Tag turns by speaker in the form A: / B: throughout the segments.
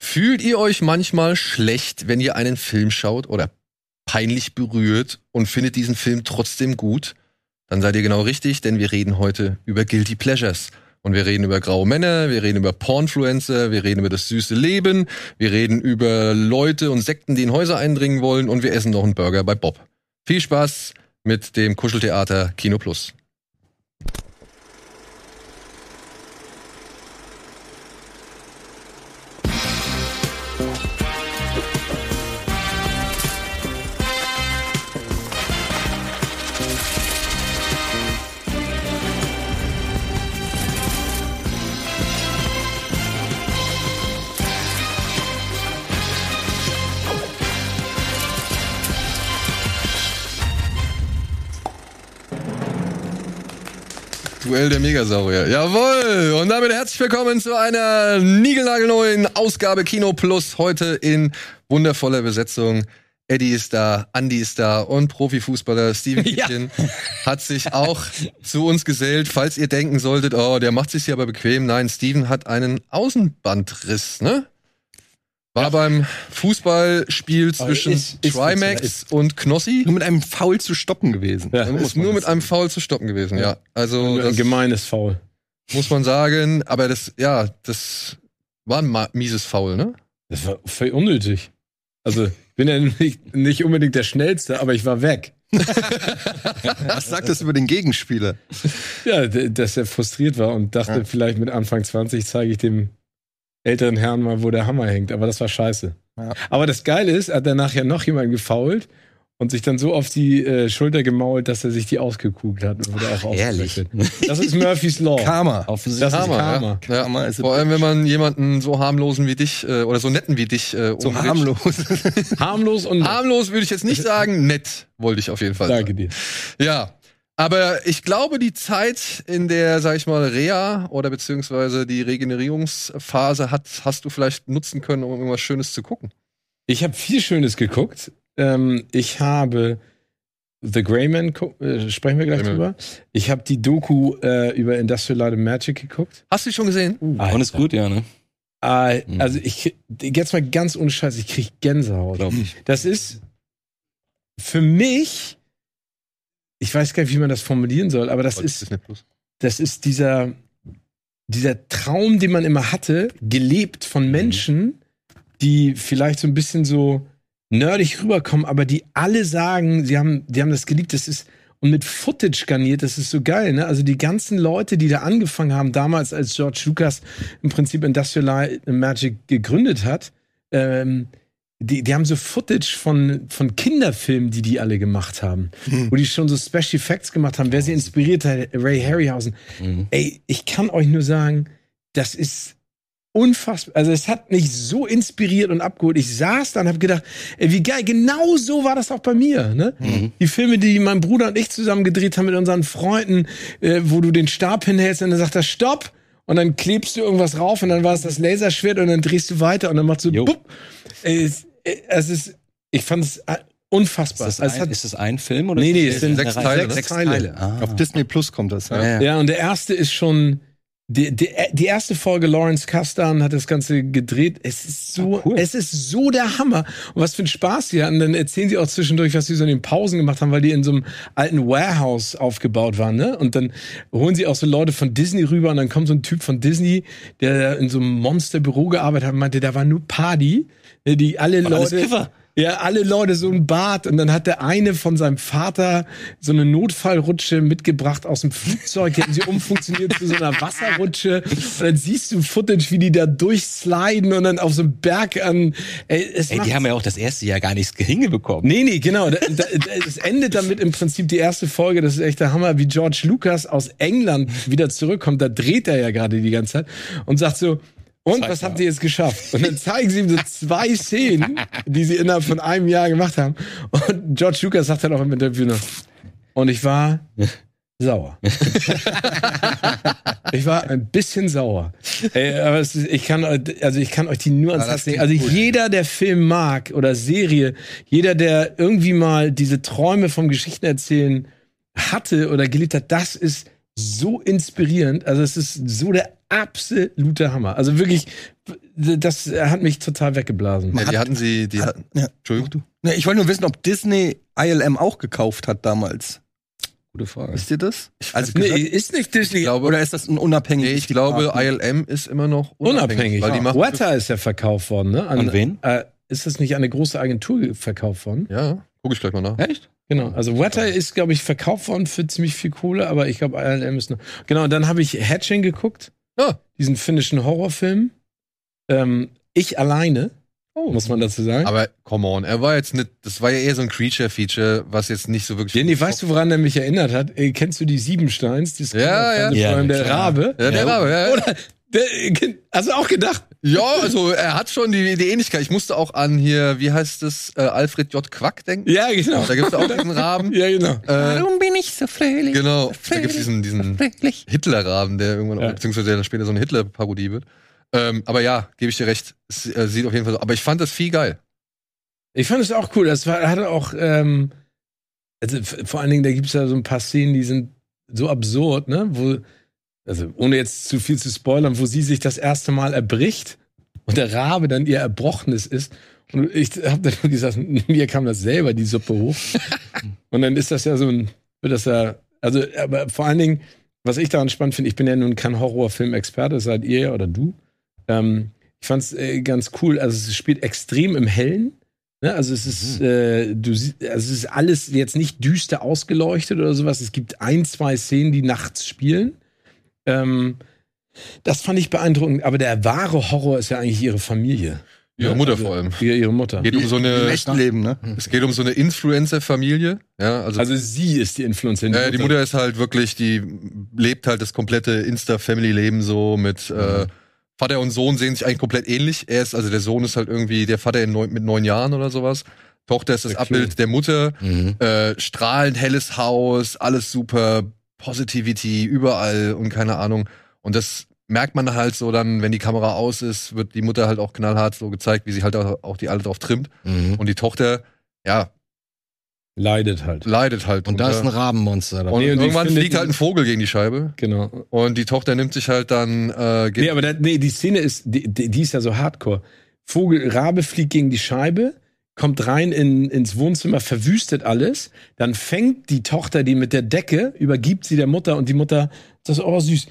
A: Fühlt ihr euch manchmal schlecht, wenn ihr einen Film schaut oder peinlich berührt und findet diesen Film trotzdem gut? Dann seid ihr genau richtig, denn wir reden heute über Guilty Pleasures. Und wir reden über graue Männer, wir reden über Pornfluencer, wir reden über das süße Leben, wir reden über Leute und Sekten, die in Häuser eindringen wollen und wir essen noch einen Burger bei Bob. Viel Spaß mit dem Kuscheltheater Kino Plus. Duell der Megasaurier. Jawohl! Und damit herzlich willkommen zu einer niegelnagelneuen Ausgabe Kino Plus. Heute in wundervoller Besetzung. Eddie ist da, Andy ist da und Profifußballer Steven
B: Ja.
A: Kittchen hat sich auch zu uns gesellt. Falls ihr denken solltet, oh, der macht sich hier aber bequem. Nein, Steven hat einen Außenbandriss, ne? War beim Fußballspiel zwischen
C: ist- ist-
A: Trimax und Knossi.
C: nur mit einem Foul zu stoppen gewesen.
B: Ja.
A: Und ist nur mit einem Foul zu stoppen gewesen, ja. Also
B: ein
A: das-
B: gemeines Foul.
A: muss man sagen. Aber das, ja, das war ein ma- mieses Foul, ne?
B: Das war völlig unnötig. Also, ich bin ja nicht, nicht unbedingt der Schnellste, aber ich war weg.
C: Was sagt das über den Gegenspieler?
B: Ja, d- dass er frustriert war und dachte,
C: Ja.
B: vielleicht mit Anfang 20 zeige ich dem älteren Herrn mal, wo der Hammer hängt. Aber das war scheiße.
C: Ja.
B: Aber das Geile ist, hat danach ja noch jemand gefault und sich dann so auf die äh, Schulter gemault, dass er sich die ausgekugelt hat. Und wurde auch
C: herrlich.
B: ausgewechselt. Das ist Murphy's Law.
D: Oh.
C: Karma.
B: Das ist Karma.
A: Ja. Ja.
C: Karma ist
A: Vor allem, wenn man jemanden so harmlosen wie dich äh, oder so netten wie dich äh,
C: so
A: umgeht.
C: harmlos.
B: Harmlos und
A: Harmlos würde ich jetzt nicht sagen, nett wollte ich auf jeden Fall
B: Danke
A: sagen.
B: dir.
A: Ja. Aber ich glaube, die Zeit, in der, sag ich mal, Reha oder beziehungsweise die Regenerierungsphase hat, hast du vielleicht nutzen können, um irgendwas Schönes zu gucken.
B: Ich habe viel Schönes geguckt. Ähm, ich habe The Grey Man, gu- äh, sprechen wir gleich
A: Grey Man.
B: drüber. Ich habe die Doku äh, über Industrial Light and Magic geguckt.
A: Hast du die schon gesehen?
B: Alter.
D: Und ist gut, ja, ne?
B: Äh,
D: Mhm.
B: also ich, jetzt mal ganz ohne Scheiß, ich krieg Gänsehaut.
D: Glaub ich.
B: Das ist für mich, ich weiß gar nicht, wie man das formulieren soll, aber das ist
A: Disney Plus.
B: das ist dieser, dieser Traum, den man immer hatte, gelebt von Menschen, die vielleicht so ein bisschen so nerdig rüberkommen, aber die alle sagen, sie haben, die haben das geliebt, das ist und mit Footage garniert, das ist so geil, ne? Also die ganzen Leute, die da angefangen haben, damals als George Lucas im Prinzip Industrial Light and Magic gegründet hat, ähm, die, die haben so Footage von, von Kinderfilmen, die die alle gemacht haben,
D: Hm.
B: wo die schon so Special Effects gemacht haben. Wer sie inspiriert hat, Ray Harryhausen.
D: Mhm.
B: Ey, ich kann euch nur sagen, das ist unfassbar. Also es hat mich so inspiriert und abgeholt. Ich saß da und habe gedacht, ey, wie geil. Genau so war das auch bei mir. Ne?
D: Mhm.
B: Die Filme, die mein Bruder und ich zusammen gedreht haben mit unseren Freunden, äh, wo du den Stab hinhältst und dann sagt er Stopp. Und dann klebst du irgendwas rauf und dann war es das Laserschwert und dann drehst du weiter und dann machst du
D: Jo.
B: bupp. Ey, Es, äh, es ist, ich fand es äh, unfassbar.
D: Ist das,
B: Also es
D: ein,
B: hat,
D: ist das ein Film oder?
B: Nee, nee,
D: ist
B: es
D: das
B: sind
D: eine
A: sechs
D: Reihe?
A: Teile, ne?
D: Sechs
B: Teile.
D: Teile. Ah.
C: Auf Disney Plus kommt das.
D: ja, ja.
B: Ja, und der erste ist schon. Die, die, die erste Folge Lawrence Kasdan hat das Ganze gedreht. Es ist so,
D: Ah, cool.
B: es ist so der Hammer. Und was für ein Spaß die hatten. Dann erzählen sie auch zwischendurch, was sie so in den Pausen gemacht haben, weil die in so einem alten Warehouse aufgebaut waren, ne? Und dann holen sie auch so Leute von Disney rüber und dann kommt so ein Typ von Disney, der in so einem Monsterbüro gearbeitet hat und meinte, da war nur Party, ne, die alle
D: alles
B: Leute.
D: Kiffer.
B: Ja, alle Leute so ein Bart und dann hat der eine von seinem Vater so eine Notfallrutsche mitgebracht aus dem Flugzeug, die haben sie umfunktioniert zu so einer Wasserrutsche und dann siehst du Footage, wie die da durchsliden und dann auf so einem Berg an ey, es
D: Ey,
B: macht-
D: die haben ja auch das erste Jahr gar nichts hingebekommen.
B: Nee, nee, genau. Da, da, da, es endet damit im Prinzip die erste Folge. Das ist echt der Hammer, wie George Lucas aus England wieder zurückkommt. Da dreht er ja gerade die ganze Zeit und sagt so, und was habt ihr jetzt geschafft? Und dann zeigen sie ihm so zwei Szenen, die sie innerhalb von einem Jahr gemacht haben. Und George Lucas sagt dann auch im Interview noch, und ich war sauer. ich war ein bisschen sauer. Ey, aber es ist, ich kann, also ich kann euch die nur ans
C: das
B: Herz legen.
C: klingt
B: Also
C: gut.
B: jeder, der Film mag oder Serie, jeder, der irgendwie mal diese Träume vom Geschichtenerzählen hatte oder geliebt hat, das ist so inspirierend. Also es ist so der absolute Hammer. Also wirklich das hat mich total weggeblasen.
A: Ja, die
E: Hat-
A: hatten sie, die
E: hat-
A: hatten,
E: ja.
A: Entschuldigung,
E: Ne, ich wollte nur wissen, ob Disney ILM auch gekauft hat damals.
D: Gute Frage.
E: Wisst ihr das? Also
B: Nee,
E: gehört-
B: ist nicht Disney.
A: Ich glaube-
E: oder ist das ein unabhängiges?
A: Nee, ich glaube,
E: Partner?
A: ILM ist immer noch
B: Unabhängig.
A: unabhängig. Weil die machen
B: Wetter ist ja verkauft worden, ne?
D: An wen?
B: Äh, ist das nicht an eine große Agentur ge- verkauft worden?
A: ja, guck ich gleich mal nach.
D: Echt?
B: Genau. Also Wetter ist, glaube ich, verkauft worden für ziemlich viel Kohle, aber ich glaube, ILM ist noch. Genau, und dann habe ich Hatching geguckt.
A: Ah.
B: Diesen finnischen Horrorfilm. Ähm, ich alleine, muss man dazu sagen.
A: Oh. Aber come on, er war jetzt nicht, das war ja eher so ein Creature-Feature, was jetzt nicht so wirklich.
B: Jenny, weißt du, woran er mich erinnert hat? Äh, kennst du die Siebensteins? Dieses
A: Ja, ja.
B: Kinderfernsehen-
D: Ja,
B: Programm, der
D: klar.
B: Rabe.
A: Ja, der
D: Ja.
A: Rabe, ja.
B: Oder, der, Kind- hast du auch gedacht?
A: ja, also er hat schon die, die Ähnlichkeit. Ich musste auch an hier, wie heißt es, äh, Alfred J. Quack denken.
B: Ja, genau.
A: Da gibt's auch diesen Raben.
B: Ja, genau.
A: Äh,
D: bin ich so fröhlich?
A: genau, da gibt's diesen, diesen
D: Fröhlich.
A: Hitler-Raben, der irgendwann,
B: Ja.
A: beziehungsweise der dann später so eine Hitler-Parodie wird. Ähm, aber ja, gebe ich dir recht. Es äh, sieht auf jeden Fall so. Aber ich fand das viel geil.
B: Ich fand es auch cool. Das war, hatte auch, ähm, also f- vor allen Dingen, da gibt es ja so ein paar Szenen, die sind so absurd, ne? Wo, also ohne jetzt zu viel zu spoilern, wo sie sich das erste Mal erbricht und der Rabe dann ihr Erbrochenes ist. Und ich habe dann nur gesagt, mir kam das selber, die Suppe hoch. und dann ist das ja so ein, wird das ja, also, aber vor allen Dingen, was ich daran spannend finde, ich bin ja nun kein Horrorfilm-Experte, seid ihr ja oder du. Ähm, ich fand es äh, ganz cool, also es spielt extrem im Hellen. Ne? Also es ist,
A: Mhm.
B: äh, du sie- also es ist alles jetzt nicht düster ausgeleuchtet oder sowas. Es gibt ein, zwei Szenen, die nachts spielen. Ähm, das fand ich beeindruckend, aber der wahre Horror ist ja eigentlich ihre Familie.
A: Ihre
B: Ne?
A: Mutter
B: also,
A: vor allem.
B: Ihre, ihre Mutter.
A: Geht um so
E: Im
A: eine,
E: echten Leben, ne?
A: es geht um so eine Influencer-Familie. Ja, also,
B: Also sie ist die Influencerin.
A: äh, die Mutter ist halt wirklich, die lebt halt das komplette Insta-Family-Leben so mit äh, Vater und Sohn sehen sich eigentlich komplett ähnlich. Er ist, also der Sohn ist halt irgendwie der Vater in neun, mit neun Jahren oder sowas. Tochter ist das
B: Ja, cool.
A: Abbild der Mutter.
D: Mhm.
A: äh, strahlend helles Haus, alles super, Positivity überall und keine Ahnung. Und das merkt man halt so dann, wenn die Kamera aus ist, wird die Mutter halt auch knallhart so gezeigt, wie sie halt auch auch die alle drauf trimmt.
E: Mhm.
A: Und die Tochter, ja,
B: Leidet halt.
A: leidet halt.
E: Und da ist ein
A: drunter.
E: Rabenmonster dabei.
A: und
B: Nee, und die
A: irgendwann
B: findet
A: fliegt
B: ihn-
A: halt ein Vogel gegen die Scheibe.
B: Genau.
A: Und die Tochter nimmt sich halt dann, äh, gibt,
B: Nee, aber das, nee, die Szene ist, die, die die ist ja so hardcore. Vogel, Rabe fliegt gegen die Scheibe, kommt rein in, ins Wohnzimmer, verwüstet alles. Dann fängt die Tochter die mit der Decke, übergibt sie der Mutter und die Mutter, das ist oh süß,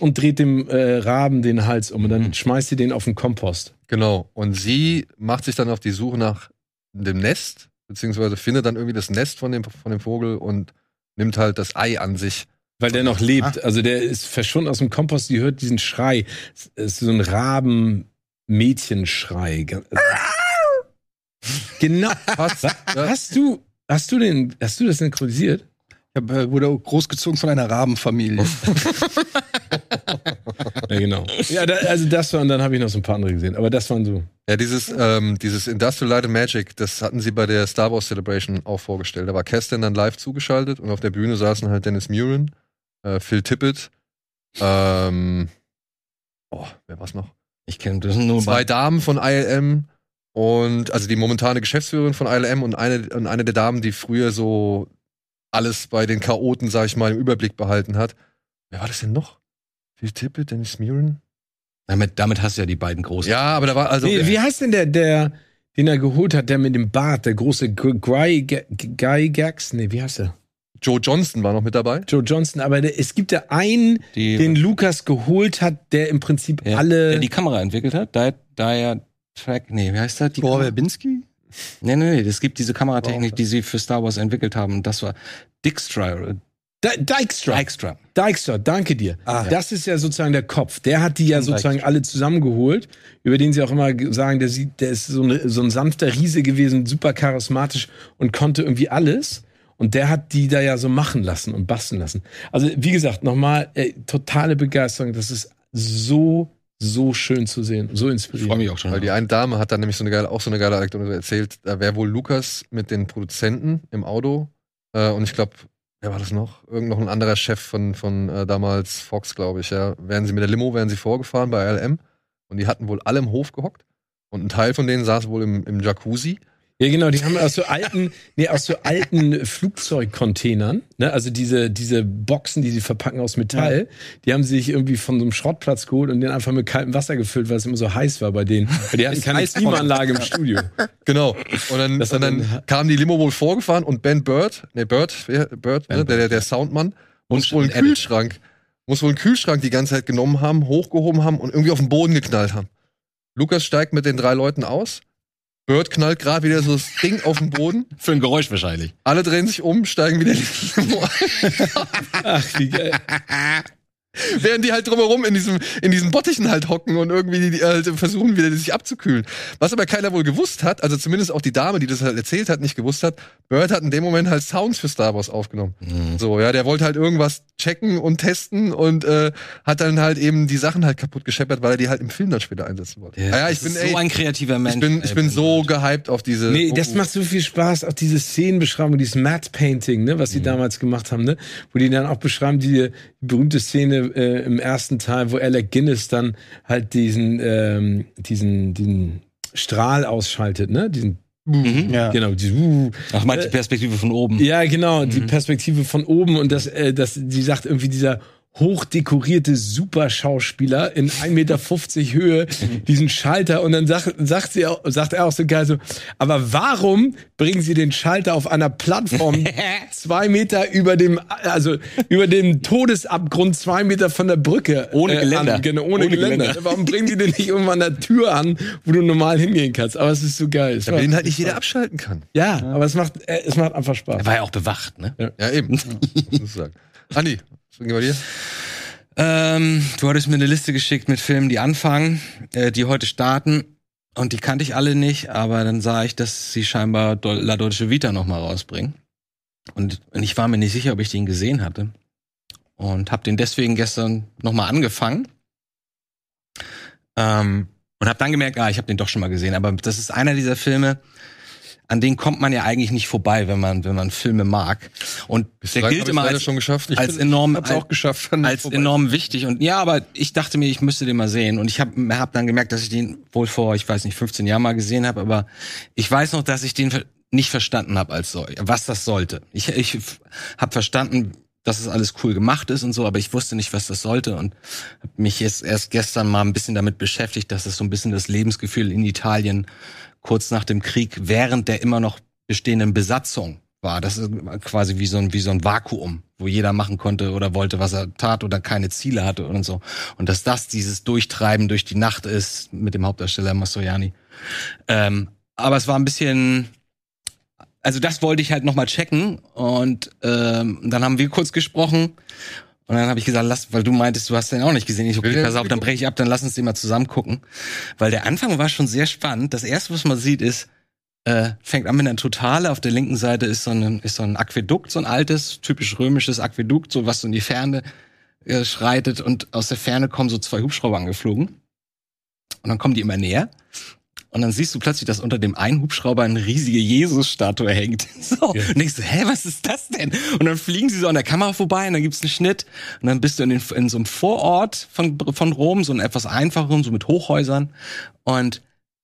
B: und dreht dem äh, Raben den Hals um und dann
A: Mhm.
B: schmeißt sie den auf den Kompost.
A: genau. Und sie macht sich dann auf die Suche nach dem Nest, beziehungsweise findet dann irgendwie das Nest von dem, von dem Vogel und nimmt halt das Ei an sich.
B: Weil der noch lebt. Also der ist verschwunden aus dem Kompost, die hört diesen Schrei. Es ist so ein Raben-Mädchenschrei. Genau.
A: Passt. ja,
B: Hast du, hast du den, hast du das synchronisiert?
E: Ich hab, äh, wurde großgezogen von einer Rabenfamilie.
B: Ja, genau. Ja, da, also das war, und dann habe ich noch so ein paar andere gesehen, aber das waren so.
A: Ja, dieses, ähm, dieses Industrial Light and Magic, das hatten sie bei der Star Wars Celebration auch vorgestellt. Da war Kestan dann live zugeschaltet und auf der Bühne saßen halt Dennis Muren, äh, Phil Tippett, ähm, oh, wer war's noch?
E: Ich kenne das nur
A: Zwei Damen von ILM und also die momentane Geschäftsführerin von ILM und eine, und eine der Damen, die früher so alles bei den Chaoten, sag ich mal, im Überblick behalten hat. Wer war das denn noch? Phil Tippett, Dennis Muren?
D: Damit, damit hast du ja die beiden großen.
A: Ja, aber da war also.
B: wie, wie heißt denn der, der, den er geholt hat, der mit dem Bart, der große G- Guy, G- Guy Gax? Nee, wie heißt er?
A: Joe Johnston war noch mit dabei.
B: Joe Johnston, aber der, es gibt ja einen,
D: Die,
B: den Lukas geholt hat, der im Prinzip
D: ja,
B: alle.
D: der die Kamera entwickelt hat. Da, da ja Track, nee, wie heißt das? Die
E: Boah,
D: Kamera-
E: Verbinski?
D: Nee, nee, nee, es gibt diese Kameratechnik, die sie für Star Wars entwickelt haben. Das war äh, Dijkstra.
B: Di- Dijkstra.
D: Dijkstra.
B: Dijkstra, danke dir.
E: Ah.
B: das ist ja sozusagen der Kopf. Der hat die ja sozusagen alle zusammengeholt, über den sie auch immer ge- sagen, der, sieht, der ist so, eine, so ein sanfter Riese gewesen, super charismatisch und konnte irgendwie alles. Und der hat die da ja so machen lassen und basteln lassen. Also, wie gesagt, nochmal, ey, totale Begeisterung. Das ist so, so schön zu sehen, so inspirierend.
D: Freue mich auch schon.
A: Weil die eine Dame hat dann nämlich so eine geile, auch so eine geile Anekdote erzählt, da wäre wohl Lukas mit den Produzenten im Auto äh, und ich glaube, wer war das noch? Irgend noch ein anderer Chef von, von äh, damals Fox, glaube ich, ja. Wären sie mit der Limo, wären sie vorgefahren bei LM und die hatten wohl alle im Hof gehockt und ein Teil von denen saß wohl im, im Jacuzzi
B: Ja, genau, die haben aus so alten, nee, aus so alten Flugzeugcontainern, ne, also diese, diese Boxen, die sie verpacken aus Metall, die haben sie sich irgendwie von so einem Schrottplatz geholt und den einfach mit kaltem Wasser gefüllt, weil es immer so heiß war bei denen. Weil die hatten keine Klimaanlage im Studio.
A: Genau. Und dann,
B: Das
A: und
B: hat
A: dann kam die Limo wohl vorgefahren und Ben Bird, ne, Bird, wer- Bird, ne, der, der, der Soundmann, muss wohl einen Kühlschrank, muss wohl einen Kühlschrank die ganze Zeit genommen haben, hochgehoben haben und irgendwie auf den Boden geknallt haben. Lukas steigt mit den drei Leuten aus. Bird knallt gerade wieder so das Ding auf den Boden.
F: Für ein Geräusch wahrscheinlich.
A: Alle drehen sich um, steigen wieder in die Limo ein.
B: Ach, wie geil.
A: Während die halt drumherum in, diesem, in diesen Bottichen halt hocken und irgendwie die, die halt versuchen, wieder sich abzukühlen. Was aber keiner wohl gewusst hat, also zumindest auch die Dame, die das halt erzählt hat, nicht gewusst hat, Bird hat in dem Moment halt Sounds für Star Wars aufgenommen. So, ja, der wollte halt irgendwas checken und testen und äh, hat dann halt eben die Sachen halt kaputt gescheppert, weil er die halt im Film dann später einsetzen wollte. Ja, ja ich bin,
D: so
A: ey,
D: ein kreativer Mensch. Äh,
A: ich bin, ich bin so gehypt auf diese.
B: Nee, das
A: Oh,
B: macht so viel Spaß, auch diese Szenenbeschreibung, dieses Matte Painting, ne, was sie
A: Mhm.
B: damals gemacht haben, ne, wo die dann auch beschreiben, die berühmte Szene äh, im ersten Teil, wo Alec Guinness dann halt diesen, ähm, diesen, diesen Strahl ausschaltet, ne, diesen,
A: Mhm.
E: Ja.
B: genau, diesen, uh,
D: Ach, meint die Perspektive von oben.
B: ja, genau,
D: Mhm.
B: die Perspektive von oben und das, äh, das, die sagt irgendwie dieser hochdekorierte Superschauspieler in 1,50 Meter Höhe
D: Mhm.
B: diesen Schalter und dann sagt, sagt, sie, auch- sagt er auch so geil so, aber warum bringen sie den Schalter auf einer Plattform zwei Meter über dem, also über dem Todesabgrund zwei Meter von der Brücke?
D: Ohne Geländer.
B: an, genau, ohne,
D: Ohne
B: Geländer.
D: Geländer.
B: Warum bringen sie den nicht irgendwo an der Tür an, wo du normal hingehen kannst? Aber es ist so geil. Es
A: Weil
B: war-
A: den halt nicht jeder abschalten kann.
B: ja, aber es macht, äh, es macht einfach Spaß.
F: Er war ja auch bewacht, ne?
A: Ja, eben. Muss ich sagen. Andi, was ging bei dir?
D: Ähm, du hattest mir eine Liste geschickt mit Filmen, die anfangen, äh, die heute starten. Und die kannte ich alle nicht, aber dann sah ich, dass sie scheinbar Do La Dolce Vita nochmal rausbringen. Und, und ich war mir nicht sicher, ob ich den gesehen hatte. Und habe den deswegen gestern nochmal angefangen. Ähm, und habe dann gemerkt, ah, ich habe den doch schon mal gesehen. Aber das ist einer dieser Filme, an den kommt man ja eigentlich nicht vorbei, wenn man, wenn man Filme mag. Und der
A: Frank, hab
D: gilt
A: ich's
D: immer
A: leider
D: als,
A: schon geschafft. Ich
D: als enorm,
E: Hab's auch geschafft.
D: als enorm wichtig. Und ja, aber ich dachte mir, ich müsste den mal sehen. Und ich habe hab dann gemerkt, dass ich den wohl vor, ich weiß nicht, 15 Jahren mal gesehen habe, aber ich weiß noch, dass ich den ver- nicht verstanden habe als solch, was das sollte. Ich, ich habe verstanden, dass es alles cool gemacht ist und so, aber ich wusste nicht, was das sollte und habe mich jetzt erst gestern mal ein bisschen damit beschäftigt, dass es so ein bisschen das Lebensgefühl in Italien kurz nach dem Krieg während der immer noch bestehenden Besatzung war. Das ist quasi wie so ein, wie so ein Vakuum, wo jeder machen konnte oder wollte, was er tat oder keine Ziele hatte und so. Und dass das dieses Durchtreiben durch die Nacht ist mit dem Hauptdarsteller Mastroianni. Ähm, aber es war ein bisschen, also das wollte ich halt nochmal checken und ähm, dann haben wir kurz gesprochen und dann habe ich gesagt, lass, weil du meintest, du hast den auch nicht gesehen. Ich okay, pass auf, dann breche ich ab, dann lass uns den mal zusammen gucken, weil der Anfang war schon sehr spannend. Das erste, was man sieht, ist äh, fängt an mit einer Totale. Auf der linken Seite ist so ein, ist so ein Aquädukt, so ein altes, typisch römisches Aquädukt, so was so in die Ferne äh, schreitet und aus der Ferne kommen so zwei Hubschrauber angeflogen. Und dann kommen die immer näher. Und dann siehst du plötzlich, dass unter dem einen Hubschrauber eine riesige Jesus-Statue hängt. So. Und denkst du, hä, was ist das denn? Und dann fliegen sie so an der Kamera vorbei und dann gibt's einen Schnitt. Und dann bist du in, den, in so einem Vorort von, von Rom, so einen etwas einfacheren, so mit Hochhäusern. Und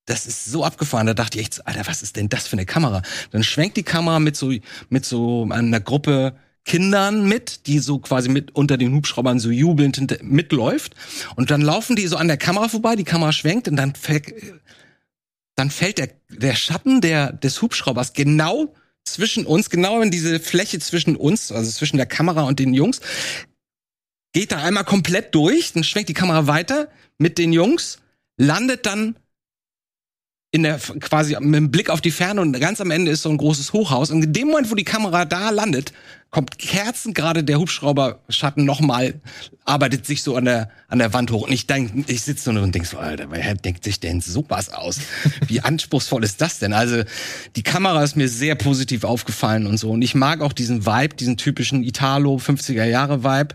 D: das ist so abgefahren. Da dachte ich echt, so, Alter, was ist denn das für eine Kamera? Dann schwenkt die Kamera mit so, mit so einer Gruppe Kindern mit, die so quasi mit unter den Hubschraubern so jubelnd hinter, mitläuft. Und dann laufen die so an der Kamera vorbei, die Kamera schwenkt und dann fällt, dann fällt der, der Schatten der, des Hubschraubers genau zwischen uns, genau in diese Fläche zwischen uns, also zwischen der Kamera und den Jungs, geht da einmal komplett durch, dann schwenkt die Kamera weiter mit den Jungs, landet dann in der quasi mit dem Blick auf die Ferne und ganz am Ende ist so ein großes Hochhaus und in dem Moment, wo die Kamera da landet, kommt kerzengerade der Hubschrauberschatten nochmal, arbeitet sich so an der an der Wand hoch und ich denk, ich sitze nur und denk so, Alter, wer denkt sich denn sowas aus? Wie anspruchsvoll ist das denn? Also die Kamera ist mir sehr positiv aufgefallen und so und ich mag auch diesen Vibe, diesen typischen Italo 50er Jahre Vibe.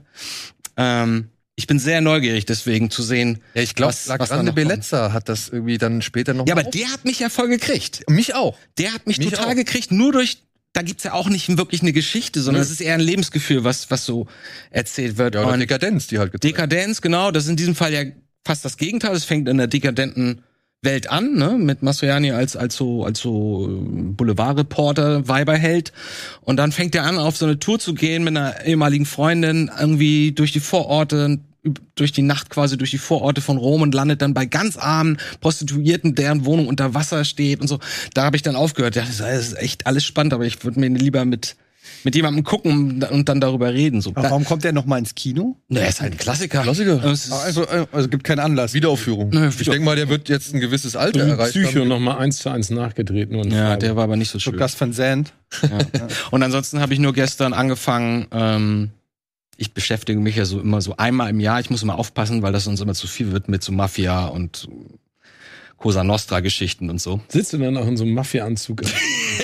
D: Ähm, ich bin sehr neugierig deswegen zu sehen.
A: Ja, ich glaube,
D: was- was
A: Grande
D: danach kommt.
A: Bellezza hat das irgendwie dann später noch.
D: Ja,
A: mal
D: aber der hat mich ja voll gekriegt.
A: auf- mich auch.
D: Der hat mich,
A: Mich
D: total
A: auch.
D: gekriegt, nur durch, da gibt's ja auch nicht wirklich eine Geschichte, sondern es ist eher ein Lebensgefühl, was, was so erzählt wird.
A: Ja, oder
D: Und
A: Dekadenz, die halt gezeigt
D: genau. Dekadenz, genau, das ist in diesem Fall ja fast das Gegenteil. Es fängt in der dekadenten Welt an, ne? mit Mastroianni als, als so, als so äh, Boulevardreporter, Weiberheld. Und dann fängt er an, auf so eine Tour zu gehen mit einer ehemaligen Freundin, irgendwie durch die Vororte, üb- durch die Nacht quasi durch die Vororte von Rom und landet dann bei ganz armen Prostituierten, deren Wohnung unter Wasser steht und so. Da habe ich dann aufgehört. Ja, das ist echt alles spannend, aber ich würde mir lieber mit, mit jemandem gucken und dann darüber reden. So.
E: Aber
D: Da,
E: warum kommt der nochmal ins Kino?
D: ne, er ist halt ein Klassiker. Ah,
A: Klassiker.
D: Es ist-
E: Also, äh, also gibt keinen Anlass.
A: Wiederaufführung. ich denke mal, der wird jetzt ein gewisses Alter
B: So wie
A: erreicht haben.
B: Psycho nochmal eins zu eins nachgedreht. Nur in
D: Ja,
B: Farbe.
D: der war aber nicht so schön.
E: Gast van Zandt.
D: Und ansonsten habe ich nur gestern angefangen, ähm, ich beschäftige mich ja so immer so einmal im Jahr, ich muss immer aufpassen, weil das uns immer zu viel wird mit so Mafia und Cosa Nostra-Geschichten und so.
B: sitzt du dann auch in so einem Mafia-Anzug.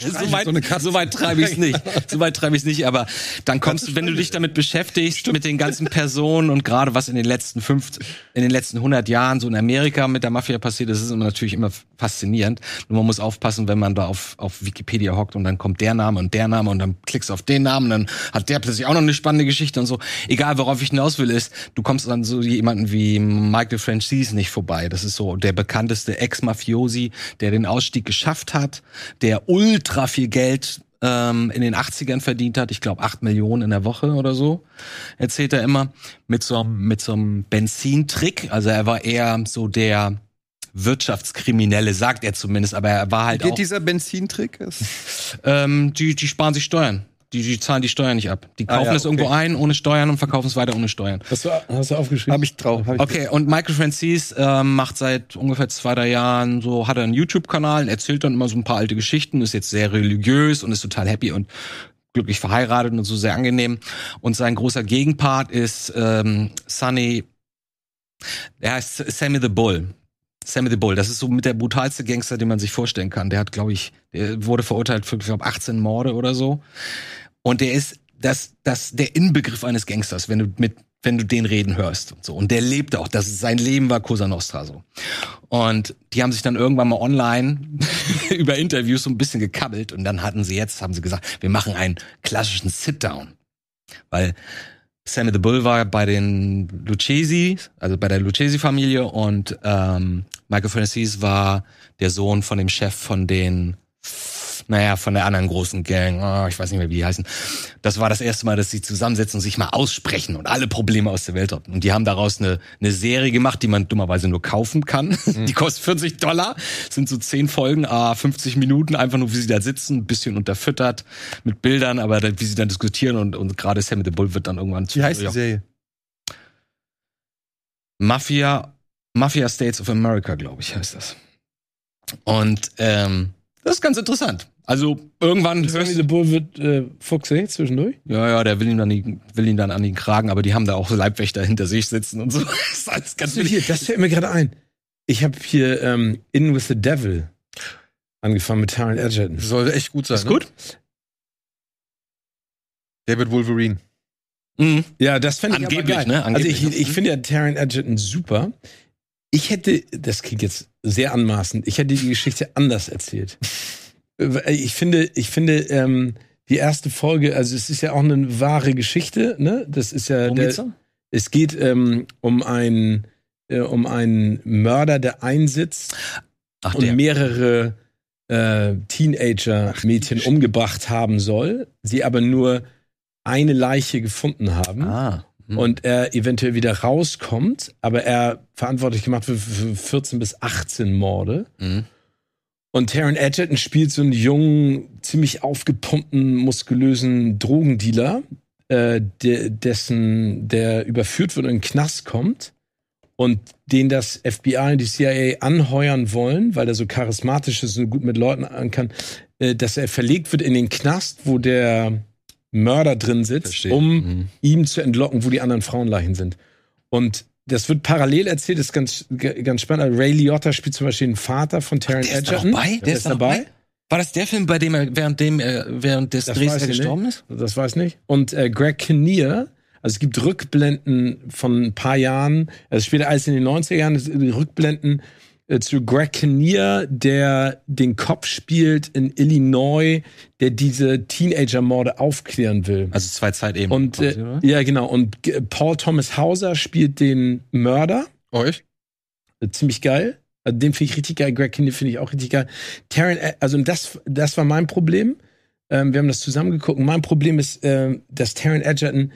D: So weit, so weit treibe ich es nicht. So weit treibe ich es nicht, aber dann kommst du, wenn du dich damit beschäftigst, mit den ganzen Personen und gerade was in den letzten fünf, in den letzten 100 Jahren so in Amerika mit der Mafia passiert, das ist immer natürlich immer faszinierend. Nur man muss aufpassen, wenn man da auf, auf Wikipedia hockt und dann kommt der Name und der Name und dann klickst du auf den Namen, dann hat der plötzlich auch noch eine spannende Geschichte und so. Egal, Ah, worauf ich hinaus will, ist, du kommst an so jemanden wie Michael Franchise nicht vorbei. Das ist so der bekannteste Ex-Mafiosi, der den Ausstieg geschafft hat, der ultra viel Geld ähm, in den 80ern verdient hat. Ich glaube, 8 Millionen in der Woche oder so, erzählt er immer. Mit so, einem- mit so einem Benzintrick. Also er war eher so der Wirtschaftskriminelle, sagt er zumindest, aber er war halt
E: Geht
D: auch
E: dieser Benzintrick?
D: ähm, die, die sparen sich Steuern. Die, die zahlen die Steuern nicht ab. Die
E: Ah,
D: kaufen
E: ja,
D: es irgendwo
E: okay.
D: ein ohne Steuern und verkaufen es weiter ohne Steuern.
B: Hast du, hast du aufgeschrieben?
E: Habe ich drauf. Hab ich
D: Okay, und Michael Francis ähm, macht seit ungefähr zwei, drei Jahren so, hat er einen YouTube-Kanal, erzählt dann immer so ein paar alte Geschichten, ist jetzt sehr religiös und ist total happy und glücklich verheiratet und so sehr angenehm. Und sein großer Gegenpart ist ähm, Sunny, er heißt Sammy the Bull. Sammy the Bull, das ist so mit der brutalste Gangster, den man sich vorstellen kann. Der hat, glaube ich, der wurde verurteilt für, glaube 18 Morde oder so. Und der ist das, das, der Inbegriff eines Gangsters, wenn du mit, wenn du den reden hörst. Und, so. und der lebt auch. Das, sein Leben war Cosa Nostra so. Und die haben sich dann irgendwann mal online über Interviews so ein bisschen gekabbelt. Und dann hatten sie jetzt, haben sie gesagt, wir machen einen klassischen Sit-Down. Weil Sammy the Bull war bei den Lucchesi, also bei der Lucchesi-Familie und ähm, Michael Francis war der Sohn von dem Chef von den, naja, von der anderen großen Gang, Ah, ich weiß nicht mehr, wie die heißen. Das war das erste Mal, dass sie zusammensetzen und sich mal aussprechen und alle Probleme aus der Welt rotten. Und die haben daraus eine, eine Serie gemacht, die man dummerweise nur kaufen kann. Die kostet 40 Dollar, sind so 10 Folgen, ah, 50 Minuten, einfach nur, wie sie da sitzen, ein bisschen unterfüttert mit Bildern, aber dann, wie sie dann diskutieren und, und gerade Sammy the Bull wird dann irgendwann zu
E: Wie heißt die
D: ja.
E: Serie?
D: Mafia, Mafia States of America, glaube ich, heißt das. Und ähm, das ist ganz interessant. Also irgendwann
B: Sammy
D: hörst
B: the Bull wird äh, Foxy zwischendurch.
D: ja, ja, der will ihn, dann, die- will ihn dann an den Kragen, aber die haben da auch Leibwächter hinter sich sitzen und so. Das ist alles ganz wild.
B: Hier, das fällt mir gerade ein. Ich habe hier ähm, In with the Devil angefangen mit Taron Edgerton.
A: Soll echt gut sein.
D: Ist gut?
A: Ne? David Wolverine.
D: Mhm.
B: Ja, das fände ich
D: Angeblich,
B: aber geil.
D: ne? Angeblich,
B: also ich,
D: ne?
B: ich finde ja Taron Edgerton super. Ich hätte, das klingt jetzt sehr anmaßend, ich hätte die Geschichte anders erzählt. Äh, Ich finde, ich finde, ähm, die erste Folge, also es ist ja auch eine wahre Geschichte, ne? Das ist ja
D: Worum
B: der,
D: geht's da?
B: es geht ähm, um einen äh, um einen Mörder, der einsitzt
D: Ach,
B: und
D: der.
B: mehrere äh, Teenager-Mädchen umgebracht haben soll, sie aber nur eine Leiche gefunden haben
D: Ah. Mhm.
B: und er eventuell wieder rauskommt, aber er verantwortlich gemacht wird für 14 bis 18 Morde.
D: Mhm.
B: Und Taron Edgerton spielt so einen jungen, ziemlich aufgepumpten, muskulösen Drogendealer, äh, de dessen, der überführt wird und in den Knast kommt und den das FBI und die CIA anheuern wollen, weil er so charismatisch ist und gut mit Leuten an kann, äh, dass er verlegt wird in den Knast, wo der Mörder drin sitzt,
D: Verstehe.
B: um
D: Mhm.
B: ihm zu entlocken, wo die anderen Frauenleichen sind. Und das wird parallel erzählt, ist ganz, g- ganz spannend. Also Ray Liotta spielt zum Beispiel den Vater von Taron
D: Der ist da noch
B: Edgerton.
D: bei? Der,
B: Der
D: ist,
B: ist
D: da noch
B: dabei?
D: bei? War das der Film, bei dem er während, dem, äh, während des
B: Das
D: Drehs
B: weiß
D: er
B: ich nicht.
D: gestorben ist?
B: Das weiß ich nicht. Und äh, Greg Kinnear, also es gibt Rückblenden von ein paar Jahren, also später als in den 90er Jahren, es- die Rückblenden äh, zu Greg Kinnear, der den Kopf spielt in Illinois, der diese Teenager-Morde aufklären will.
D: Also zwei Zeitebenen.
B: Und
D: quasi,
B: äh,
D: oder?
B: ja, genau. Und äh, Paul Thomas Hauser spielt den Mörder.
A: Euch?
B: Äh, ziemlich geil. Also den finde ich richtig geil. Greg Kinnear finde ich auch richtig geil. Taron, A- also das, das war mein Problem. Ähm, wir haben das zusammengeguckt. Mein Problem ist, ähm, dass Taron Edgerton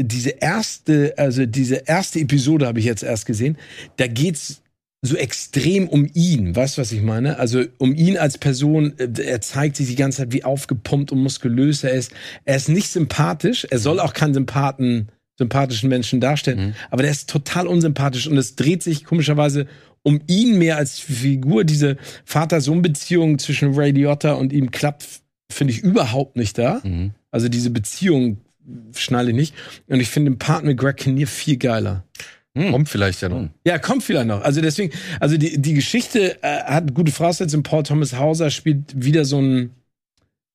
B: diese erste, also diese erste Episode habe ich jetzt erst gesehen. Da geht's so extrem um ihn, weißt du, was ich meine? Also um ihn als Person, äh, er zeigt sich die ganze Zeit, wie aufgepumpt und muskulös er ist. Er ist nicht sympathisch, er soll auch keinen Sympathen, sympathischen Menschen darstellen, aber der ist total unsympathisch und es dreht sich komischerweise um ihn mehr als Figur. Diese Vater-Sohn-Beziehung zwischen Ray Liotta und ihm klappt, finde ich, überhaupt nicht da. Also diese Beziehung schnalle nicht. Und ich finde den Part mit Greg Kinnear viel geiler.
D: Hm.
A: Kommt vielleicht ja noch.
B: Ja, kommt vielleicht noch. Also deswegen, also die, die Geschichte äh, hat gute Voraussetzungen. Paul Thomas Hauser spielt wieder so ein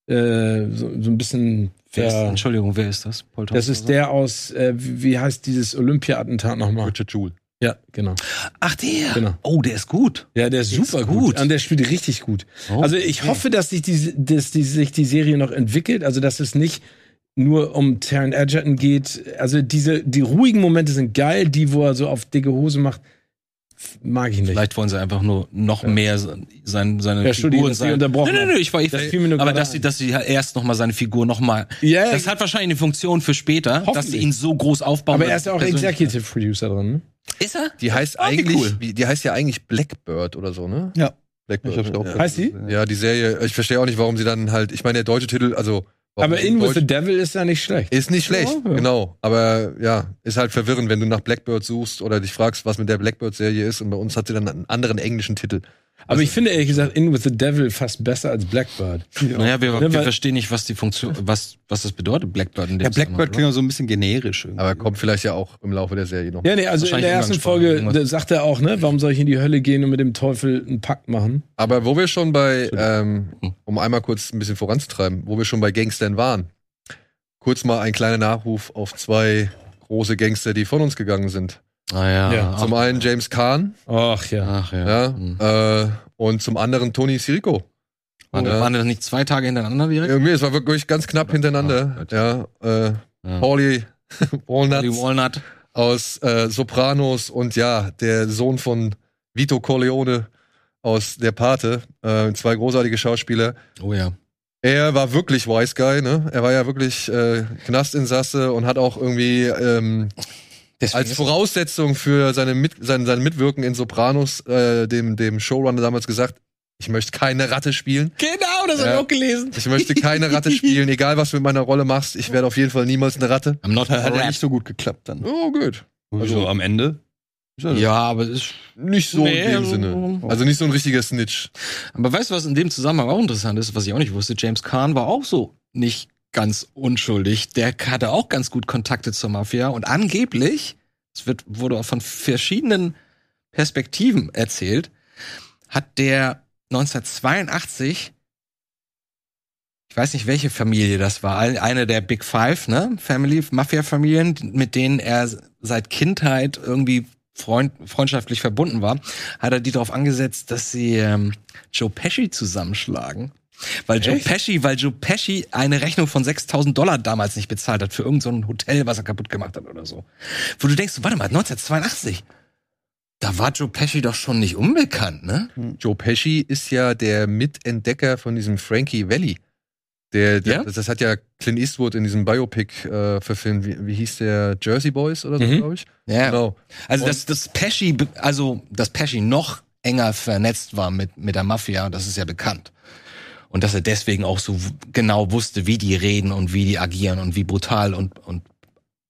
B: äh, so, so ein bisschen
D: Wer ist,
B: ver-
D: Entschuldigung, wer ist das? Paul
B: das
D: Thomas
B: ist
D: Hauser?
B: der aus, äh, wie wie heißt dieses Olympia-Attentat nochmal?
A: Richard Jewell.
B: Ja, genau.
D: Ach, der.
B: Genau.
D: Oh, der ist gut.
B: Ja, der ist
D: Ist
B: super
D: gut.
B: gut. Und der spielt richtig gut.
D: Oh,
B: also ich hoffe, dass sich die, dass die, sich die Serie noch entwickelt. Also dass es nicht nur um Taron Edgerton geht. Also diese, die ruhigen Momente sind geil. Die, wo er so auf dicke Hose macht, f- mag ich nicht.
D: Vielleicht wollen sie einfach nur noch mehr sein, seine
B: Ja, Entschuldigung,
D: Figur
B: dass wir
D: sein.
B: unterbrochen
D: nö, nö, nö,
B: haben.
D: ich war ich,
B: Das fiel mir nur
D: aber
B: gerade
D: dass sie,
B: ein.
D: dass sie halt erst noch mal seine Figur noch mal.
B: Ja,
D: das
B: ja.
D: hat wahrscheinlich eine Funktion für später, dass sie
B: Hoffentlich.
D: ihn so groß aufbauen.
B: aber
D: dass
B: er ist ja auch
D: persönlich-
B: Executive Producer dran. Ne?
D: Ist er?
A: Die heißt
D: Ah, wie
A: eigentlich,
D: cool.
A: wie- die heißt ja eigentlich Blackbird oder so, ne?
E: Ja.
A: Blackbird.
C: Ich hab's auch
A: ja.
B: Heißt die?
A: ja, die Serie, ich verstehe auch nicht, warum sie dann halt, ich meine, der deutsche Titel, also. warum
B: Aber
A: sie
B: In with
A: Deutsch-
B: the Devil ist ja nicht schlecht.
A: Ist nicht schlecht,
B: Ja, ja.
A: genau. Aber ja, ist halt verwirrend, wenn du nach Blackbird suchst oder dich fragst, was mit der Blackbird-Serie ist. Und bei uns hat sie dann einen anderen englischen Titel.
B: Aber ich finde ehrlich gesagt In with the Devil fast besser als Blackbird.
D: Naja, wir,
B: Ja,
D: wir
B: weil-
D: verstehen nicht, was die Funktion, was, was das bedeutet, Blackbird in dem
E: Ja, Blackbird
D: Zusammenhang,
E: klingt auch so ein bisschen generisch. irgendwie.
A: Aber kommt vielleicht ja auch im Laufe der Serie noch.
B: Ja, nee, also in
D: Wahrscheinlich
B: der ersten
D: Umgangssprache,
B: Folge
D: irgendwas.
B: da sagt er auch, ne, warum soll ich in die Hölle gehen und mit dem Teufel einen Pakt machen?
A: Aber wo wir schon bei, ähm, um einmal kurz ein bisschen voranzutreiben, wo wir schon bei Gangstern waren, kurz mal ein kleiner Nachruf auf zwei große Gangster, die von uns gegangen sind.
D: oder? Ah, ja.
B: Ja,
D: Ach,
A: Zum einen James Kahn,
B: Ach ja.
D: ach ja.
A: ja,
D: Mhm.
A: äh, und zum anderen Tony Sirico.
D: Waren,
A: Ja.
D: waren das nicht zwei Tage hintereinander direkt?
A: Irgendwie, es war wirklich ganz knapp
D: Ah,
A: hintereinander.
D: Gott.
A: Ja, äh,
D: Ja.
A: Paulie
D: Die
A: Walnuts
D: Walnut.
A: aus äh, Sopranos und ja, der Sohn von Vito Corleone aus Der Pate. Äh, zwei großartige Schauspieler.
D: Oh ja.
A: Er war wirklich Wise Guy, ne? Er war ja wirklich äh, Knastinsasse und hat auch irgendwie ähm, als Voraussetzung für seine Mit sein, sein Mitwirken in Sopranos äh, dem, dem Showrunner damals gesagt, ich möchte keine Ratte spielen.
D: genau, das
A: hab ich Ja. auch
D: gelesen.
A: Ich möchte keine Ratte spielen, egal was du mit meiner Rolle machst. Ich werde auf jeden Fall niemals eine Ratte.
D: I'm not
E: Hat ja
D: a
E: nicht so gut geklappt dann.
A: Oh, gut.
E: Also am Ende? Ist
D: Ja, aber es ist
A: Nicht so
D: Nee,
A: in dem
D: so-
A: Sinne. Also nicht so ein richtiger Snitch.
D: Aber weißt du, was in dem Zusammenhang auch interessant ist, was ich auch nicht wusste? James Kahn war auch so nicht ganz unschuldig. Der hatte auch ganz gut Kontakte zur Mafia und angeblich, es wird, wurde auch von verschiedenen Perspektiven erzählt, hat der 1982, ich weiß nicht, welche Familie das war, ein- eine der Big Five, ne? Family, Mafia-Familien, mit denen er seit Kindheit irgendwie freund, freundschaftlich verbunden war, hat er die darauf angesetzt, dass sie ähm, Joe Pesci zusammenschlagen. Weil Joe Pesci, weil Joe Pesci eine Rechnung von 6000 Dollar damals nicht bezahlt hat für irgendein so ein Hotel, was er kaputt gemacht hat oder so. Wo du denkst, warte mal, 1982. Da war Joe Pesci doch schon nicht unbekannt, ne?
A: Joe Pesci ist ja der Mitentdecker von diesem Frankie Valley. Der, der,
D: Ja?
A: das, das hat ja Clint Eastwood in diesem Biopic äh, verfilmt. Wie, wie hieß der? Jersey Boys oder so,
B: Mhm.
A: glaube ich.
D: Ja.
A: Genau.
D: Also dass das Pesci, be- also dass Pesci noch enger vernetzt war mit mit der Mafia, das ist ja bekannt. Und dass er deswegen auch so w- genau wusste, wie die reden und wie die agieren und wie brutal und und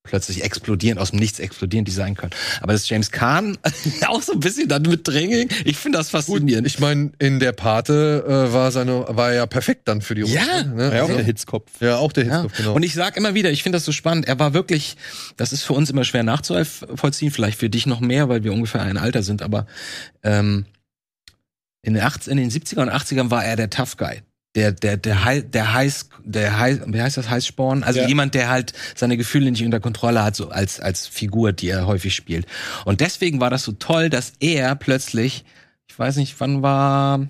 D: plötzlich explodierend aus dem Nichts explodierend die sein können. Aber dass James Kahn auch so ein bisschen dann mit drängen, ich finde das faszinierend.
A: Ich meine, in der Pate äh, war seine, war er ja perfekt dann für die Rolle.
D: Ja.
A: ne?
E: ja, auch
A: also,
E: der Hitzkopf.
A: ja, auch der
D: Ja.
A: Hitzkopf, genau.
D: Und ich sag immer wieder, ich finde das so spannend. Er war wirklich, das ist für uns immer schwer nachzuvollziehen, vielleicht für dich noch mehr, weil wir ungefähr ein Alter sind, aber ähm, in, den 80, in den 70er und 80ern war er der Tough Guy. Der, der, der, Hei- der heiß, der heiß, wie heißt das, Heißsporn? Also
B: Ja.
D: jemand, der halt seine Gefühle nicht unter Kontrolle hat, so als, als Figur, die er häufig spielt. Und deswegen war das so toll, dass er plötzlich, ich weiß nicht, wann war,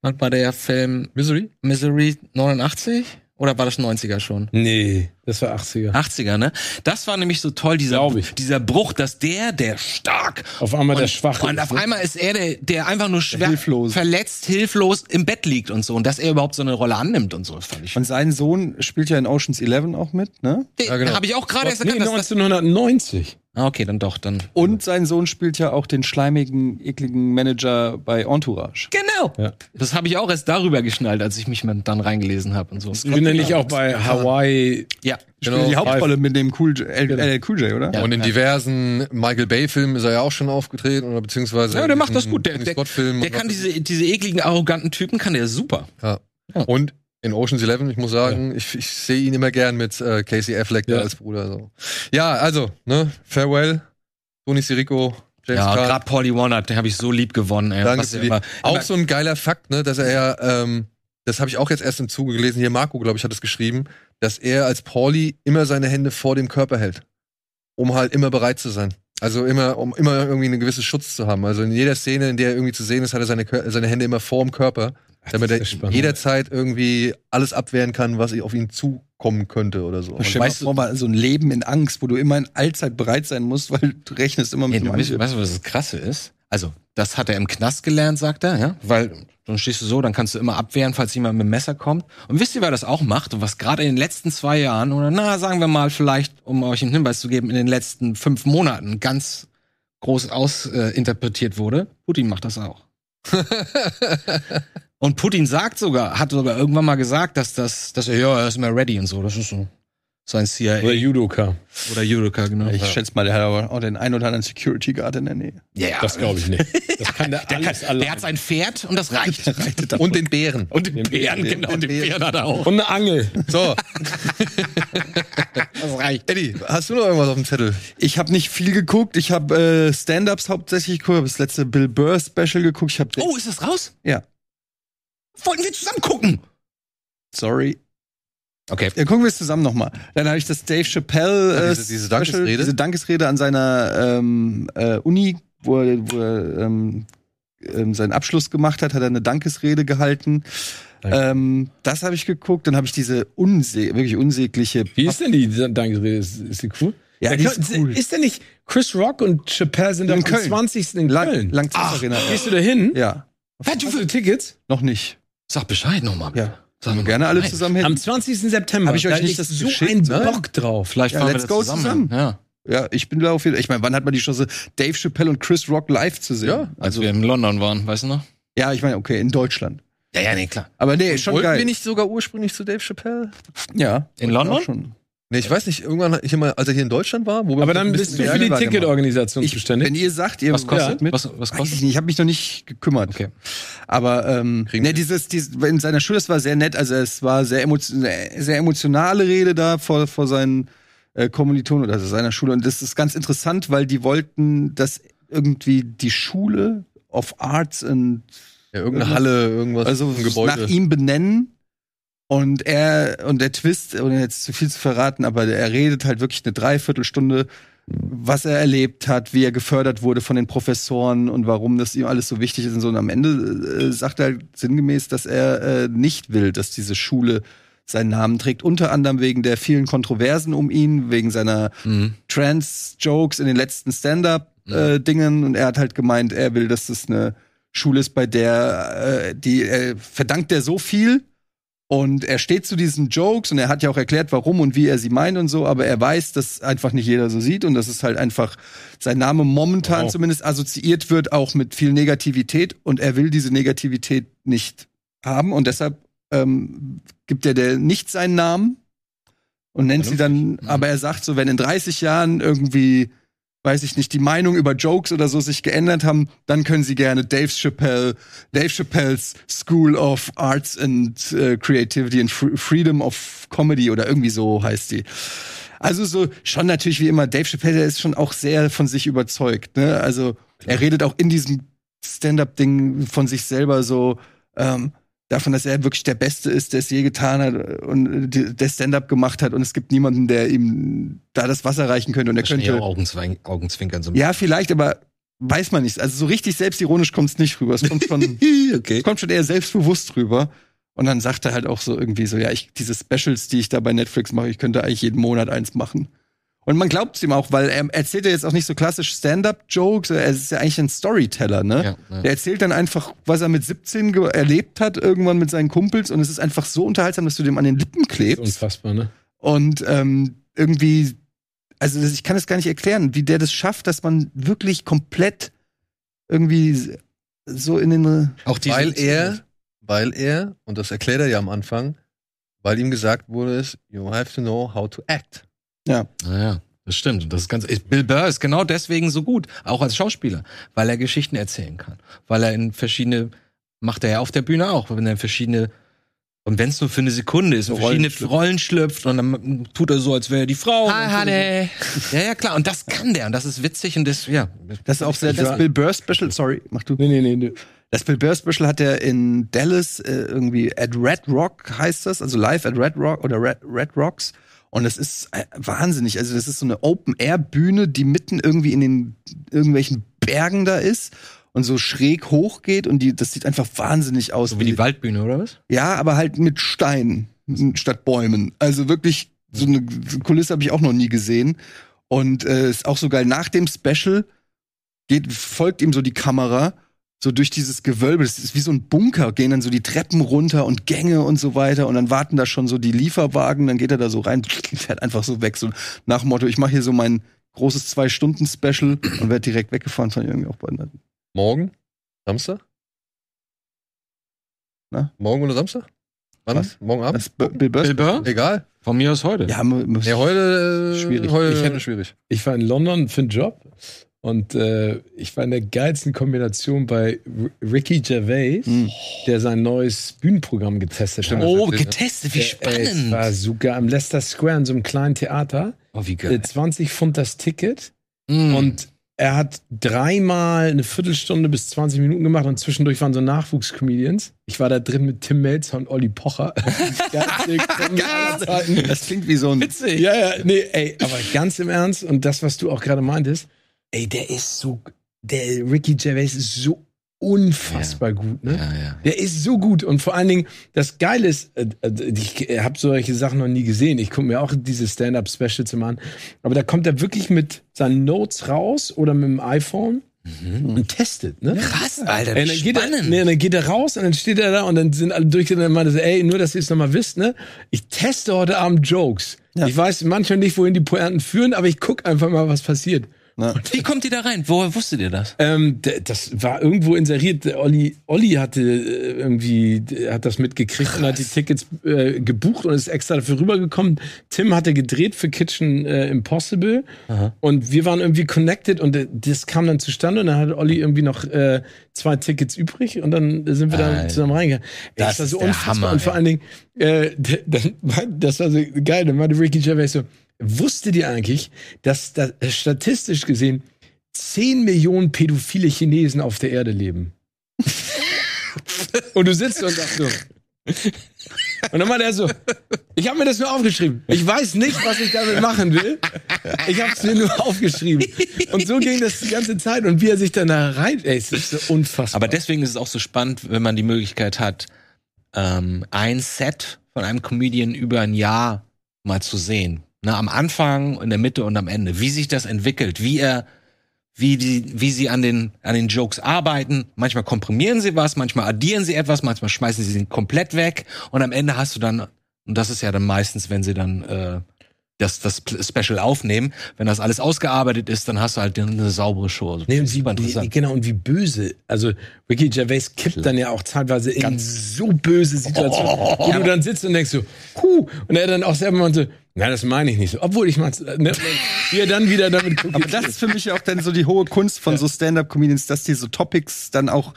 D: wann war der Film
A: Misery?
D: Misery 89? Oder war das 90er schon?
B: Nee. Das war 80er.
D: 80er, ne? Das war nämlich so toll, dieser,
B: Glaub ich.
D: dieser Bruch, dass der, der stark
B: Auf einmal der
D: und-
B: Schwache.
D: Und
B: ist,
D: auf
B: ne?
D: einmal ist er der, der einfach nur schwer
E: Hilflose.
D: verletzt, hilflos im Bett liegt und so. Und dass er überhaupt so eine Rolle annimmt und so, fand ich.
E: Und sein Sohn spielt ja in Ocean's 11 auch mit, ne?
A: Ja, genau.
D: Habe ich auch gerade erst
B: nee,
D: erkannt, dass das,
B: 1990.
D: Ah, Okay, dann doch, dann.
E: Und sein Sohn spielt ja auch den schleimigen, ekligen Manager bei Entourage.
D: Genau.
B: Ja.
D: Das habe ich auch erst darüber geschnallt, als ich mich mal dann reingelesen habe und so.
B: Ich bin nämlich auch bei Hawaii.
D: Ja.
E: Spielt die Hauptrolle mit dem Cool J, L, LL Cool J, oder?
A: Und in diversen Michael Bay-Filmen ist er ja auch schon aufgetreten oder beziehungsweise.
D: Ja, der macht das
A: in
D: gut. Der,
A: Tony
D: der,
A: Scott-Filmen
D: der
A: und
D: kann
A: was-
D: diese, diese ekligen, arroganten Typen, kann der super.
A: Und in Ocean's Eleven, ich muss sagen, ich, ich sehe ihn immer gern mit äh, Casey Affleck da
B: Ja.
A: als Bruder. So. Ja, also, ne, Farewell, Tony Sirico, James
D: Ja,
A: Caan.
D: gerade Pauli Warner, den habe ich so lieb gewonnen. Ey.
A: Danke
D: Was
A: für
D: er
A: die-
D: immer,
A: Auch so ein geiler Fakt, ne, dass er ja, ähm, das habe ich auch jetzt erst im Zuge gelesen, hier Marco, glaube ich, hat es geschrieben, dass er als Pauli immer seine Hände vor dem Körper hält, um halt immer bereit zu sein. Also immer, um immer irgendwie einen gewissen Schutz zu haben. Also in jeder Szene, in der er irgendwie zu sehen ist, hat er seine, Kör- seine Hände immer vor dem Körper, damit er
B: ist ja spannend.
A: jederzeit irgendwie alles abwehren kann, was auf ihn zukommen könnte oder so.
E: Stell dir mal vor, mal so ein Leben in Angst, wo du immer in Allzeit bereit sein musst, weil du rechnest immer
D: Ey,
E: mit
D: du
E: dem
D: weißt,
E: Angriff.
D: weißt du, was das Krasse ist? Also, das hat er im Knast gelernt, sagt er, ja? Weil dann stehst du so, dann kannst du immer abwehren, falls jemand mit dem Messer kommt. Und wisst ihr, wer das auch macht und was gerade in den letzten zwei Jahren oder na, sagen wir mal vielleicht, um euch einen Hinweis zu geben, in den letzten fünf Monaten ganz groß ausinterpretiert äh, interpretiert wurde? Putin macht das auch. und Putin sagt sogar, hat sogar irgendwann mal gesagt, dass das, dass er, ja, er ist immer ready und so. Das ist so sein
B: Oder
D: CIA
B: Judoka.
D: oder Judoka, genau.
E: Ich schätze mal, der hat aber auch den einen oder anderen Security Guard in der Nähe.
D: Ja, ja.
B: Das glaube ich nicht. Das kann der,
D: Der,
B: alles
D: kann,
B: allein.
D: der hat sein Pferd und das reicht.
A: Und den Bären.
D: Und den Bären, genau, den, Bären hat er auch.
B: Und eine Angel.
A: So,
D: Das reicht.
A: Eddie, hast du noch irgendwas auf dem Zettel?
E: Ich habe nicht viel geguckt. Ich habe äh, Stand-ups hauptsächlich geguckt. Ich habe das letzte Bill Burr Special geguckt. Ich habe
D: Oh, ist das raus?
E: ja,
D: Wollten wir zusammen gucken?
E: sorry.
D: Okay.
E: Ja, gucken wir es zusammen nochmal. Dann habe ich das Dave Chappelle äh,
A: Ja, diese- diese Dankesrede.
E: diese Dankesrede an seiner ähm, äh, Uni, wo er, wo er ähm, ähm, seinen Abschluss gemacht hat, hat er eine Dankesrede gehalten. Ähm, das habe ich geguckt. Dann habe ich diese unse wirklich unsägliche
B: Wie ist denn die Danke, ist, ist die cool?
E: Ja,
B: Da
E: die
B: kann-
E: ist cool.
B: Ist denn nicht Chris Rock und Chappelle sind
E: In
B: am
E: Köln.
B: 20. in
E: Lang
B: Köln?
E: Langzeitarena.
B: Gehst du da hin?
E: Ja,
B: Was, du für Tickets?
E: noch nicht.
D: Sag Bescheid nochmal.
E: Ja.
D: Sagen wir
E: Gerne alle
D: Nein.
E: zusammen hin.
B: Am 20. September.
E: Hab ich euch
B: Da ist
E: nicht das
B: so
E: geschickt,
B: ein
E: ne?
B: Bock drauf.
D: Vielleicht
E: Ja,
D: fahren wir
E: let's
D: das
E: go
D: zusammen.
E: zusammen.
D: Ja.
E: Ja, ich bin da auf jeden Fall. Ich meine, wann hat man die Chance, Dave Chappelle und Chris Rock live zu sehen? Also,
A: Ja. also
D: Als wir in London waren, weißt du noch?
E: Ja, ich meine, okay, in Deutschland.
D: Ja, ja, nee, klar.
E: Aber nee, schon
A: Wollten
E: geil.
A: wir nicht sogar ursprünglich zu Dave Chappelle?
E: ja.
D: In
E: Auch
D: London?
E: schon.
A: Nee, ich weiß nicht, irgendwann, ich mal, als er hier in Deutschland war, wo wir
B: Aber dann bist du für
E: die
B: die
E: Einwahl gemacht.
B: Ticketorganisation
E: Ich,
B: zuständig.
E: wenn ihr sagt, ihr
D: Was kostet?
E: Ja, mit,
D: Was- was
E: Weiß
D: kostet?
E: ich nicht, ich habe mich noch nicht gekümmert.
D: Okay.
E: Aber ähm,
A: Kriegen wir-
E: nee, dieses, dieses, in seiner Schule, das war sehr nett. Also es war sehr, emo sehr emotionale Rede da vor, vor seinen äh, Kommilitonen oder seiner Schule. Und das ist ganz interessant, weil die wollten, dass irgendwie die Schule of Arts and
A: Ja, irgendeine Halle, irgendwas,
E: also
A: ein Gebäude.
E: nach ihm benennen. Und er, und der Twist, ohne jetzt zu viel zu verraten, aber er redet halt wirklich eine Dreiviertelstunde, was er erlebt hat, wie er gefördert wurde von den Professoren und warum das ihm alles so wichtig ist und so. Und am Ende äh, sagt er sinngemäß, dass er äh, nicht will, dass diese Schule seinen Namen trägt, unter anderem wegen der vielen Kontroversen um ihn, wegen seiner
D: Mhm.
E: Trans-Jokes in den letzten Stand-up-Dingen und er hat halt gemeint, er will, dass das eine Schule ist, bei der äh, die er verdankt der so viel und er steht zu diesen Jokes und er hat ja auch erklärt, warum und wie er sie meint und so, aber er weiß, dass einfach nicht jeder so sieht und dass es halt einfach sein Name momentan
B: Wow.
E: zumindest assoziiert wird auch mit viel Negativität und er will diese Negativität nicht haben und deshalb ähm, gibt er der nicht seinen Namen und nennt sie dann, aber er sagt so, wenn in 30 Jahren irgendwie, weiß ich nicht, die Meinung über Jokes oder so sich geändert haben, dann können sie gerne Dave Chappelle, Dave Chappelle's School of Arts and äh, Creativity and Fre- Freedom of Comedy oder irgendwie so heißt die. Also so schon natürlich wie immer, Dave Chappelle der ist schon auch sehr von sich überzeugt. Ne? Also er redet auch in diesem Stand-up-Ding von sich selber so ähm, davon, dass er wirklich der Beste ist, der es je getan hat und äh, die- der Stand-up gemacht hat und es gibt niemanden, der ihm da das Wasser reichen könnte und er
D: Wahrscheinlich
E: könnte.
D: auch Augenzwein- Augenzwinkern so ein
E: Ja, vielleicht, aber weiß man nicht. Also so richtig selbstironisch kommt es nicht rüber. Es kommt schon,
D: bisschen. okay.
E: es kommt schon eher selbstbewusst rüber. Und dann sagt er halt auch so irgendwie so, ja, ich, diese Specials, die ich da bei Netflix mache, ich könnte eigentlich jeden Monat eins machen. Und man glaubt ihm auch, weil er erzählt ja jetzt auch nicht so klassisch Stand-up-Jokes, er ist ja eigentlich ein Storyteller, ne?
D: Ja, ja.
E: Der erzählt dann einfach, was er mit 17 ge- erlebt hat, irgendwann mit seinen Kumpels und es ist einfach so unterhaltsam, dass du dem an den Lippen klebst.
B: Unfassbar, ne?
E: Und ähm, irgendwie, also das- ich kann es gar nicht erklären, wie der das schafft, dass man wirklich komplett irgendwie so in den.
D: Auch die
A: weil
D: sind-
A: er, weil er, und das erklärt er ja am Anfang, weil ihm gesagt wurde, es, you have to know how to act.
D: Ja, ja, das stimmt. Und Das ist ganz, ich- Bill Burr ist genau deswegen so gut, auch als Schauspieler, weil er Geschichten erzählen kann. Weil er in verschiedene, macht er ja auf der Bühne auch, wenn er in verschiedene, und wenn es nur für eine Sekunde ist, in verschiedene Rollen schlüpft und dann tut er so, als wäre er die Frau. Und dann tut er so- Ja, ja, klar. Und das kann der und das ist witzig und das, ja.
E: Das ist auch sehr. Das Bill Burr Special, sorry, mach du.
B: Nee, nee, nee. nee.
E: Das Bill Burr Special hat er in Dallas äh, irgendwie at Red Rock heißt das, also live at Red Rock oder Red, Red Rocks. Und das ist äh, wahnsinnig. Also das ist so eine Open Air Bühne, die mitten irgendwie in den irgendwelchen Bergen da ist und so schräg hochgeht und die, das sieht einfach wahnsinnig aus.
D: So wie die Waldbühne, oder was?
E: Ja, aber halt mit Steinen statt Bäumen. Also wirklich, so eine Kulisse habe ich auch noch nie gesehen. Und äh, ist auch so geil, nach dem Special geht, folgt ihm so die Kamera so durch dieses Gewölbe. Das ist wie so ein Bunker, gehen dann so die Treppen runter und Gänge und so weiter. Und dann warten da schon so die Lieferwagen, dann geht er da so rein, fährt einfach so weg. So nach dem Motto, ich mache hier so mein großes Zwei-Stunden-Special und werd direkt weggefahren. Fand ich irgendwie auch bei
A: Morgen? Samstag?
E: Na?
A: Morgen oder Samstag? Wann?
E: Was?
A: Morgen Abend?
E: das Bill Bill Burr.
D: Burr?
A: Egal.
D: Von mir aus heute.
E: Ja, mu- muss-
A: Ja, heute. äh,
B: Schwierig.
A: Heute
B: Ich hätte-
A: schwierig.
B: Ich war in London für einen Job und äh, ich war in der geilsten Kombination bei R Ricky Gervais,
E: Hm.
B: der sein neues Bühnenprogramm getestet hat.
D: Oh,
A: das ist-
D: getestet, wie
B: Ey, es
D: spannend.
B: war sogar am Leicester Square in so einem kleinen Theater.
D: Oh, wie
B: Äh, 20 Pfund das Ticket.
D: Mm.
B: Und er hat dreimal eine Viertelstunde bis 20 Minuten gemacht und zwischendurch waren so Nachwuchscomedians. Ich war da drin mit Tim Melzer und Olli Pocher. Das ist die geilste Kombi aller Zeiten.
E: das klingt wie so ein
D: witzig.
B: ja, ja, nee, ey, aber ganz im Ernst und das, was du auch gerade meintest, ey, der ist so, der Ricky Gervais ist so unfassbar gut, ne?
D: Ja, ja.
B: Der ist so gut und vor allen Dingen das Geile ist, äh, äh, ich habe solche Sachen noch nie gesehen. Ich gucke mir auch diese Stand-up-Specials immer an, aber da kommt er wirklich mit seinen Notes raus oder mit dem iPhone und testet. Ne?
D: Krass, Alter.
B: Ey,
D: Wie
B: dann, geht er,
D: spannend.
B: nee, dann geht er raus und dann steht er da und dann sind alle durch und dann meint er so, ey, nur, dass ihr es nochmal wisst, ne? Ich teste heute Abend Jokes. Ich weiß manchmal nicht, wohin die Pointen führen, aber ich guck einfach mal, was passiert.
D: Wie kommt ihr da rein? Woher wusstet ihr das?
B: Ähm, d- das war irgendwo inseriert. Der Olli, Olli hatte äh, irgendwie, d- hat das mitgekriegt und hat die Tickets äh, gebucht und ist extra dafür rübergekommen. Tim hatte gedreht für Kitchen äh, Impossible und wir waren irgendwie connected und äh, das kam dann zustande und dann hatte Olli irgendwie noch äh, zwei Tickets übrig und dann sind wir da
D: Alter.
B: zusammen reingegangen. Ey,
D: Das ist der Hammer,
B: und vor
D: ey.
B: allen Dingen, äh, d- dann, meint- das war so geil, dann meinte Ricky Gervais so, wusstet ihr eigentlich, dass da, statistisch gesehen 10 Millionen pädophile Chinesen auf der Erde leben. und du sitzt und sagst so. Und dann war der so, ich habe mir das nur aufgeschrieben. Ich weiß nicht, was ich damit machen will. Ich habe es mir nur aufgeschrieben. Und so ging das die ganze Zeit. Und wie er sich dann da rein... Ey, es ist so unfassbar.
D: Aber deswegen ist es auch so spannend, wenn man die Möglichkeit hat, ähm, ein Set von einem Comedian über ein Jahr mal zu sehen. Ne, am Anfang, in der Mitte und am Ende. Wie sich das entwickelt, wie er, wie die, wie sie an den, an den Jokes arbeiten. Manchmal komprimieren sie was, manchmal addieren sie etwas, manchmal schmeißen sie ihn komplett weg. Und am Ende hast du dann, und das ist ja dann meistens, wenn sie dann, äh, das, das Special aufnehmen. Wenn das alles ausgearbeitet ist, dann hast du halt eine saubere Show. Also,
B: Nee, und sie,
D: superinteressant.
B: genau, und wie böse. Also Ricky Gervais kippt dann ja auch teilweise in so böse Situationen,
D: Oh.
B: wo du dann sitzt und denkst so, huh, und er dann auch selber mal so, na, das meine ich nicht so. Obwohl ich mal, ne, und wie er dann wieder damit guckt.
E: Aber das ist für mich ja auch dann so die hohe Kunst von so Stand-up-Comedians, dass die so Topics dann auch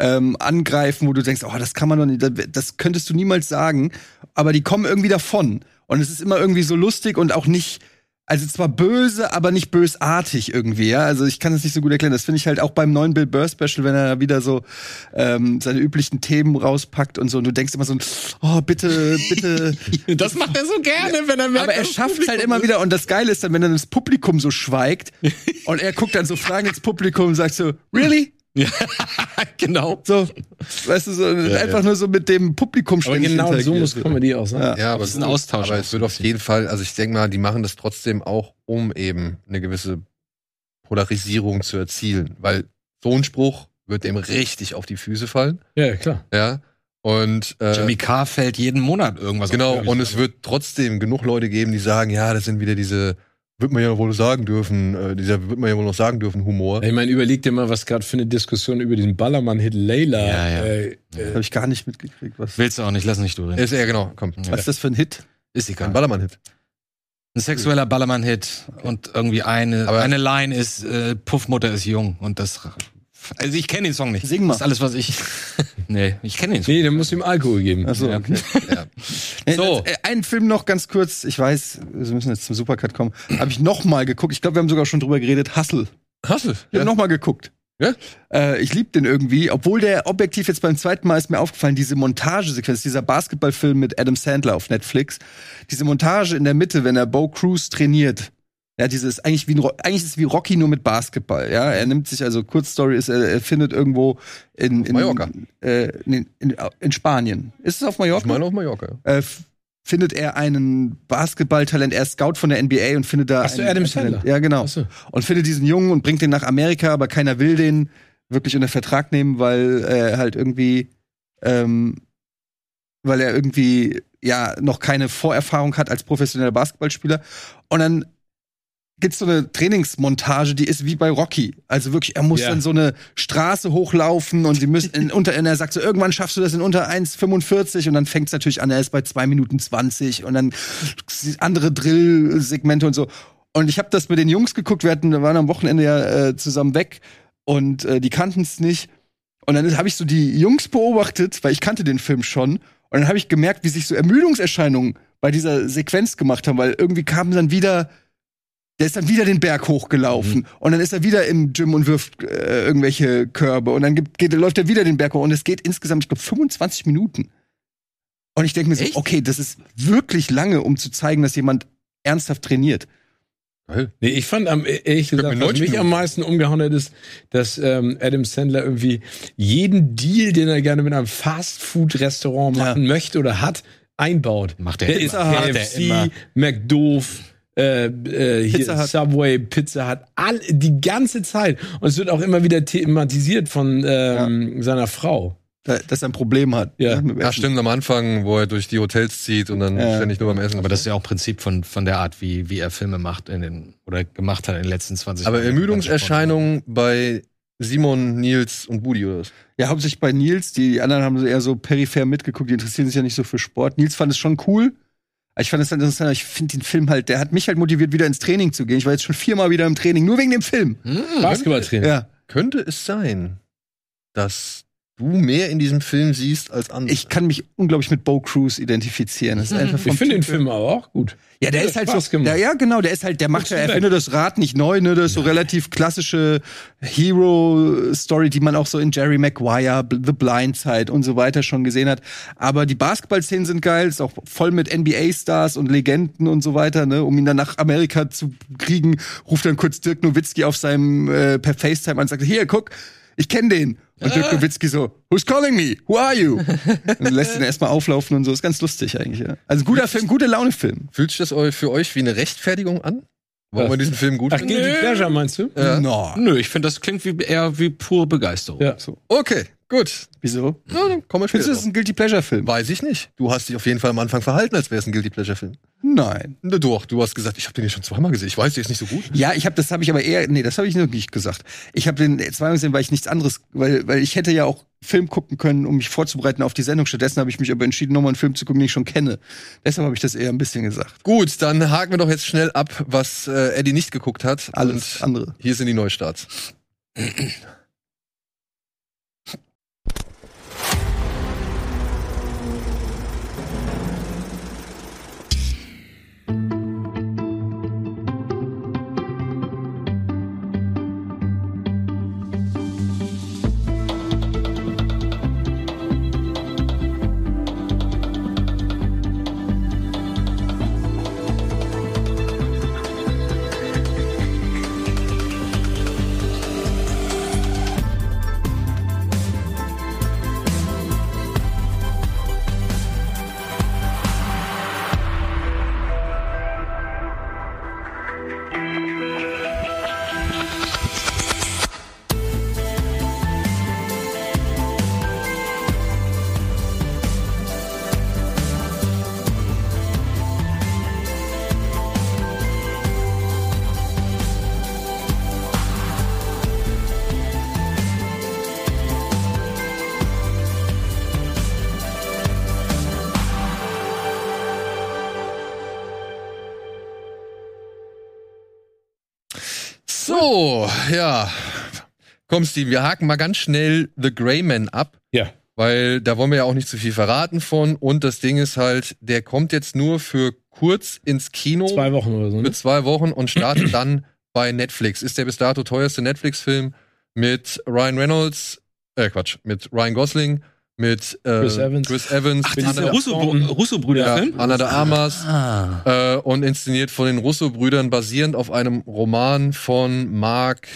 E: ähm, angreifen, wo du denkst, oh, das kann man doch nicht, das- das könntest du niemals sagen, aber die kommen irgendwie davon. Und es ist immer irgendwie so lustig und auch nicht, also zwar böse, aber nicht bösartig irgendwie, ja. Also ich kann das nicht so gut erklären. Das finde ich halt auch beim neuen Bill Burr Special, wenn er wieder so ähm, seine üblichen Themen rauspackt und so. Und du denkst immer so, oh, bitte, bitte,
D: Das macht er so gerne, wenn er merkt, oh.
E: aber er
D: dass das
E: schafft es halt
D: Publikum
E: immer wieder. Und das Geile ist dann, wenn dann das Publikum so schweigt und er guckt dann so Fragen ins Publikum und sagt so, really?
D: genau.
E: So, weißt du, so, einfach nur so mit dem Publikum
B: Aber
E: ständig
B: genau so muss
E: interagiert.
B: Comedy auch sein.
E: Ja.
A: Ja, aber
D: Das
A: es
D: ist ein Austausch.
A: Aber es wird auf jeden Fall, also ich denke mal, die machen das trotzdem auch, um eben eine gewisse Polarisierung zu erzielen, weil so ein Spruch wird dem richtig auf die Füße fallen,
B: Ja, klar.
A: ja. Und äh,
D: Jimmy Carr fällt jeden Monat irgendwas auf
A: genau,
D: die
A: und
D: Füße.
A: es wird trotzdem genug Leute geben, die sagen, ja, das sind wieder diese, wird man ja wohl sagen dürfen, äh, dieser wird man ja wohl noch sagen dürfen Humor.
B: Ich meine, überleg dir mal, was gerade für eine Diskussion über diesen Ballermann-Hit Layla.
D: Ja, ja.
B: Äh,
E: Habe ich gar nicht mitgekriegt. Was,
D: Willst du auch nicht, lass nicht du reden.
A: Ist ja genau, komm,
E: was ist das für ein Hit?
D: Ist
A: ein Ballermann-Hit.
D: Ein sexueller Ballermann-Hit und irgendwie eine,
A: Aber-
D: eine Line ist, äh, Puffmutter ist jung und das. Also ich kenne den Song nicht.
E: Sing mal.
D: Das ist alles, was ich. nee, ich kenne den Song.
B: nee, dann musst du ihm Alkohol geben.
E: Achso,
D: Ja.
E: okay.
A: Ja.
E: Nee,
D: So.
E: das- äh, Einen Film noch ganz kurz. Ich weiß, wir müssen jetzt zum Supercut kommen. Habe ich nochmal geguckt. Ich glaube, wir haben sogar schon drüber geredet. Hustle.
A: Hast du?
E: Ich hab nochmal geguckt.
A: Ja?
E: Äh, ich lieb den irgendwie, obwohl der objektiv jetzt beim zweiten Mal ist mir aufgefallen, diese Montagesequenz, dieser Basketballfilm mit Adam Sandler auf Netflix, diese Montage in der Mitte, wenn er Bo Cruz trainiert. Ja, dieses eigentlich wie ein, Ro- eigentlich ist es wie Rocky nur mit Basketball. Ja, er nimmt sich also Kurzstory ist, er, er findet irgendwo in in,
A: Mallorca.
E: Äh, nee, in in Spanien. Ist es auf
A: Ich
E: Mallorca?
A: meine auf Mallorca. ja.
E: äh, f- findet er einen Basketballtalent, er ist Scout von der NBA und findet da
B: Ach so,
E: einen-
B: Adam
E: ein Talent.
B: Sandler.
E: Ja, genau.
B: Ach so.
E: Und findet diesen Jungen und bringt den nach Amerika, aber keiner will den wirklich unter Vertrag nehmen, weil äh, halt irgendwie ähm, weil er irgendwie ja noch keine Vorerfahrung hat als professioneller Basketballspieler. Und dann gibt's so eine Trainingsmontage, die ist wie bei Rocky. Also wirklich, er muss
B: Ja.
E: dann so eine Straße hochlaufen und sie müssen in unter, und er sagt so, irgendwann schaffst du das in unter 1,45 und dann fängt's natürlich an, er ist bei 2 Minuten 20 und dann andere Drill-Segmente und so. Und ich habe das mit den Jungs geguckt, wir hatten, wir waren am Wochenende ja äh, zusammen weg und äh, die kannten's nicht. Und dann habe ich so die Jungs beobachtet, weil ich kannte den Film schon. Und dann habe ich gemerkt, wie sich so Ermüdungserscheinungen bei dieser Sequenz gemacht haben, weil irgendwie kamen dann wieder, der ist dann wieder den Berg hochgelaufen. Und dann ist er wieder im Gym und wirft äh, irgendwelche Körbe. Und dann gibt, geht, läuft er wieder den Berg hoch. Und es geht insgesamt, ich glaube, 25 Minuten. Und ich denke mir so,
D: Echt?
E: okay, das ist wirklich lange, um zu zeigen, dass jemand ernsthaft trainiert.
B: Nee, ich fand am e-, ehrlich gesagt,
A: mir
B: was
A: 90
B: mich am
A: Minuten.
B: meisten umgehauen hat, ist, dass ähm, Adam Sandler irgendwie jeden Deal, den er gerne mit einem Fast-Food-Restaurant machen möchte oder hat, einbaut.
D: Macht
B: Der,
D: er
B: ist
D: immer. Macht er immer.
B: KFC, McDoof, äh, äh, hier
E: Pizza Hut.
B: Subway, Pizza Hut, all, die ganze Zeit. Und es wird auch immer wieder thematisiert von ähm, seiner Frau.
E: Da- Dass er ein Problem hat.
B: Ja.
E: ne, mit dem
A: Ja,
E: Essen.
A: stimmt, am Anfang, wo er durch die Hotels zieht und dann
E: Ja.
A: ständig nur beim Essen.
D: Aber das ist ja auch Prinzip von, von der Art, wie, wie er Filme macht in den, oder gemacht hat in den letzten 20
A: Aber
D: Jahren.
A: Ermüdungserscheinungen bei Simon, Nils und Budi oder was?
E: Ja, hauptsächlich bei Nils. Die anderen haben so eher so peripher mitgeguckt. Die interessieren sich ja nicht so für Sport. Nils fand es schon cool. Aber Ich fand es dann interessant. aber Ich finde den Film halt, der hat mich halt motiviert, wieder ins Training zu gehen. Ich war jetzt schon viermal wieder im Training, nur wegen dem Film.
B: Basketballtrainer.
E: Ja.
A: Könnte es sein, dass du mehr in diesem Film siehst als andere?
E: Ich kann mich unglaublich mit Bo Cruz identifizieren. Das ist einfach vom
B: Ich finde den
E: Typ her-
B: Film aber auch gut.
E: Ja, der
B: Hat
E: ist halt
B: Spaß
E: so.
B: gemacht.
E: Der, ja, genau. Der ist halt, der macht ja,
B: Gutes
E: er
B: Feedback.
E: findet das Rad nicht neu, ne? Das ist so relativ klassische Hero-Story, die man auch so in Jerry Maguire, Bl- The Blind Side und so weiter schon gesehen hat. Aber die Basketball-Szenen sind geil, ist auch voll mit NBA-Stars und Legenden und so weiter, ne? Um ihn dann nach Amerika zu kriegen, ruft dann kurz Dirk Nowitzki auf seinem, äh, per FaceTime an und sagt, hier, guck, ich kenne den. Und
B: Ah.
E: Dirk Nowitzki so, who's calling me? Who are you? Und lässt ihn erstmal auflaufen und so. Ist ganz lustig eigentlich, ja. Also guter Film, gute Laune-Film.
A: Fühlt sich das eu- für euch wie eine Rechtfertigung an? Warum
B: Was?
A: man diesen Film gut
B: Ach,
A: findet?
B: Guilty Pleasure meinst du?
A: Ja.
E: No.
D: Nö, ich finde, das klingt wie, eher wie pure Begeisterung.
B: Ja.
A: Okay, gut.
E: Wieso?
A: Ja, dann kommen wir
E: Findest
A: später
E: du das
A: drauf.
E: ein Guilty Pleasure Film?
A: Weiß ich nicht. Du hast dich auf jeden Fall am Anfang verhalten, als wäre es ein Guilty Pleasure Film.
E: Nein.
A: Na Doch, du hast gesagt, ich habe den ja schon zweimal gesehen. Ich weiß, der ist nicht so gut.
E: Ja, ich habe das habe ich aber eher nee, das habe ich noch nicht gesagt. Ich habe den zweimal gesehen, weil ich nichts anderes, weil weil ich hätte ja auch Film gucken können, um mich vorzubereiten auf die Sendung. Stattdessen habe ich mich aber entschieden, nochmal einen Film zu gucken, den ich schon kenne. Deshalb habe ich das eher ein bisschen gesagt.
A: Gut, dann haken wir doch jetzt schnell ab, was äh, Eddie nicht geguckt hat.
E: Alles
A: Und
E: andere.
A: hier sind die Neustarts. So, ja. Komm, Steven, wir haken mal ganz schnell The Greyman ab.
B: Ja.
A: Weil da wollen wir ja auch nicht zu viel verraten von. Und das Ding ist halt, der kommt jetzt nur für kurz ins Kino
B: Zwei Wochen oder so.
A: für
B: Ne?
A: zwei Wochen und startet dann bei Netflix. Ist der bis dato teuerste Netflix-Film mit Ryan Reynolds, äh Quatsch, mit Ryan Gosling, mit äh,
B: Chris Evans.
A: Chris Evans,
D: Ach,
A: Anna,
D: dieser
A: de-
B: Formen.
A: ja,
D: Russo-Brüder-Film?
A: Anna de Armas
D: Ah.
A: äh, und inszeniert von den Russo-Brüdern basierend auf einem Roman von Mark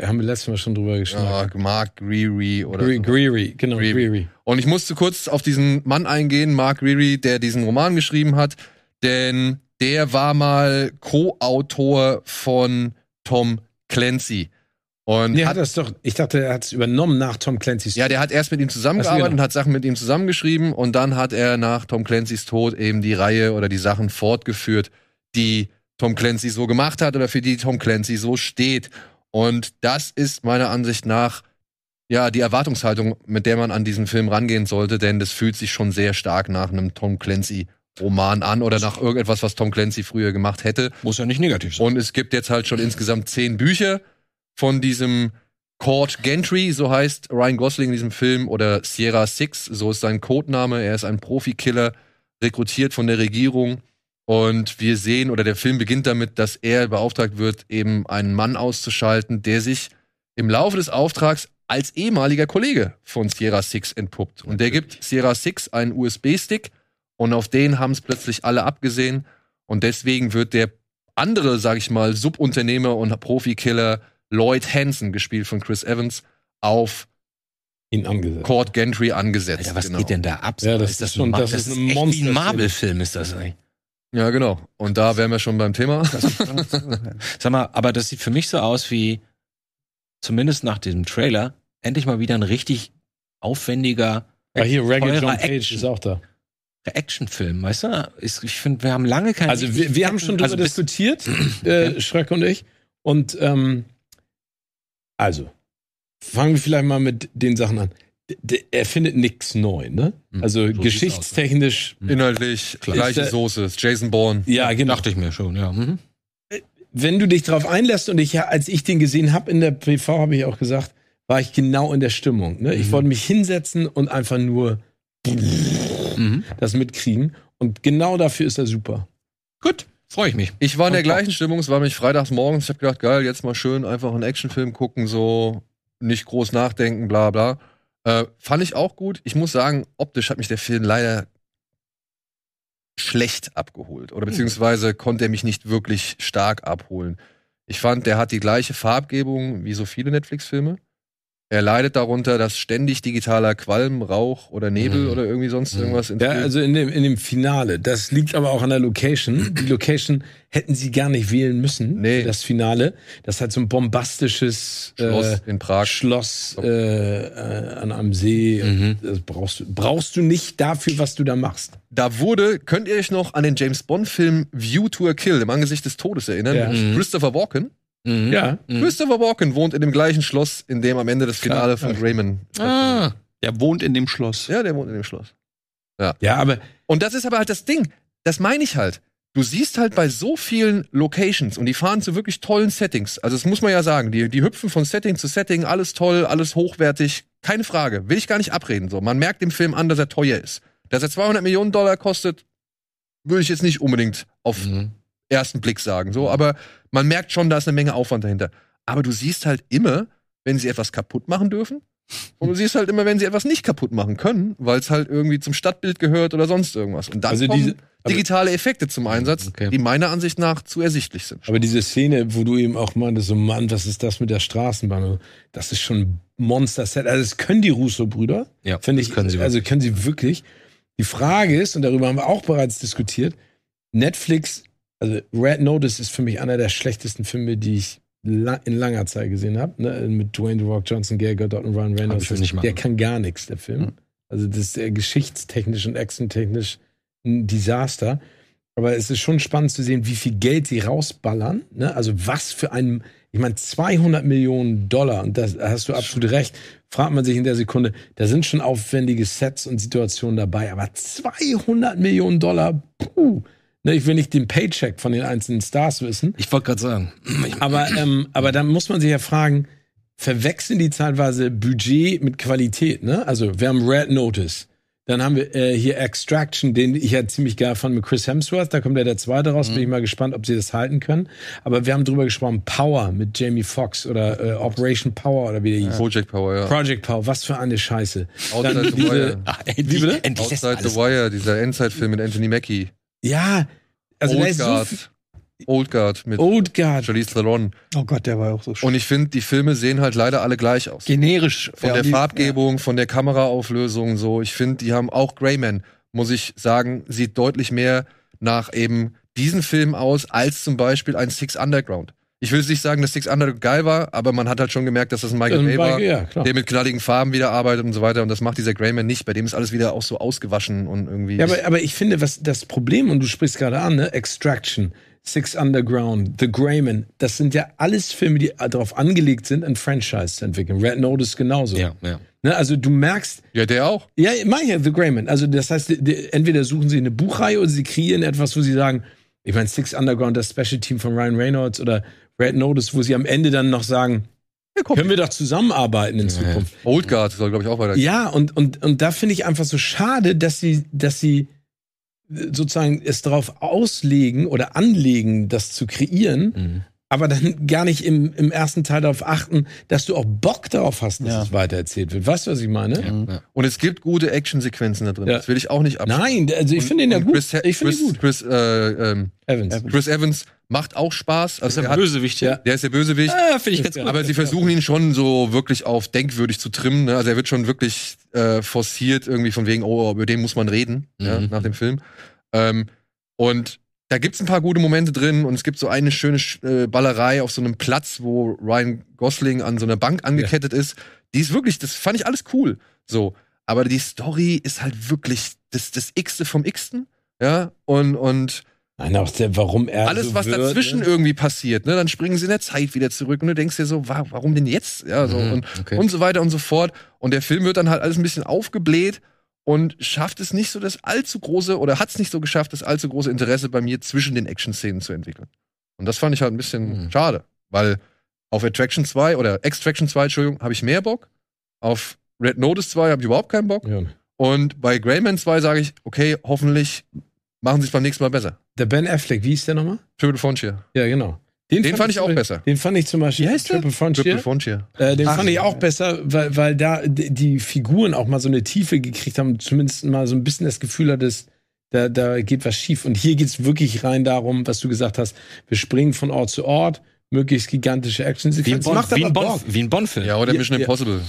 B: Haben wir letztes Mal schon drüber
A: Ja,
B: geschnackt.
A: Mark Greery oder
B: Gre
A: so.
B: Greery, genau,
A: Greery.
B: Greery.
A: Und ich musste kurz auf diesen Mann eingehen, Mark Greery, der diesen Roman geschrieben hat, denn der war mal Co-Autor von Tom Clancy. Und
B: Nee,
A: ja,
B: hat
A: hat,
B: das doch, ich dachte, er hat es übernommen nach Tom Clancy's.
A: ja, der hat erst mit ihm zusammengearbeitet
B: Ach so, genau.
A: und hat Sachen mit ihm zusammengeschrieben und dann hat er nach Tom Clancy's Tod eben die Reihe oder die Sachen fortgeführt, die Tom Clancy so gemacht hat oder für die Tom Clancy so steht. Und das ist meiner Ansicht nach ja die Erwartungshaltung, mit der man an diesen Film rangehen sollte, denn das fühlt sich schon sehr stark nach einem Tom Clancy Roman an oder nach irgendetwas, was Tom Clancy früher gemacht hätte.
D: Muss ja nicht negativ sein.
A: Und es gibt jetzt halt schon insgesamt zehn Bücher von diesem Cord Gentry, so heißt Ryan Gosling in diesem Film, oder Sierra Six, so ist sein Codename. Er ist ein Profikiller, rekrutiert von der Regierung. Und wir sehen, oder der Film beginnt damit, dass er beauftragt wird, eben einen Mann auszuschalten, der sich im Laufe des Auftrags als ehemaliger Kollege von Sierra Six entpuppt. Und der gibt Sierra Six einen USB-Stick und auf den haben es plötzlich alle abgesehen. Und deswegen wird der andere, sag ich mal, Subunternehmer und Profikiller Lloyd Hansen, gespielt von Chris Evans, auf
B: ihn angesetzt.
A: Cord Gentry angesetzt. genau.
F: Alter, was
D: genau.
F: geht denn da ab?
B: Ja, das ist schon-
F: Ma-
B: das ist eine
F: echt wie
B: Monster-Szene.
F: ein Marvel-Film ist das eigentlich.
A: Ja, genau. Und da wären wir schon beim Thema.
F: Sag mal, aber das sieht für mich so aus wie, zumindest nach diesem Trailer, endlich mal wieder ein richtig aufwendiger
B: Ah, hier, Ragged
F: Teurer
B: John Cage
F: Action.
B: ist auch da.
F: Actionfilm, weißt du? Ich, ich finde, wir haben lange keinen.
B: Also wir, wir haben schon darüber
F: Also bis-
B: diskutiert, äh, Schröck und ich. Und ähm, also, fangen wir vielleicht mal mit den Sachen an. D d- er findet nichts neu, ne?
F: Hm,
B: Also
F: sieht's
B: geschichtstechnisch,
A: Hm. Inhaltlich gleiche
B: Ist der-
A: Soße. ist Jason Bourne.
B: ja, genau.
F: Dachte ich mir schon, ja. Mhm.
B: Wenn du dich drauf einlässt und ich, ja, als ich den gesehen habe in der PV, habe ich auch gesagt, war ich genau in der Stimmung. Ne? Ich wollte mich hinsetzen und einfach nur
F: Mhm.
B: das mitkriegen. Und genau dafür ist er super.
F: Gut, freue ich mich.
A: Ich war in der
F: Und-
A: gleichen Stimmung. Es war mich freitags morgens. Ich habe gedacht, geil, jetzt mal schön einfach einen Actionfilm gucken, so nicht groß nachdenken, bla bla. Äh, fand ich auch gut. Ich muss sagen, optisch hat mich der Film leider schlecht abgeholt.
B: Hm.
A: Oder beziehungsweise konnte er mich nicht wirklich stark abholen. Ich fand, der hat die gleiche Farbgebung wie so viele Netflix-Filme. Er leidet darunter, dass ständig digitaler Qualm, Rauch oder Nebel
F: Mhm.
A: oder irgendwie sonst irgendwas
B: Hm. Ja,
A: Film-
B: also in dem, in dem Finale. Das liegt aber auch an der Location. Die Location hätten sie gar nicht wählen müssen
A: Nee.
B: für das Finale. Das hat so ein bombastisches
A: Schloss in
B: äh,
A: Prag.
B: Schloss äh, äh, an einem See.
F: Mhm.
B: Und Das brauchst, du, brauchst du nicht dafür, was du da machst.
A: Da wurde, könnt ihr euch noch an den James Bond-Film View to a Kill, im Angesicht des Todes erinnern?
B: Ja.
A: Mit Christopher Walken.
F: Mhm.
B: Ja.
F: Mhm.
A: Christopher Walken wohnt in dem gleichen Schloss, in dem am Ende das Finale von
B: Klar.
A: Raymond.
F: Ah.
E: Der wohnt in dem Schloss.
A: Ja, der wohnt in dem Schloss.
B: Ja, aber
A: Und das ist aber halt das Ding. Das meine ich halt. Du siehst halt bei so vielen Locations und die fahren zu wirklich tollen Settings. Also das muss man ja sagen. Die, die hüpfen von Setting zu Setting, alles toll, alles hochwertig. Keine Frage. Will ich gar nicht abreden. So, man merkt dem Film an, dass er teuer ist. Dass er 200 Millionen Dollar kostet, würde ich jetzt nicht unbedingt auf
F: Mhm.
A: ersten Blick sagen.
B: Mhm.
A: So, aber man merkt schon, da ist eine Menge Aufwand dahinter. Aber du siehst halt immer, wenn sie etwas kaputt machen dürfen. Und du siehst halt immer, wenn sie etwas nicht kaputt machen können, weil es halt irgendwie zum Stadtbild gehört oder sonst irgendwas. Und dann
B: Also
A: kommen
B: diese- aber-
A: digitale Effekte zum Einsatz,
F: Okay.
A: die meiner Ansicht nach zu ersichtlich sind.
B: Aber diese Szene, wo du eben auch meintest, so Mann, was ist das mit der Straßenbahn? Das ist schon ein Monster-Set. Also das können die Russo-Brüder.
F: Ja,
B: finde
F: das
B: ich.
F: können sie
B: also können sie wirklich. Die Frage ist, und darüber haben wir auch bereits diskutiert, Netflix, also Red Notice ist für mich einer der schlechtesten Filme, die ich la in langer Zeit gesehen habe. Ne? Mit Dwayne The Rock Johnson, Gail Gadot und Ryan Reynolds.
F: ich mir nicht Hm. mal
B: der kann gar nichts, der Film. Also das ist äh, geschichtstechnisch und actiontechnisch ein Desaster. Aber es ist schon spannend zu sehen, wie viel Geld sie rausballern. Ne? Also was für ein, ich meine, 200 Millionen Dollar, und das da hast du absolut recht, fragt man sich in der Sekunde, da sind schon aufwendige Sets und Situationen dabei, aber 200 Millionen Dollar, puh, Ne, ich will nicht den Paycheck von den einzelnen Stars wissen.
D: Ich wollte gerade sagen.
B: Aber, ähm, aber da muss man sich ja fragen, verwechseln die teilweise Budget mit Qualität, ne? Also wir haben Red Notice. Dann haben wir äh, hier Extraction, den ich ja ziemlich geil fand mit Chris Hemsworth. Da kommt ja der zweite raus.
A: Mhm.
B: Bin ich mal gespannt, ob sie das halten können. Aber wir haben drüber gesprochen, Power mit Jamie Foxx oder äh, Operation Power oder wie der hieß.
A: Project Power, ja.
B: Project Power, was für eine Scheiße.
A: Outside the
B: diese-
A: Wire.
B: Wie bitte?
D: Endlich lässt
A: Outside the Wire, dieser Endzeit-Film mit Anthony Mackie.
B: Ja, also da
A: Old
B: ist so
A: Guard.
B: viel, Oh.
A: Old Guard mit
B: Old Guard.
A: Charlize Theron.
E: Oh Gott, der war auch so
A: Und ich finde, die Filme sehen halt leider alle gleich aus.
E: generisch.
A: Von
E: Ja,
A: der
E: die-
A: Farbgebung, von der Kameraauflösung so. Ich finde, die haben auch Greyman, muss ich sagen, sieht deutlich mehr nach eben diesen Film aus, als zum Beispiel ein Six Underground. Ich will jetzt nicht sagen, dass Six Underground geil war, aber man hat halt schon gemerkt, dass das ein Michael Bay war,
B: Ja, klar.
A: der mit knalligen Farben wieder arbeitet und so weiter. Und das macht dieser Greyman nicht. Bei dem ist alles wieder auch so ausgewaschen und irgendwie.
B: Ja, aber, aber ich finde, was das Problem, und du sprichst gerade an, ne? Extraction, Six Underground, The Greyman, das sind ja alles Filme, die darauf angelegt sind, ein Franchise zu entwickeln. Red Notice genauso.
D: Ja, ja.
B: Ne? Also du merkst,
A: ja der auch.
B: ja, mach ich ja, The Greyman. Also das heißt, die- die, entweder suchen sie eine Buchreihe oder sie kreieren etwas, wo sie sagen, ich meine, Six Underground, das Special Team von Ryan Reynolds oder Red Notice, wo sie am Ende dann noch sagen, können wir doch zusammenarbeiten in Zukunft.
A: Old Guard soll, glaube ich, auch weiter.
B: Ja, und, und, und da finde ich einfach so schade, dass sie, dass sie äh, sozusagen es darauf auslegen oder anlegen, das zu kreieren,
D: Mhm.
B: aber dann gar nicht im, im ersten Teil darauf achten, dass du auch Bock darauf hast, dass
E: Ja.
B: es weitererzählt wird. Weißt du, was ich meine?
A: Und es gibt gute Actionsequenzen da drin.
B: Ja.
A: Das will ich auch nicht ab.
B: Nein, also ich finde ihn ja gut.
A: Chris,
B: ich finde
A: Chris,
B: ihn gut.
A: Chris, äh, ähm,
B: Evans.
A: Chris Evans macht auch Spaß. Also er hat,
D: Bösewicht, ja.
A: der ist der Bösewicht.
D: Ah, Finde ich ganz gut.
A: aber sie versuchen ihn schon so wirklich auf denkwürdig zu trimmen. Ne? Also er wird schon wirklich äh, forciert irgendwie von wegen, oh, über den muss man reden ja, nach dem Film. Ähm, und da gibt's ein paar gute Momente drin und es gibt so eine schöne Sch- äh, Ballerei auf so einem Platz, wo Ryan Gosling an so einer Bank angekettet ist. Die ist wirklich, das fand ich alles cool. So. Aber die Story ist halt wirklich das, das X-te vom X-ten. Ja, und, und
B: Nein, auch der, warum er
A: alles,
D: Also
B: so
A: was
B: wird,
A: dazwischen
B: ne?
A: irgendwie passiert, ne, dann springen sie in der Zeit wieder zurück und du denkst dir so, wa- warum denn jetzt? Ja, so, und,
D: Mhm, okay.
A: und so weiter und so fort. Und der Film wird dann halt alles ein bisschen aufgebläht und schafft es nicht so das allzu große oder hat es nicht so geschafft, das allzu große Interesse bei mir zwischen den Action-Szenen zu entwickeln. Und das fand ich halt ein bisschen
D: Mhm.
A: schade, weil auf Attraction 2 oder Extraction 2, Entschuldigung, habe ich mehr Bock. Auf Red Notice 2 habe ich überhaupt keinen Bock.
B: Ja.
A: Und bei Greyman 2 sage ich, okay, hoffentlich machen sie es beim nächsten Mal besser.
B: Der Ben Affleck, wie hieß der nochmal?
A: Triple Frontier.
B: Ja, genau.
A: Den fand ich auch
B: zum-
A: besser.
B: Den fand ich zum Beispiel. Wie heißt Triple Frontier.
A: Triple Frontier.
B: Äh, den
E: Ach,
B: fand ich auch
E: ja.
B: besser, weil, weil da d- die Figuren auch mal so eine Tiefe gekriegt haben, zumindest mal so ein bisschen das Gefühl hattest, da, da geht was schief. Und hier geht's wirklich rein darum, was du gesagt hast, wir springen von Ort zu Ort, möglichst gigantische action
F: Wie ein
B: sequenzen
F: Bonn-
B: Macht
F: wie
B: aber
F: ein
B: Bock.
F: Bonn- wie ein Bonn-Film.
A: Ja, oder
B: Ja,
A: Mission
B: ja.
A: Impossible.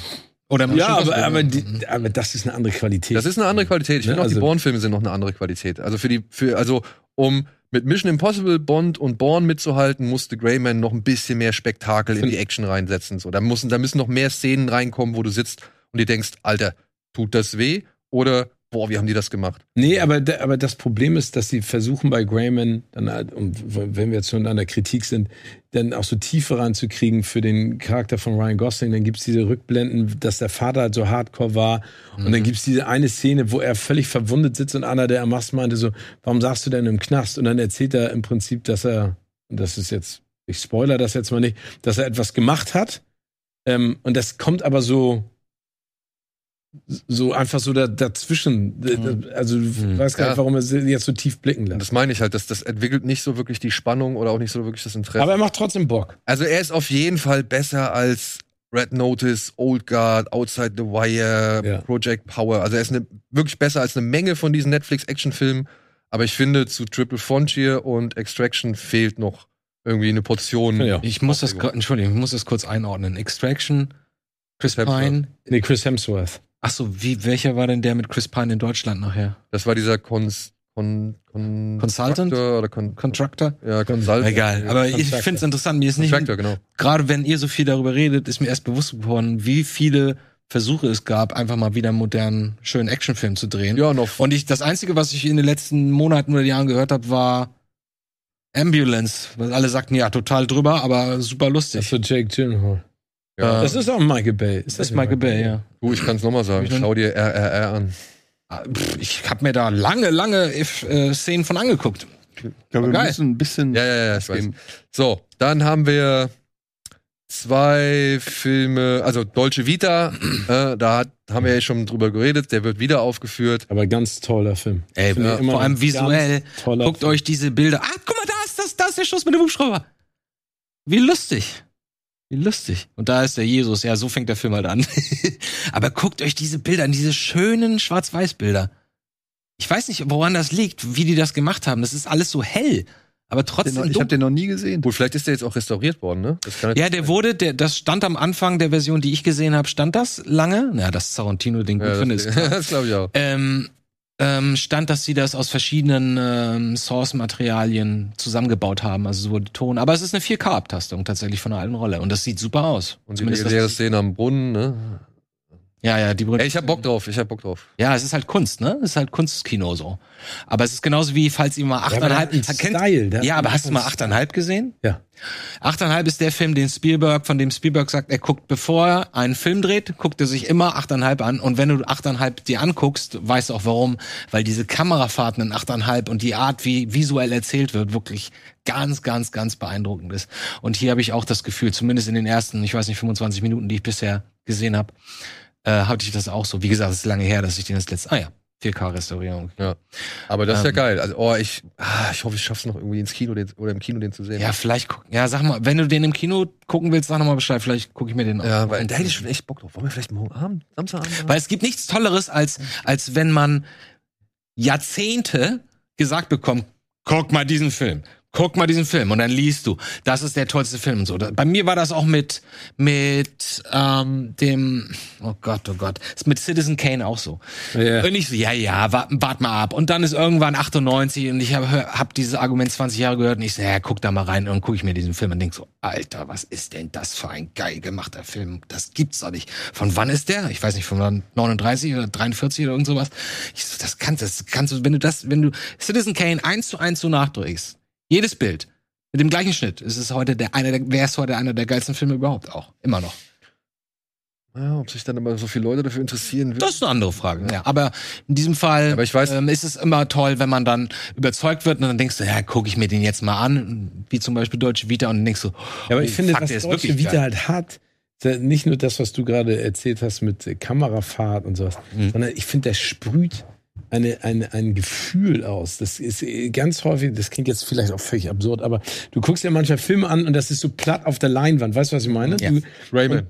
F: Oder
B: Ja,
F: Mission
B: aber,
F: Impossible.
B: aber, die, aber das ist eine andere Qualität.
A: Das ist eine andere Qualität. Ich
B: Ne,
A: finde auch,
B: also-
A: die Bourne-Filme sind noch eine andere Qualität. Also für die, für, also um mit Mission Impossible, Bond und Bourne mitzuhalten, musste Greyman noch ein bisschen mehr Spektakel in die Action reinsetzen. So, da müssen, da müssen noch mehr Szenen reinkommen, wo du sitzt und dir denkst, Alter, tut das weh? Oder boah, wie haben die das gemacht?
B: Nee, aber, da- aber das Problem ist, dass sie versuchen bei Grayman, dann halt, und w- wenn wir jetzt schon an der Kritik sind, dann auch so Tiefe ranzukriegen für den Charakter von Ryan Gosling. Dann gibt's diese Rückblenden, dass der Vater halt so hardcore war. Und dann gibt's diese eine Szene, wo er völlig verwundet sitzt und einer, der am Mast meinte, so, warum sagst du denn im Knast? Und dann erzählt er im Prinzip, dass er, und das ist jetzt, ich spoiler das jetzt mal nicht, dass er etwas gemacht hat. Ähm, und das kommt aber so so einfach so da, dazwischen. D-
D: Mhm.
B: d- Also du weißt gar
A: Ja.
B: nicht, warum er sie jetzt so tief blicken
A: Und
B: lässt.
A: das meine ich halt, das, das entwickelt nicht so wirklich die Spannung oder auch nicht so wirklich das Interesse.
B: Aber er macht trotzdem Bock.
A: Also er ist auf jeden Fall besser als Red Notice, Old Guard, Outside the Wire,
B: Ja.
A: Project Power. Also er ist eine, wirklich besser als eine Menge von diesen Netflix-Actionfilmen. Aber ich finde, zu Triple Frontier und Extraction fehlt noch irgendwie eine Portion.
B: Ja.
D: Ich muss das, kurz- Entschuldigung, ich muss das kurz einordnen. Extraction, Chris
A: Hemsworth.
D: Pine.
B: Nee, Chris Hemsworth.
D: Achso, wie, welcher war denn der mit Chris Pine in Deutschland nachher?
A: Das war dieser Cons, Con, Con,
D: Consultant?
A: Contractor Oder Con,
D: Contractor?
A: ja, Consultant.
D: Egal, aber ich
B: Contractor.
D: finde es interessant. Mir ist nicht,
A: Contractor, genau.
D: gerade wenn ihr so viel darüber redet, ist mir erst bewusst geworden, wie viele Versuche es gab, einfach mal wieder einen modernen, schönen Actionfilm zu drehen.
A: Ja, noch.
D: Und ich, das Einzige, was ich in den letzten Monaten oder Jahren gehört habe, war Ambulance. Weil alle sagten, ja, total drüber, aber super
B: Das ist
D: lustig.
B: so Jake Gyllenhaal.
A: ja.
B: Das ist auch Michael Bay.
D: Ähm. Das ist Michael Bay, ja.
A: du, ich kann es nochmal sagen.
D: Hab ich noch-
A: Schau dir RRR an.
D: Ah, pff, Ich habe mir da lange, lange äh, Szenen von angeguckt.
E: Ich glaube, wir
D: Geil.
E: müssen ein bisschen.
A: Ja, ja, ja, ich weiß.
E: geben.
A: So, dann haben wir zwei Filme, also Dolce Vita, äh, da hat, haben wir ja schon drüber geredet, der wird wieder aufgeführt.
B: Aber ganz toller Film.
D: Ey,
B: Finde ich immer
D: vor allem
B: ein
D: visuell.
B: ganz Toller
D: Guckt
B: Film.
D: euch diese Bilder. Ah, guck mal, da ist das, da ist der Schuss mit dem Hubschrauber. Wie lustig. Wie lustig. Und da ist der Jesus. Ja, so fängt der Film halt an. Aber guckt euch diese Bilder an, diese schönen Schwarz-Weiß-Bilder. Ich weiß nicht, woran das liegt, wie die das gemacht haben. Das ist alles so hell. Aber
E: Den,
D: trotzdem.
E: ich habe
D: dunkel.
E: den noch nie gesehen.
A: Gut, vielleicht ist der jetzt auch restauriert worden, ne? Das kann
D: ja, der wurde, der, das stand am Anfang der Version, die ich gesehen habe, stand das lange. Na, das Tarantino-Ding gut
A: ja,
D: finde,
A: das,
D: ist klar.
A: das glaube ich auch.
D: ähm, ähm, stand, dass sie das aus verschiedenen ähm, Source-Materialien zusammengebaut haben, also sowohl Ton. Aber es ist eine 4K-Abtastung tatsächlich von einer alten Rolle und das sieht super aus.
A: Und die
D: Zumindest
A: legendäre
D: das-
A: Szene am Brunnen, ne?
D: Ja, ja, die berühmte-
A: Ey, ich hab Bock drauf, ich hab Bock drauf.
D: Ja, es ist halt Kunst, ne? Es ist halt Kunstkino so. Aber es ist genauso wie, falls ihr mal
B: Ja, aber der hat
D: 8,5
B: einen
D: kennt.
B: Style. der hat
D: Ja, aber
B: einen
D: hast du mal
B: Style.
D: 8,5 gesehen?
B: Ja.
D: 8,5 ist der Film, den Spielberg, von dem Spielberg sagt, er guckt, bevor er einen Film dreht, guckt er sich immer 8,5 an. Und wenn du 8,5 dir anguckst, weißt du auch warum. Weil diese Kamerafahrten in 8,5 und die Art, wie visuell erzählt wird, wirklich ganz, ganz, ganz beeindruckend ist. Und hier habe ich auch das Gefühl, zumindest in den ersten, ich weiß nicht, 25 Minuten, die ich bisher gesehen habe, äh, hatte ich das auch so. Wie gesagt, es ist lange her, dass ich den das letzte, ah ja, 4K-Restaurierung.
A: Aber das ist ja
D: Ähm.
A: geil. Also, oh, ich, ah, ich hoffe, ich schaff's noch irgendwie ins Kino den, oder im Kino den zu sehen.
D: Ja, vielleicht, guck- ja, sag mal, wenn du den im Kino gucken willst, sag nochmal Bescheid, vielleicht gucke ich mir den auch.
A: ja weil da hätte ich schon echt Bock drauf. Wollen wir vielleicht morgen Abend, Samstagabend? machen?
D: Weil es gibt nichts Tolleres, als, als wenn man Jahrzehnte gesagt bekommt, guck mal diesen Film, guck mal diesen Film. Und dann liest du, das ist der tollste Film und so. Da- Bei mir war das auch mit, mit ähm, dem, oh Gott, oh Gott, ist mit Citizen Kane auch so.
B: Ja.
D: Und ich so, ja, ja, wart, wart mal ab. Und dann ist irgendwann 98 und ich habe hab dieses Argument 20 Jahre gehört und ich so, ja, guck da mal rein und dann gucke ich mir diesen Film und denk so, Alter, was ist denn das für ein geil gemachter Film? Das gibt's doch nicht. Von wann ist der? Ich weiß nicht, von wann, 39 oder 43 oder irgend sowas. Ich so, das kannst, das kannst du, wenn du das, wenn du Citizen Kane eins zu eins so nachdrehst, jedes Bild mit dem gleichen Schnitt, ist es heute der einer der, wäre es heute einer der geilsten Filme überhaupt auch, immer noch.
A: Ja, ob sich dann aber so viele Leute dafür interessieren würden.
D: Das ist eine andere Frage. Ja, aber in diesem Fall
A: Aber ich weiß-
D: ähm, ist es immer toll, wenn man dann überzeugt wird und dann denkst du, ja, gucke ich mir den jetzt mal an, wie zum Beispiel Deutsche Vita und dann denkst du,
B: Ja, aber ich
D: oh,
B: finde,
D: fuck,
B: was
D: der ist
B: Deutsche
D: wirklich
B: Vita
D: geil.
B: halt hat, ist ja nicht nur das, was du gerade erzählt hast mit äh, Kamerafahrt und sowas,
E: Mhm.
B: sondern ich finde, das sprüht eine, eine, ein Gefühl aus. Das ist äh, ganz häufig, das klingt jetzt vielleicht auch völlig absurd, aber du guckst ja manchmal Filme an und das ist so platt auf der Leinwand. Weißt du, was ich meine?
D: Ja.
B: Du,
A: Rayman.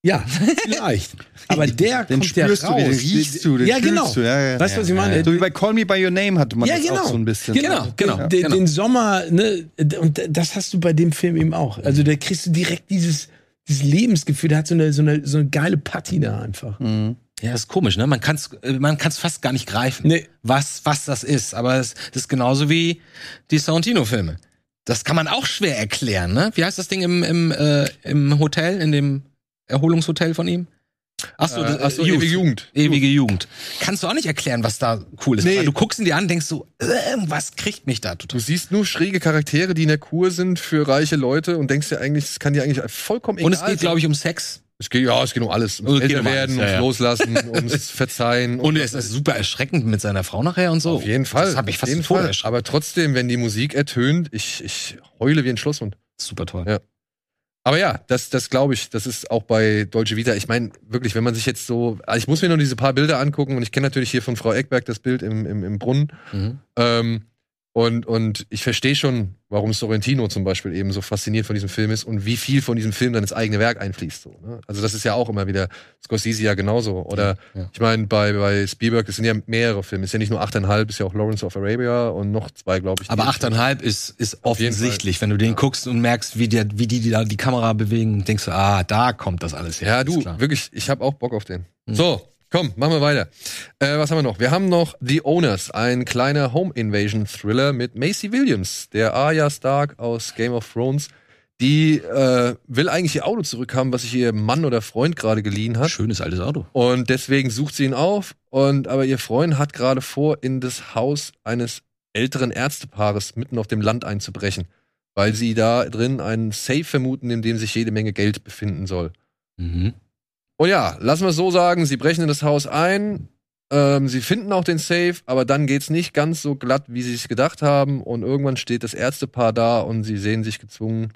B: ja, vielleicht. aber der
E: Den
B: kommt ja raus.
E: spürst du, den riechst du, den
B: ja,
E: fühlst
B: genau.
E: du. Ja, ja.
B: Weißt du, was ich meine?
E: So wie bei Call Me By Your Name hatte man
B: Ja,
E: das
B: genau.
E: auch so ein bisschen.
D: Genau, genau.
E: Ja.
B: den,
D: genau.
B: den Sommer, ne, und das hast du bei dem Film eben auch. Also da kriegst du direkt dieses, dieses Lebensgefühl, der hat so eine, so eine, so eine geile Patina einfach.
E: Mhm.
D: Ja, ist komisch, ne? Man kann's, äh, man kann's fast gar nicht greifen,
B: Nee.
D: was, was das ist. Aber es, das ist genauso wie die Sorrentino-Filme. Das kann man auch schwer erklären, ne? Wie heißt das Ding im, im, äh, im Hotel, in dem Erholungshotel von ihm? Ach so, das-
A: Äh, ach so,
D: Youth.
A: ewige Jugend.
D: Ewige Jugend. Kannst du auch nicht erklären, was da cool ist.
E: Nee.
D: Weil du guckst ihn dir an, denkst so, irgendwas kriegt mich da
A: Du
D: total.
A: siehst nur schräge Charaktere, die in der Kur sind für reiche Leute und denkst dir eigentlich, es kann dir eigentlich vollkommen egal
D: Und es geht,
A: sein.
D: glaube ich, um Sex.
A: Es geht, ja, es geht um alles.
D: Oh,
A: Ums
D: es geht um
A: Älterwerden,
D: alles, ja, ja.
A: ums Loslassen, ums Verzeihen. um
D: Und er ist das super erschreckend mit seiner Frau nachher und so.
A: auf jeden Fall.
D: Das hat mich fast
A: auf jeden
D: zu Tode
A: Fall.
D: erschreckt.
A: Aber trotzdem, wenn die Musik ertönt, ich, ich heule wie ein Schlosshund.
D: Super toll.
A: Ja. Aber ja, das, das glaube ich, das ist auch bei Deutsche Vita. Ich meine, wirklich, wenn man sich jetzt so, also ich muss mir nur diese paar Bilder angucken und ich kenne natürlich hier von Frau Eckberg das Bild im, im, im Brunnen.
D: Mhm.
A: Ähm, und, und ich verstehe schon, warum Sorrentino zum Beispiel eben so fasziniert von diesem Film ist und wie viel von diesem Film dann ins eigene Werk einfließt. So, ne? Also das ist ja auch immer wieder Scorsese ja genauso. Oder
D: Ja, ja.
A: ich meine, bei, bei Spielberg, es sind ja mehrere Filme. Es ist ja nicht nur 8,5, ist ja auch Lawrence of Arabia und noch zwei, glaube ich.
D: Aber
A: die-
D: 8,5 ist, ist
A: jeden
D: offensichtlich, wenn du den guckst und merkst, wie, der, wie die, die da die Kamera bewegen, denkst du, ah, da kommt das alles her.
A: Ja,
D: Ist
A: du,
D: klar. Hm.
A: wirklich, ich habe auch Bock auf den. So, komm, machen wir weiter. Äh, was haben wir noch? Wir haben noch The Owners, ein kleiner Home Invasion Thriller mit Macy Williams, der Arya Stark aus Game of Thrones. Die äh, will eigentlich ihr Auto zurückhaben, was sich ihr Mann oder Freund gerade geliehen hat.
D: Schönes altes Auto.
A: Und deswegen sucht sie ihn auf. Und aber ihr Freund hat gerade vor, in das Haus eines älteren Ärztepaares mitten auf dem Land einzubrechen, weil sie da drin einen Safe vermuten, in dem sich jede Menge Geld befinden soll.
D: Mhm.
A: Oh Und ja, lassen wir es so sagen, sie brechen in das Haus ein, Ähm, sie finden auch den Safe, aber dann geht's nicht ganz so glatt, wie sie es gedacht haben. Und irgendwann steht das Ärztepaar da und sie sehen sich gezwungen,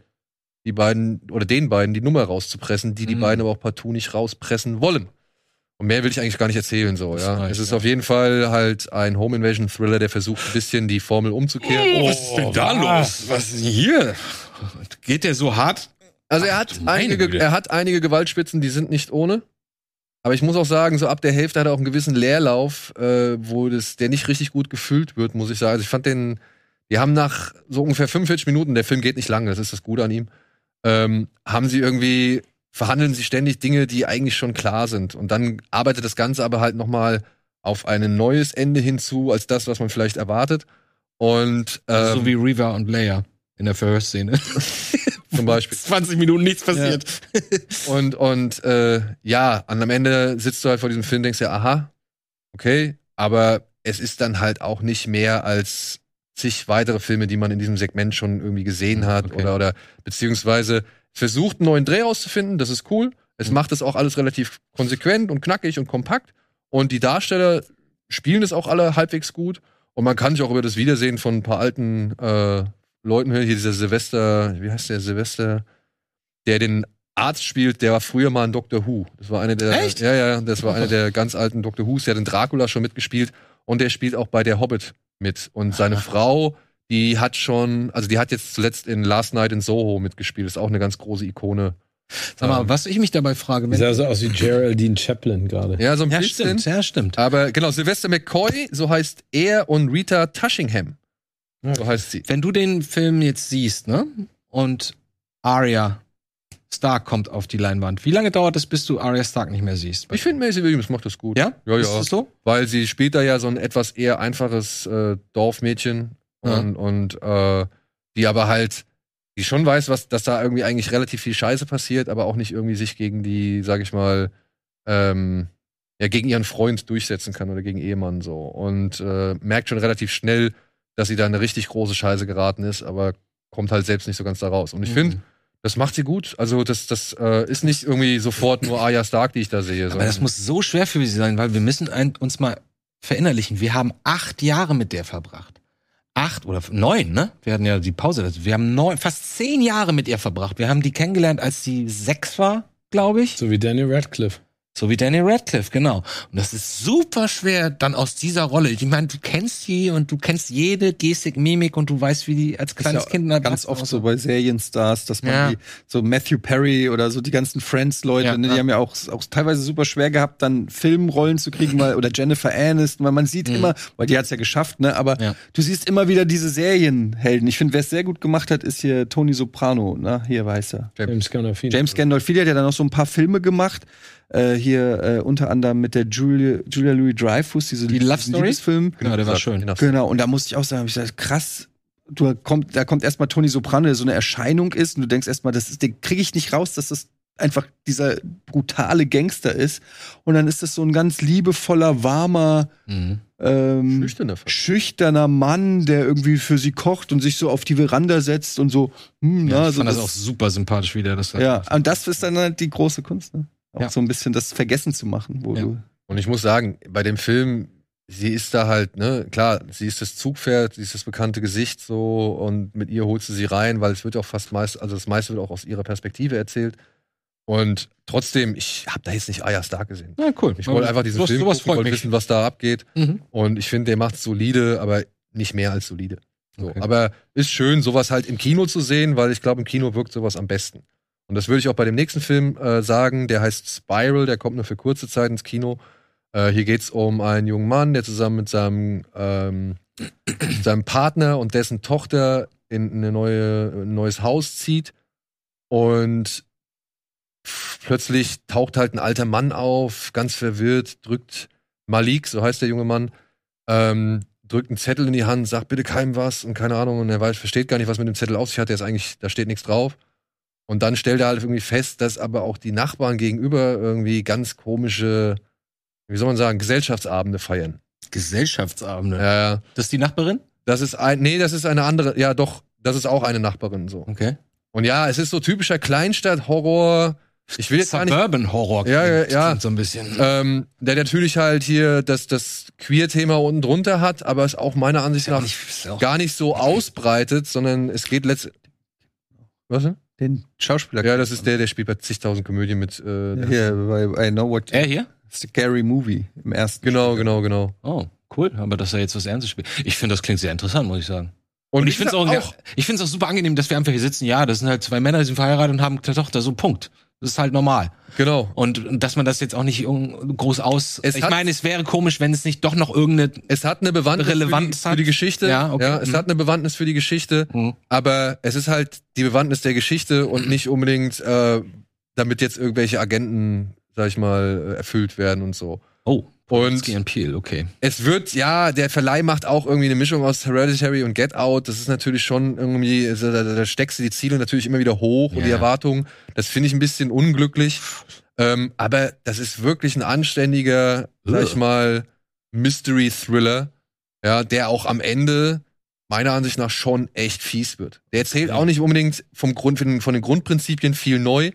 A: die beiden oder den beiden die Nummer rauszupressen, die die
D: Mhm.
A: beiden aber auch partout nicht rauspressen wollen. Und mehr will ich eigentlich gar nicht erzählen, so,
D: Das
A: ja.
D: reicht,
A: es ist
D: ja.
A: auf jeden Fall halt ein Home Invasion Thriller, der versucht, ein bisschen die Formel umzukehren. Oh,
D: was ist denn da los? Was ist denn hier? Geht der so hart?
A: Also er hat,
D: du meine
A: einige,
D: Güte.
A: er hat einige Gewaltspitzen, die sind nicht ohne. Aber ich muss auch sagen, so ab der Hälfte hat er auch einen gewissen Leerlauf, äh, wo das, der nicht richtig gut gefüllt wird, muss ich sagen. Also ich fand den, die haben nach so ungefähr 45 Minuten, der Film geht nicht lange, das ist das Gute an ihm, ähm, haben sie irgendwie, verhandeln sie ständig Dinge, die eigentlich schon klar sind. Und dann arbeitet das Ganze aber halt nochmal auf ein neues Ende hinzu, als das, was man vielleicht erwartet. Und ähm,
D: Also so wie Reva und Leia in der Verhörszene.
A: zum Beispiel.
D: 20 Minuten nichts passiert.
A: Und, und äh, ja, und am Ende sitzt du halt vor diesem Film und denkst ja, aha, okay, aber es ist dann halt auch nicht mehr als zig weitere Filme, die man in diesem Segment schon irgendwie gesehen hat
D: Hm, okay.
A: oder, oder beziehungsweise versucht, einen neuen Dreh rauszufinden, das ist cool. Es
D: Hm.
A: macht das auch alles relativ konsequent und knackig und kompakt. Und die Darsteller spielen es auch alle halbwegs gut. Und man kann sich auch über das Wiedersehen von ein paar alten äh, Leuten hören. Hier dieser Silvester, wie heißt der Silvester, der den Arzt spielt, der war früher mal ein Doctor Who. Das war eine der,
D: Echt? Oh.
A: ja, ja, das war einer der ganz alten Doctor Who's. Der hat den Dracula schon mitgespielt und der spielt auch bei der Hobbit mit. Und seine Frau, die hat schon, also die hat jetzt zuletzt in Last Night in Soho mitgespielt. Ist auch eine ganz große Ikone.
D: Sag mal,
A: Ähm,
D: was ich mich dabei frage, wenn.
B: Sah so aus wie Geraldine Chaplin gerade.
A: ja, so ein
D: Ja,
A: bisschen.
D: stimmt, ja, stimmt.
A: Aber genau, Sylvester McCoy, so heißt er und Rita Tushingham. So heißt sie.
D: Wenn du den Film jetzt siehst, ne? Und Arya Stark kommt auf die Leinwand. Wie lange dauert es, bis du Arya Stark nicht mehr siehst?
A: Ich finde, Maisie Williams macht das gut.
D: Ja?
A: Ja,
D: Ist
A: ja.
D: das so?
A: Weil sie spielt da ja so ein etwas eher einfaches äh, Dorfmädchen
D: Ja.
A: und, und äh, die aber halt, die schon weiß, was, dass da irgendwie eigentlich relativ viel Scheiße passiert, aber auch nicht irgendwie sich gegen die, sag ich mal, ähm, ja, gegen ihren Freund durchsetzen kann oder gegen Ehemann so. Und äh, merkt schon relativ schnell, dass sie da in eine richtig große Scheiße geraten ist, aber kommt halt selbst nicht so ganz da raus. Und
D: Mhm.
A: ich finde, das macht sie gut. Also das, das äh, ist nicht irgendwie sofort nur Arya Stark, die ich da sehe.
D: Aber das
A: sondern-
D: muss so schwer für sie sein, weil wir müssen ein, uns mal verinnerlichen. Wir haben acht Jahre mit der verbracht. Acht oder neun, ne? Wir hatten ja die Pause. dazu. Wir haben neun, fast zehn Jahre mit ihr verbracht. Wir haben die kennengelernt, als sie sechs war, glaube ich.
B: So wie Daniel Radcliffe.
D: So wie Daniel Radcliffe, genau. Und das ist super schwer, dann aus dieser Rolle. Ich meine, du kennst sie und du kennst jede Gestik, Mimik und du weißt, wie die als kleines
E: ja
D: Kind
E: ganz oft so
D: so.
E: bei Serienstars, dass man
D: Ja.
E: die, so Matthew Perry oder so die ganzen Friends-Leute,
D: Ja,
E: ne, die
D: ja.
E: haben ja auch, auch teilweise super schwer gehabt, dann Filmrollen zu kriegen, weil, oder Jennifer Aniston, weil man sieht immer, weil die hat's ja geschafft, ne, aber
D: Mhm. Ja.
E: du siehst immer wieder diese Serienhelden. Ich finde, wer es sehr gut gemacht hat, ist hier Tony Soprano, ne, hier weiß er.
B: James Gandolfini.
E: James Gandolfini hat ja dann noch so ein paar Filme gemacht, äh, hier äh, unter anderem mit der Julia, Julia Louis Dreyfus, diese
D: Die Love Story?
E: Liebesfilm.
D: Genau, der war schön.
A: Genau.
E: Genau, und da musste ich auch sagen, hab ich gesagt, krass, du kommt, da kommt erstmal Tony Soprano, der so eine Erscheinung ist, und du denkst erstmal, das ist, den kriege ich nicht raus, dass das einfach dieser brutale Gangster ist. Und dann ist das so ein ganz liebevoller, warmer,
D: Mhm.
E: ähm,
A: Schüchterner fast.
E: schüchterner Mann, der irgendwie für sie kocht und sich so auf die Veranda setzt und so, hm,
D: Ja,
E: na,
D: ich
E: so
D: fand das auch super sympathisch, wie der das
E: ja, und das ist dann halt die große Kunst, ne? Auch
D: Ja.
E: so ein bisschen das Vergessen zu machen, wo
D: Ja.
E: du.
A: Und ich muss sagen, bei dem Film, sie ist da halt, ne, klar, sie ist das Zugpferd, sie ist das bekannte Gesicht so und mit ihr holst du sie rein, weil es wird auch fast meist, also das meiste wird auch aus ihrer Perspektive erzählt. Und trotzdem, ich habe da jetzt nicht Aya Stark gesehen.
D: Ja, cool.
A: Ich wollte einfach diesen
D: Oh, sowas,
A: Film gucken,
D: sowas
A: ich
D: freut
A: wollte
D: mich.
A: wissen, was da abgeht.
D: Mhm.
A: Und ich finde, der macht solide, aber nicht mehr als solide. So.
D: Okay.
A: Aber ist schön, sowas halt im Kino zu sehen, weil ich glaube, im Kino wirkt sowas am besten. Und das würde ich auch bei dem nächsten Film äh, sagen, der heißt Spiral, der kommt nur für kurze Zeit ins Kino. Äh, hier geht's um einen jungen Mann, der zusammen mit seinem, ähm, seinem Partner und dessen Tochter in eine neue, ein neues Haus zieht. Und plötzlich taucht halt ein alter Mann auf, ganz verwirrt, drückt Malik, so heißt der junge Mann, ähm, drückt einen Zettel in die Hand, sagt bitte keinem was und keine Ahnung und er weiß, versteht gar nicht, was mit dem Zettel auf sich hat, der ist eigentlich, da steht nichts drauf. Und dann stellt er halt irgendwie fest, dass aber auch die Nachbarn gegenüber irgendwie ganz komische, wie soll man sagen, Gesellschaftsabende feiern.
D: Gesellschaftsabende.
A: Ja, ja.
D: Das ist die Nachbarin?
A: Das ist ein, nee, das ist eine andere, ja doch, das ist auch eine Nachbarin so.
D: Okay.
A: Und ja, es ist so typischer Kleinstadt-Horror, Ich will jetzt gar nicht
D: Suburban Horror
A: Ja, ja,
D: klingt,
A: ja.
D: klingt so ein bisschen.
A: ähm, der natürlich halt hier das, das Queer-Thema unten drunter hat, aber es auch meiner Ansicht nach gar nicht so ausbreitet, sondern es geht letzt. Was denn?
E: Den Schauspieler.
A: Ja, das ist der, der spielt bei zigtausend Komödien mit. Äh, der-
E: Hier, bei I Know What
D: er hier?
E: Scary Movie im ersten.
A: Genau, genau, genau.
D: Oh, cool. Aber dass er jetzt was Ernstes spielt. Ich finde, das klingt sehr interessant, muss ich sagen.
A: Und,
D: Und ich finde es auch,
A: auch
D: ich find's auch super angenehm, dass wir einfach hier sitzen. Ja, das sind halt zwei Männer, die sind verheiratet und haben eine Tochter. So, Punkt. Das ist halt normal.
A: genau.
D: Und und dass man das jetzt auch nicht irgend- groß aus.
A: Es
D: ich
A: hat-
D: meine, es wäre komisch, wenn es nicht doch noch irgendeine.
A: Es hat eine Bewandtnis
D: Relevanz
A: für, die,
D: hat.
A: für die Geschichte.
D: Ja, okay.
A: es
D: Mhm.
A: hat eine Bewandtnis für die Geschichte,
D: Mhm.
A: aber es ist halt die Bewandtnis der Geschichte und nicht unbedingt, äh, damit jetzt irgendwelche Agenten, sag ich mal, äh, erfüllt werden und so.
D: Oh,
A: Und
D: Ski and Peel, okay.
A: es wird, ja, der Verleih macht auch irgendwie eine Mischung aus Hereditary und Get Out. Das ist natürlich schon irgendwie, also da, da steckst du die Ziele natürlich immer wieder hoch und die
D: Ja.
A: Erwartungen. Das finde ich ein bisschen unglücklich. Ähm, aber das ist wirklich ein anständiger, sag ich mal, Mystery-Thriller, ja, der auch am Ende meiner Ansicht nach schon echt fies wird. Der erzählt auch nicht unbedingt vom Grund, von den- von den Grundprinzipien viel neu,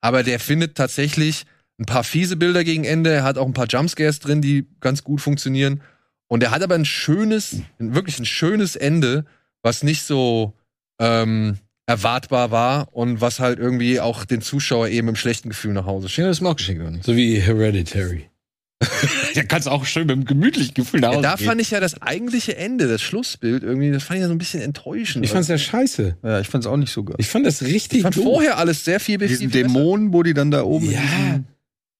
A: aber der findet tatsächlich ein paar fiese Bilder gegen Ende. Er hat auch ein paar Jumpscares drin, die ganz gut funktionieren. Und er hat aber ein schönes, ein- wirklich ein schönes Ende, was nicht so ähm, erwartbar war und was halt irgendwie auch den Zuschauer eben im schlechten Gefühl nach Hause schickt.
D: Schön, dass du mir auch geschickt hast.
B: So wie Hereditary.
D: Ja, kannst auch schön mit einem gemütlichen Gefühl nach
A: Ja,
D: Hause
A: da
D: gehen.
A: fand ich ja das eigentliche Ende, das Schlussbild irgendwie, das fand ich ja so ein bisschen enttäuschend. Also,
B: Ich fand's ja scheiße.
E: Ja, ich fand's auch nicht so geil.
B: Ich fand das richtig
A: Ich fand
B: doof.
A: vorher alles sehr viel
E: Diesen
A: viel besser.
E: Dämonen, wo die dann da oben. in
B: Ja.
E: diesem-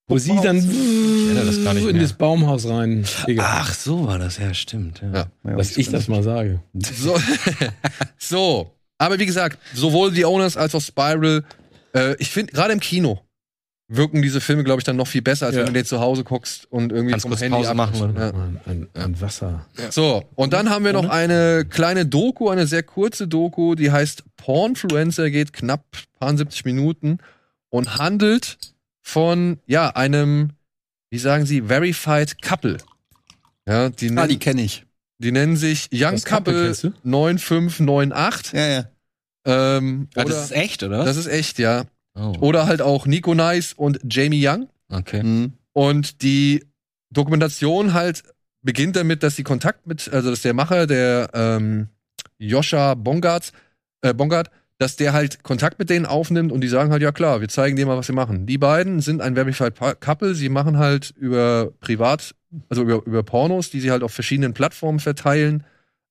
B: Wo sie dann
D: erinnere das gar nicht
B: in
D: mehr. Ah,
B: das Baumhaus rein. Egal,
D: Ach, so war das, ja, stimmt. Ja.
A: Ja.
E: Ja,
B: dass ich das mal sage.
A: So. so. Aber wie gesagt, sowohl The Owners als auch Spiral, äh, ich finde, gerade im Kino wirken diese Filme, glaube ich, dann noch viel besser, als
B: Ja.
A: wenn du den zu Hause guckst und irgendwie
D: Kannst kurz Pause machen, oder?
A: Ja.
B: Mann, Ein, ein Wasser.
A: So, und dann haben wir noch eine kleine Doku, eine sehr kurze Doku, die heißt Pornfluencer, geht knapp 70 Minuten und handelt von, ja, einem, wie sagen sie, Verified Couple. Ja, die,
E: Ah,
A: nennen,
E: die
A: die,
E: kenne ich.
A: nennen sich Young
B: Das Couple
A: Couple,
B: kennst du?
A: 9598.
E: Ja, ja.
A: Ähm,
D: Ah,
A: oder,
D: das ist echt, oder?
A: das ist echt, ja.
D: oh,
A: Oder halt auch Nico Nice und Jamie Young.
D: okay.
E: Mhm.
A: Und die Dokumentation halt beginnt damit, dass sie Kontakt mit, also dass der Macher, der ähm, Joscha Bongard, äh, Bongard, dass der halt Kontakt mit denen aufnimmt und die sagen halt, ja klar, wir zeigen dir mal, was wir machen. Die beiden sind ein Verified Pa- Couple, sie machen halt über Privat, also über, über Pornos, die sie halt auf verschiedenen Plattformen verteilen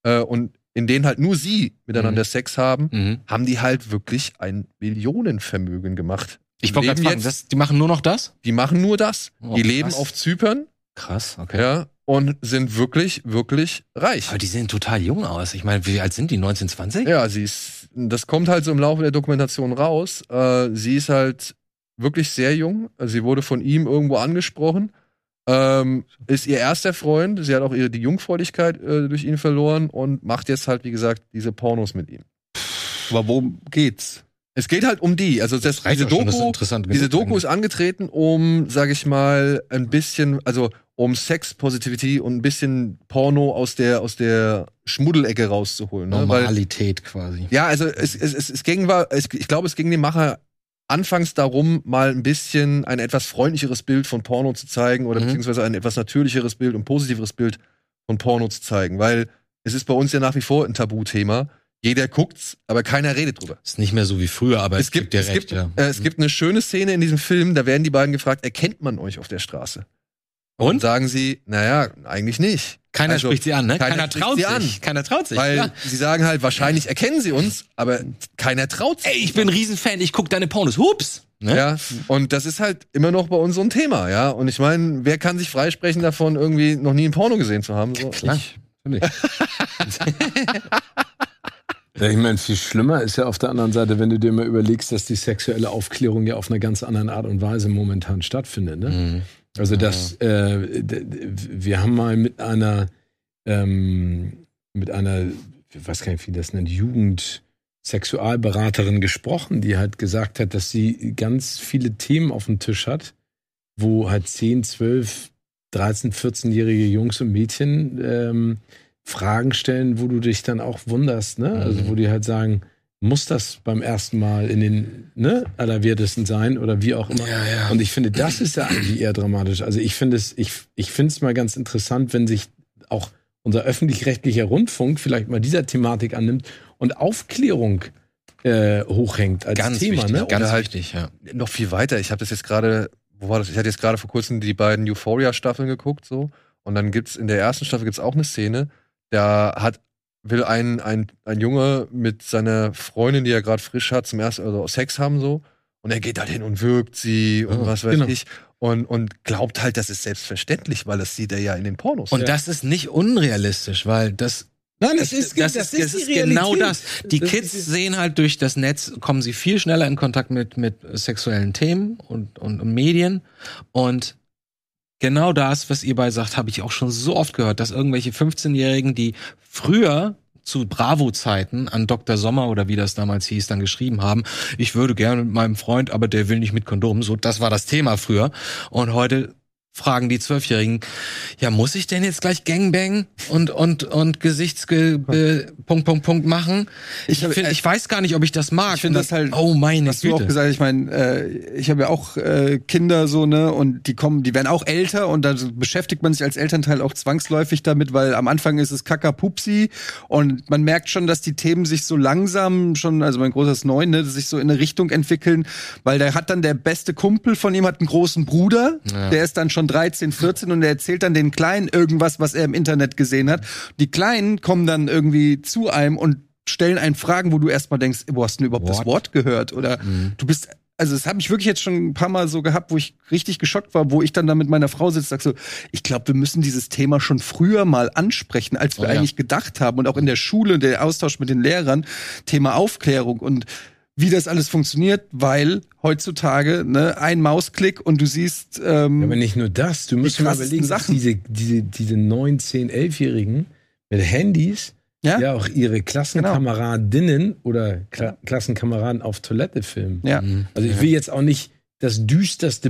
A: äh, und in denen halt nur sie miteinander Sex haben
D: Mhm.
A: haben die halt wirklich ein Millionenvermögen gemacht.
D: Ich wollte gerade
A: Leben
D: fragen,
A: jetzt-
D: das, die machen nur noch das?
A: Die machen nur das.
D: Oh,
A: die leben
D: krass.
A: auf Zypern,
D: Krass, okay.
A: ja, und sind wirklich, wirklich reich.
D: Aber die sehen total jung aus. Ich meine, wie alt sind die? 19, 20?
A: Ja, sie ist, das kommt halt so im Laufe der Dokumentation raus. Äh, sie ist halt wirklich sehr jung. Also Sie wurde von ihm irgendwo angesprochen. Ähm, ist ihr erster Freund. Sie hat auch ihre die Jungfräulichkeit äh, durch ihn verloren und macht jetzt halt, wie gesagt, diese Pornos mit ihm.
E: Aber worum geht's?
A: Es geht halt um die. Also das,
D: Reicht
A: diese
D: auch schon, das ist
A: Doku,
D: interessant
A: Diese
D: genug
A: Doku ist angetreten, um, sag ich mal, ein bisschen, also um Sex Positivity und ein bisschen Porno aus der aus der Schmuddelecke rauszuholen. Ne? Weil,
D: Normalität quasi.
A: ja, also es, es, es, es ging war, es, ich glaube, es ging dem Macher anfangs darum, mal ein bisschen ein etwas freundlicheres Bild von Porno zu zeigen oder
D: Mhm.
A: beziehungsweise ein etwas natürlicheres Bild und positiveres Bild von Porno zu zeigen, weil es ist bei uns ja nach wie vor ein Tabuthema. Jeder guckt's, aber keiner redet drüber
D: Ist nicht mehr so wie früher, aber
A: es gibt,
D: dir
A: es,
D: recht,
A: gibt,
D: ja.
A: äh, es gibt eine schöne Szene in diesem Film, da werden die beiden gefragt, erkennt man euch auf der Straße? Und
D: Und?
A: sagen sie, naja, eigentlich nicht.
D: Keiner
A: also,
D: spricht sie an, ne?
A: keiner
D: Keiner,
A: spricht
D: traut
A: sie
D: sich.
A: an.
D: Keiner traut sich.
A: Weil
D: ja.
A: sie sagen halt, wahrscheinlich erkennen sie uns, aber keiner traut sich.
D: Ey, ich bin ein Riesenfan, ich guck deine Pornos. Hups! Ne?
A: Ja, und das ist halt immer noch bei uns so ein Thema, ja. Und ich meine, wer kann sich freisprechen davon, irgendwie noch nie ein Porno gesehen zu haben? So.
D: Klar.
B: Ja, ich meine, viel schlimmer ist ja auf der anderen Seite, wenn du dir mal überlegst, dass die sexuelle Aufklärung ja auf einer ganz anderen Art und Weise momentan stattfindet. Ne?
D: Mhm.
B: Also das, äh, d- d- wir haben mal mit einer, ähm, mit einer, ich weiß gar nicht, wie das nennt, Jugendsexualberaterin gesprochen, die halt gesagt hat, dass sie ganz viele Themen auf dem Tisch hat, wo halt 10, 12, 13, 14-jährige Jungs und
D: Mhm.
B: Mädchen ähm, Fragen stellen, wo du dich dann auch wunderst, ne? Also wo die halt sagen, muss das beim ersten Mal in den ne, allerwertesten sein oder wie auch immer.
D: Ja, ja.
B: Und ich finde, das ist ja eigentlich eher dramatisch. Also ich finde es, ich, ich finde es mal ganz interessant, wenn sich auch unser öffentlich-rechtlicher Rundfunk vielleicht mal dieser Thematik annimmt und Aufklärung äh, hochhängt als
F: Ganz
B: Thema.
F: wichtig,
B: ne?
F: ganz
A: Oder halt-
F: wichtig, ja.
A: noch viel weiter. Ich habe das jetzt gerade, wo war das? Ich hatte jetzt gerade vor kurzem die beiden Euphoria-Staffeln geguckt, so. Und dann gibt's in der ersten Staffel gibt's auch eine Szene, da hat, will ein, ein, ein Junge mit seiner Freundin, die er gerade frisch hat, zum ersten also Sex haben, so. Und er geht halt hin und wirkt sie und
F: Ja,
A: was weiß
B: genau.
A: ich. Und, und glaubt halt, das ist selbstverständlich, weil das sieht er ja in den Pornos.
F: Und das ist nicht unrealistisch, weil das
B: Nein, das ist,
F: das, ist, das ist genau das. Die
B: Das
F: Kids
B: ist-
F: sehen halt durch das Netz, kommen sie viel schneller in Kontakt mit, mit sexuellen Themen und, und, und Medien. Und genau das, was ihr bei sagt, habe ich auch schon so oft gehört, dass irgendwelche 15-Jährigen, die früher zu Bravo-Zeiten an Dr. Sommer oder wie das damals hieß, dann geschrieben haben, ich würde gerne mit meinem Freund, aber der will nicht mit Kondomen. So, das war das Thema früher. Und heute fragen die Zwölfjährigen, ja, muss ich denn jetzt gleich Gangbang und, und, und Gesichtsge be- Punkt, Punkt, Punkt machen? Ich,
E: hab- äh,
F: find, ich weiß gar nicht, ob ich das mag.
E: Ich find
F: Und
E: das halt-
F: oh meine
E: Hast du auch
F: Güte.
E: gesagt, ich meine, äh, ich habe ja auch äh, Kinder so, ne, und die kommen, die werden auch älter und dann beschäftigt man sich als Elternteil auch zwangsläufig damit, weil am Anfang ist es Kaka-Pupsi und man merkt schon, dass die Themen sich so langsam schon, also mein großer ist neun, ne, sich so in eine Richtung entwickeln, weil der hat dann der beste Kumpel von ihm hat einen großen Bruder, der ist dann schon 13, 14 und der erzählt dann den Kleinen irgendwas, was er im Internet gesehen hat. Die Kleinen kommen dann irgendwie zu einem und stellen einen Fragen, wo du erstmal denkst, wo hast du denn überhaupt das Wort gehört? Oder du bist, also das habe ich wirklich jetzt schon ein paar Mal so gehabt, wo ich richtig geschockt war, wo ich dann da mit meiner Frau sitze und sag so, ich glaube, wir müssen dieses Thema schon früher mal ansprechen, als wir
F: Oh ja.
E: eigentlich gedacht haben. Und auch in der Schule, der Austausch mit den Lehrern, Thema Aufklärung und wie das alles funktioniert, weil heutzutage ne, ein Mausklick und du siehst, ähm,
B: Ja, aber nicht nur das, du musst dir mal
E: krassesten
B: überlegen, dass
E: Sachen.
B: diese, diese, diese 9, 10, 11-Jährigen mit Handys ja,
E: Ja.
B: auch
F: Genau.
B: ihre Klassenkameradinnen oder Kla Klassenkameraden auf Toilette filmen.
D: Mhm.
E: ja.
F: Mhm.
B: Also ich will jetzt auch nicht das düsterste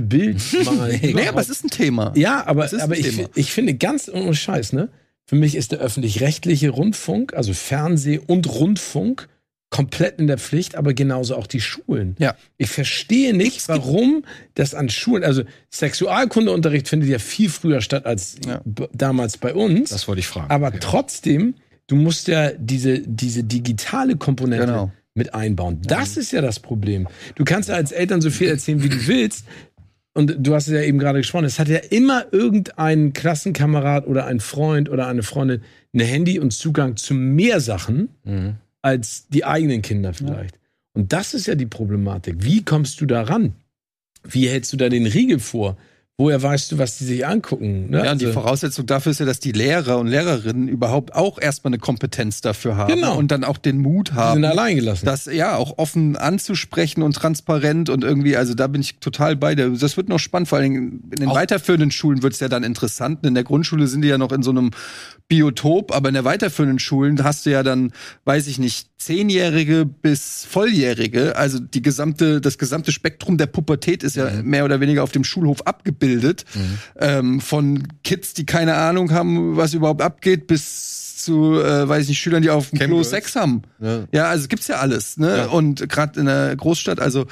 B: Bild malen.
E: Nee, aber es ist ein Thema.
B: Ja, aber,
E: ist ein
B: aber ich,
E: Thema.
B: ich finde ganz ohne Scheiß, ne? Für mich ist der öffentlich-rechtliche Rundfunk, also Fernseh und Rundfunk, komplett in der Pflicht, aber genauso auch die Schulen.
E: Ja.
B: Ich verstehe nicht, warum das an Schulen, also Sexualkundeunterricht findet ja viel früher statt als
E: Ja.
B: b- damals bei uns.
F: Das wollte ich fragen.
B: aber trotzdem, du musst ja diese, diese digitale Komponente
E: Genau. Mhm.
B: mit einbauen. Das ist ja das Problem. Du kannst ja als Eltern so viel erzählen, wie du willst. Und du hast es ja eben gerade gesprochen, es hat ja immer irgendein Klassenkamerad oder ein Freund oder eine Freundin ein Handy und Zugang zu mehr Sachen
F: Mhm.
B: als die eigenen Kinder vielleicht. Und das ist ja die Problematik. Wie kommst du da ran? Wie hältst du da den Riegel vor? Woher weißt du, was die sich angucken? Ne?
E: Ja, und die
B: Also-
E: Voraussetzung dafür ist ja, dass die Lehrer und Lehrerinnen überhaupt auch erstmal eine Kompetenz dafür haben
B: Genau.
E: und dann auch den Mut
B: Die
E: haben,
B: sind allein gelassen.
E: das ja auch offen anzusprechen und transparent und irgendwie, also da bin ich total bei dir. Das wird noch spannend, vor allen Dingen in den
F: Auch-
E: weiterführenden Schulen wird's ja dann interessant. denn In der Grundschule sind die ja noch in so einem Biotop, aber in der weiterführenden Schulen hast du ja dann, weiß ich nicht, Zehnjährige bis Volljährige. Also die gesamte, das gesamte Spektrum der Pubertät ist ja mehr oder weniger auf dem Schulhof abgebildet. Ähm, von Kids, die keine Ahnung haben, was überhaupt abgeht, bis zu, äh, weiß ich nicht, Schülern, die auf dem Klo
A: Camgirls.
E: Sex haben.
A: ne?
E: Ja, also gibt's ja alles, ne?
A: Ja.
E: Und gerade in der Großstadt, also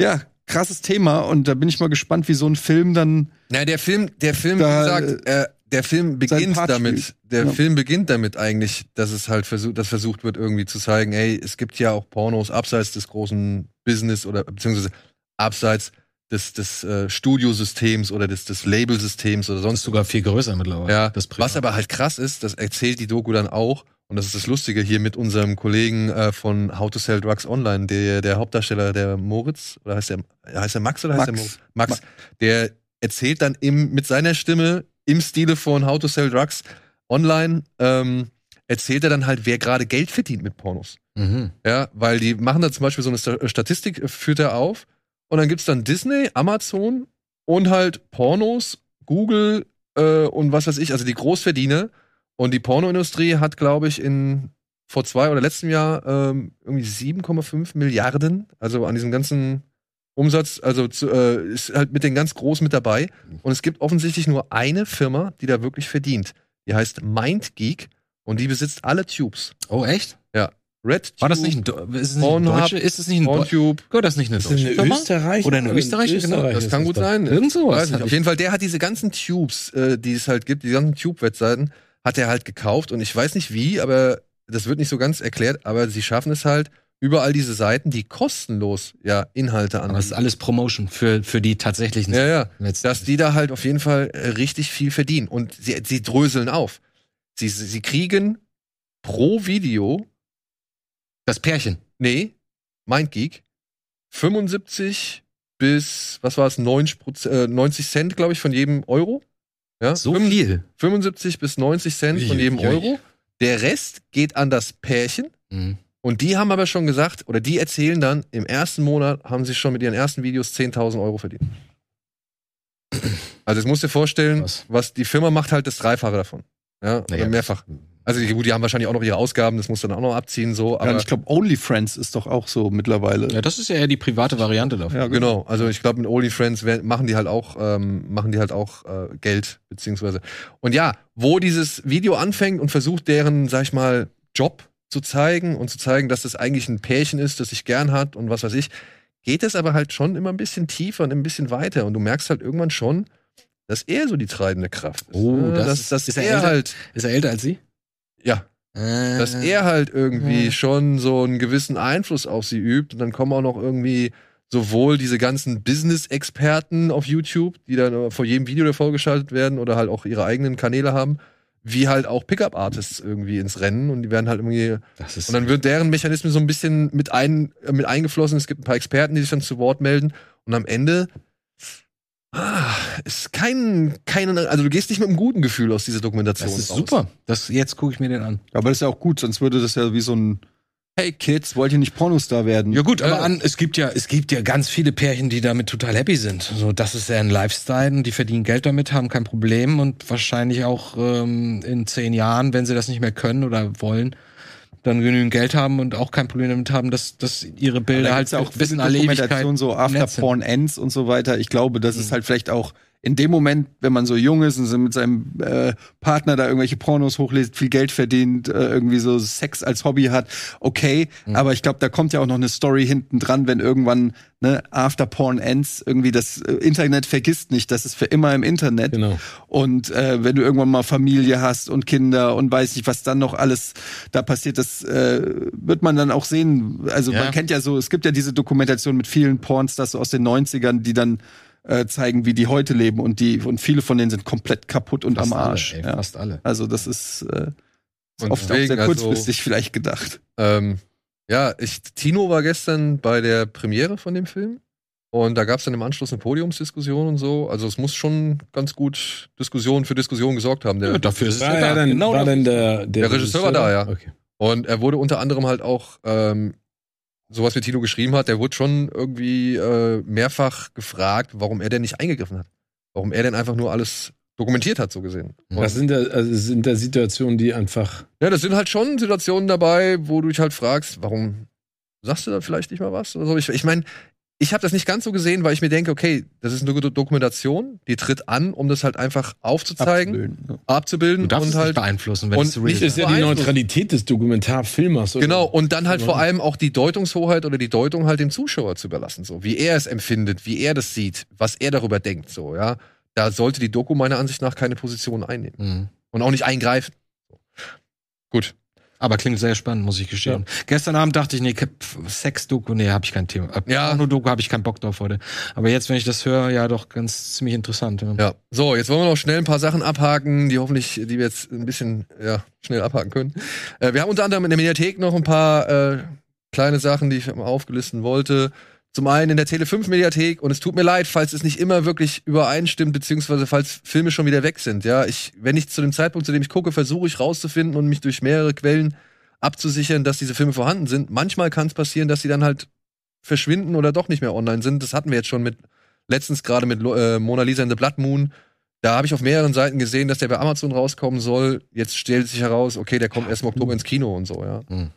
E: ja, krasses Thema und da bin ich mal gespannt, wie so ein Film dann
A: Na, der Film, der Film,
E: Da,
A: wie gesagt, äh, der Film beginnt
E: Part
A: damit.
E: spielt.
A: Der
E: Ja.
A: Film beginnt damit eigentlich, dass es halt versucht, dass versucht wird, irgendwie zu zeigen, ey, es gibt ja auch Pornos abseits des großen Business oder beziehungsweise abseits des, des äh, Studiosystems oder des, des Labelsystems oder
F: Das ist
A: sonst
F: Äh, sogar viel größer mittlerweile.
A: Ja,
F: das
A: was aber halt krass ist, das erzählt die Doku dann auch, und das ist das Lustige hier mit unserem Kollegen äh, von How to Sell Drugs Online, der, der Hauptdarsteller, der Moritz, oder heißt der, heißt der Max oder heißt der
E: Max.
A: Moritz? Max, der erzählt dann im, mit seiner Stimme im Stile von How to Sell Drugs Online, ähm, erzählt er dann halt, wer gerade Geld verdient mit Pornos.
F: Mhm.
A: Ja, weil die machen da zum Beispiel so eine Sta- Statistik, äh, führt er auf. Und dann gibt's dann Disney, Amazon und halt Pornos, Google äh, und was weiß ich, also die Großverdiener. Und die Pornoindustrie hat, glaube ich, in vor zwei oder letztem Jahr ähm, irgendwie 7,5 Milliarden, also an diesem ganzen Umsatz, also zu, äh, ist halt mit den ganz Großen mit dabei. Und es gibt offensichtlich nur eine Firma, die da wirklich verdient. Die heißt MindGeek und die besitzt alle Tubes.
F: Oh, echt?
A: Red
F: War das nicht ein, Do- ist es nicht ein
A: Pornhub,
F: Deutsche? Ist es nicht ein Deutsche?
A: YouTube.
F: Gehört das nicht eine
B: Ist das
F: deutsche
B: eine
F: Firma?
B: Österreicherin?
F: Oder eine Österreicherin, genau.
B: Österreicherin
A: Das kann
B: ist
A: gut
B: doch.
A: sein. ne?
F: Irgend sowas.
A: Weiß nicht. Auf jeden Fall, der hat diese ganzen Tubes, äh, die es halt gibt, die ganzen Tube-Webseiten, hat er halt gekauft und ich weiß nicht wie, aber das wird nicht so ganz erklärt, aber sie schaffen es halt, überall diese Seiten, die kostenlos ja Inhalte
F: Aber es ist
A: anbieten.
F: alles Promotion für, für die tatsächlichen
A: Ja, ja.
F: Letzten
A: Dass die da halt auf jeden Fall äh, richtig viel verdienen und sie, sie dröseln auf. Sie, sie kriegen pro Video,
F: Das Pärchen.
A: nee, MindGeek, 75 bis, was war es, 90, Proz- äh, 90 Cent, glaube ich, von jedem Euro. Ja,
F: So
A: Fünf-
F: viel.
A: 75 bis 90 Cent von jedem Euro. Der Rest geht an das Pärchen.
F: Mhm.
A: Und die haben aber schon gesagt, oder die erzählen dann, im ersten Monat haben sie schon mit ihren ersten Videos 10.000 Euro verdient. Also, das musst du dir vorstellen,
F: Krass.
A: was die Firma macht, halt das Dreifache davon. Ja,
F: Naja,
A: oder mehrfach. Also, die- gut, die haben wahrscheinlich auch noch ihre Ausgaben, das musst du dann auch noch abziehen, so.
E: Ja, und
A: Aber
E: ich glaube, OnlyFriends ist doch auch so mittlerweile.
F: Ja, das ist ja eher die private Variante davon.
E: Ja,
A: Genau, also ich glaube, mit OnlyFriends wer- machen die halt auch, ähm, machen die halt auch äh, Geld, beziehungsweise. Und ja, wo dieses Video anfängt und versucht, deren, sag ich mal, Job zu zeigen und zu zeigen, dass das eigentlich ein Pärchen ist, das sich gern hat und was weiß ich, geht es aber halt schon immer ein bisschen tiefer und ein bisschen weiter. Und du merkst halt irgendwann schon, dass er so die treibende Kraft ist.
F: Oh,
A: ne?
F: das
A: dass,
F: ist-
A: dass
F: ist er
A: er
F: älter?
A: halt,
F: Ist er älter als sie?
A: ja,
F: Äh,
A: dass er halt irgendwie schon so einen gewissen Einfluss auf sie übt. Und dann kommen auch noch irgendwie sowohl diese ganzen Business-Experten auf YouTube, die dann äh, vor jedem Video davor geschaltet werden oder halt auch ihre eigenen Kanäle haben, wie halt auch Pickup-Artists irgendwie ins Rennen und die werden halt irgendwie.
F: Das ist
A: Und dann wird deren Mechanismen so ein bisschen mit, ein, äh, mit eingeflossen. Es gibt ein paar Experten, die sich dann zu Wort melden und am Ende. Ah, ist kein, kein, also du gehst nicht mit einem guten Gefühl aus dieser Dokumentation.
F: das ist
A: raus.
F: super. Das, jetzt gucke ich mir den an.
E: Aber das ist ja auch gut, sonst würde das ja wie so ein Hey Kids, wollt ihr nicht Pornostar werden?
F: Ja gut, aber
A: Ja.
F: An, es gibt ja es gibt ja ganz viele Pärchen, die damit total happy sind. So, das ist deren Lifestyle und die verdienen Geld damit, haben kein Problem und wahrscheinlich auch ähm, in zehn Jahren, wenn sie das nicht mehr können oder wollen, dann genügend Geld haben und auch kein Problem damit haben, dass, dass ihre Bilder
E: da
F: halt
E: gibt's ja
F: auch wissen
E: viele
F: alle Ewigkeit.
E: Dokumentationen, so
F: im
E: After
F: Netz sind.
E: Porn Ends und so weiter. Ich glaube, das
F: Mhm.
E: ist halt vielleicht auch in dem Moment, wenn man so jung ist und so mit seinem äh, Partner da irgendwelche Pornos hochlest, viel Geld verdient, äh, irgendwie so Sex als Hobby hat, okay.
F: Mhm.
E: Aber ich glaube, da kommt ja auch noch eine Story hinten dran, wenn irgendwann ne, After Porn Ends irgendwie das äh, Internet vergisst nicht, das ist für immer im Internet.
B: Genau.
E: Und äh, wenn du irgendwann mal Familie hast und Kinder und weiß nicht, was dann noch alles da passiert, das äh, wird man dann auch sehen. Also
F: Ja.
E: man kennt ja so, es gibt ja diese Dokumentation mit vielen Pornstars so aus den 90ern, die dann äh, zeigen, wie die heute leben und die und viele von denen sind komplett kaputt und
F: Fast
E: am Arsch.
F: Alle, ey,
E: ja.
F: Fast alle.
E: Also das ist äh,
A: Und
E: oft auch
A: deswegen,
E: sehr
A: also-
E: kurzfristig vielleicht gedacht.
A: Ähm, ja, ich, Tino war gestern bei der Premiere von dem Film und da gab es dann im Anschluss eine Podiumsdiskussion und so. Also es muss schon ganz gut Diskussion für Diskussion gesorgt haben. Der,
F: Ja, dafür ist es
B: War,
F: ja
B: ja
F: da.
B: dann,
F: genau
B: war
F: dafür.
B: dann der,
A: Der Regisseur war da, ja.
B: Okay.
A: Und er wurde unter anderem halt auch, ähm, sowas wie Tino geschrieben hat, der wurde schon irgendwie äh, mehrfach gefragt, warum er denn nicht eingegriffen hat. Warum er denn einfach nur alles dokumentiert hat, so gesehen. Und-
B: Das sind da, also sind da Situationen, die einfach.
A: Ja, das sind halt schon Situationen dabei, wo du dich halt fragst, warum sagst du da vielleicht nicht mal was? Oder so. Ich meine, ich, mein, ich habe das nicht ganz so gesehen, weil ich mir denke, okay, das ist eine gute Dokumentation, die tritt an, um das halt einfach aufzuzeigen,
E: Abzubilden, ja.
A: abzubilden
F: Du darfst
A: und
F: es nicht
A: halt.
F: beeinflussen, wenn
A: und
F: es
A: nicht
F: real
A: ist
F: ist.
B: Das ist ja die
A: Beeinflusst.
B: Neutralität des Dokumentarfilmers. oder?
A: Genau, und dann halt
B: Genau.
A: vor allem auch die Deutungshoheit oder die Deutung halt dem Zuschauer zu überlassen, so wie er es empfindet, wie er das sieht, was er darüber denkt, so, ja. Da sollte die Doku meiner Ansicht nach keine Position einnehmen
F: Mhm.
A: und auch nicht eingreifen. Gut.
F: Aber klingt sehr spannend, muss ich gestehen. Gestern Abend dachte ich, nee, pf, Sex-Doku, nee, habe ich kein Thema. Äh,
A: Ja.
F: Porno-Doku habe ich keinen Bock drauf heute. Aber jetzt, wenn ich das höre, ja doch, ganz ziemlich interessant. Ja.
A: Ja, so, jetzt wollen wir noch schnell ein paar Sachen abhaken, die hoffentlich, die wir jetzt ein bisschen ja, schnell abhaken können. Äh, wir haben unter anderem in der Mediathek noch ein paar äh, kleine Sachen, die ich mal aufgelisten wollte. Zum einen in der Tele5-Mediathek, und es tut mir leid, falls es nicht immer wirklich übereinstimmt, beziehungsweise falls Filme schon wieder weg sind. Ja, ich, wenn ich zu dem Zeitpunkt, zu dem ich gucke, versuche ich rauszufinden und mich durch mehrere Quellen abzusichern, dass diese Filme vorhanden sind. Manchmal kann es passieren, dass sie dann halt verschwinden oder doch nicht mehr online sind. Das hatten wir jetzt schon mit letztens gerade mit Lo- äh, Mona Lisa in the Blood Moon. Da habe ich auf mehreren Seiten gesehen, dass der bei Amazon rauskommen soll. Jetzt stellt sich heraus, okay, der kommt erst im Oktober ins Kino und so, ja.
F: Mhm.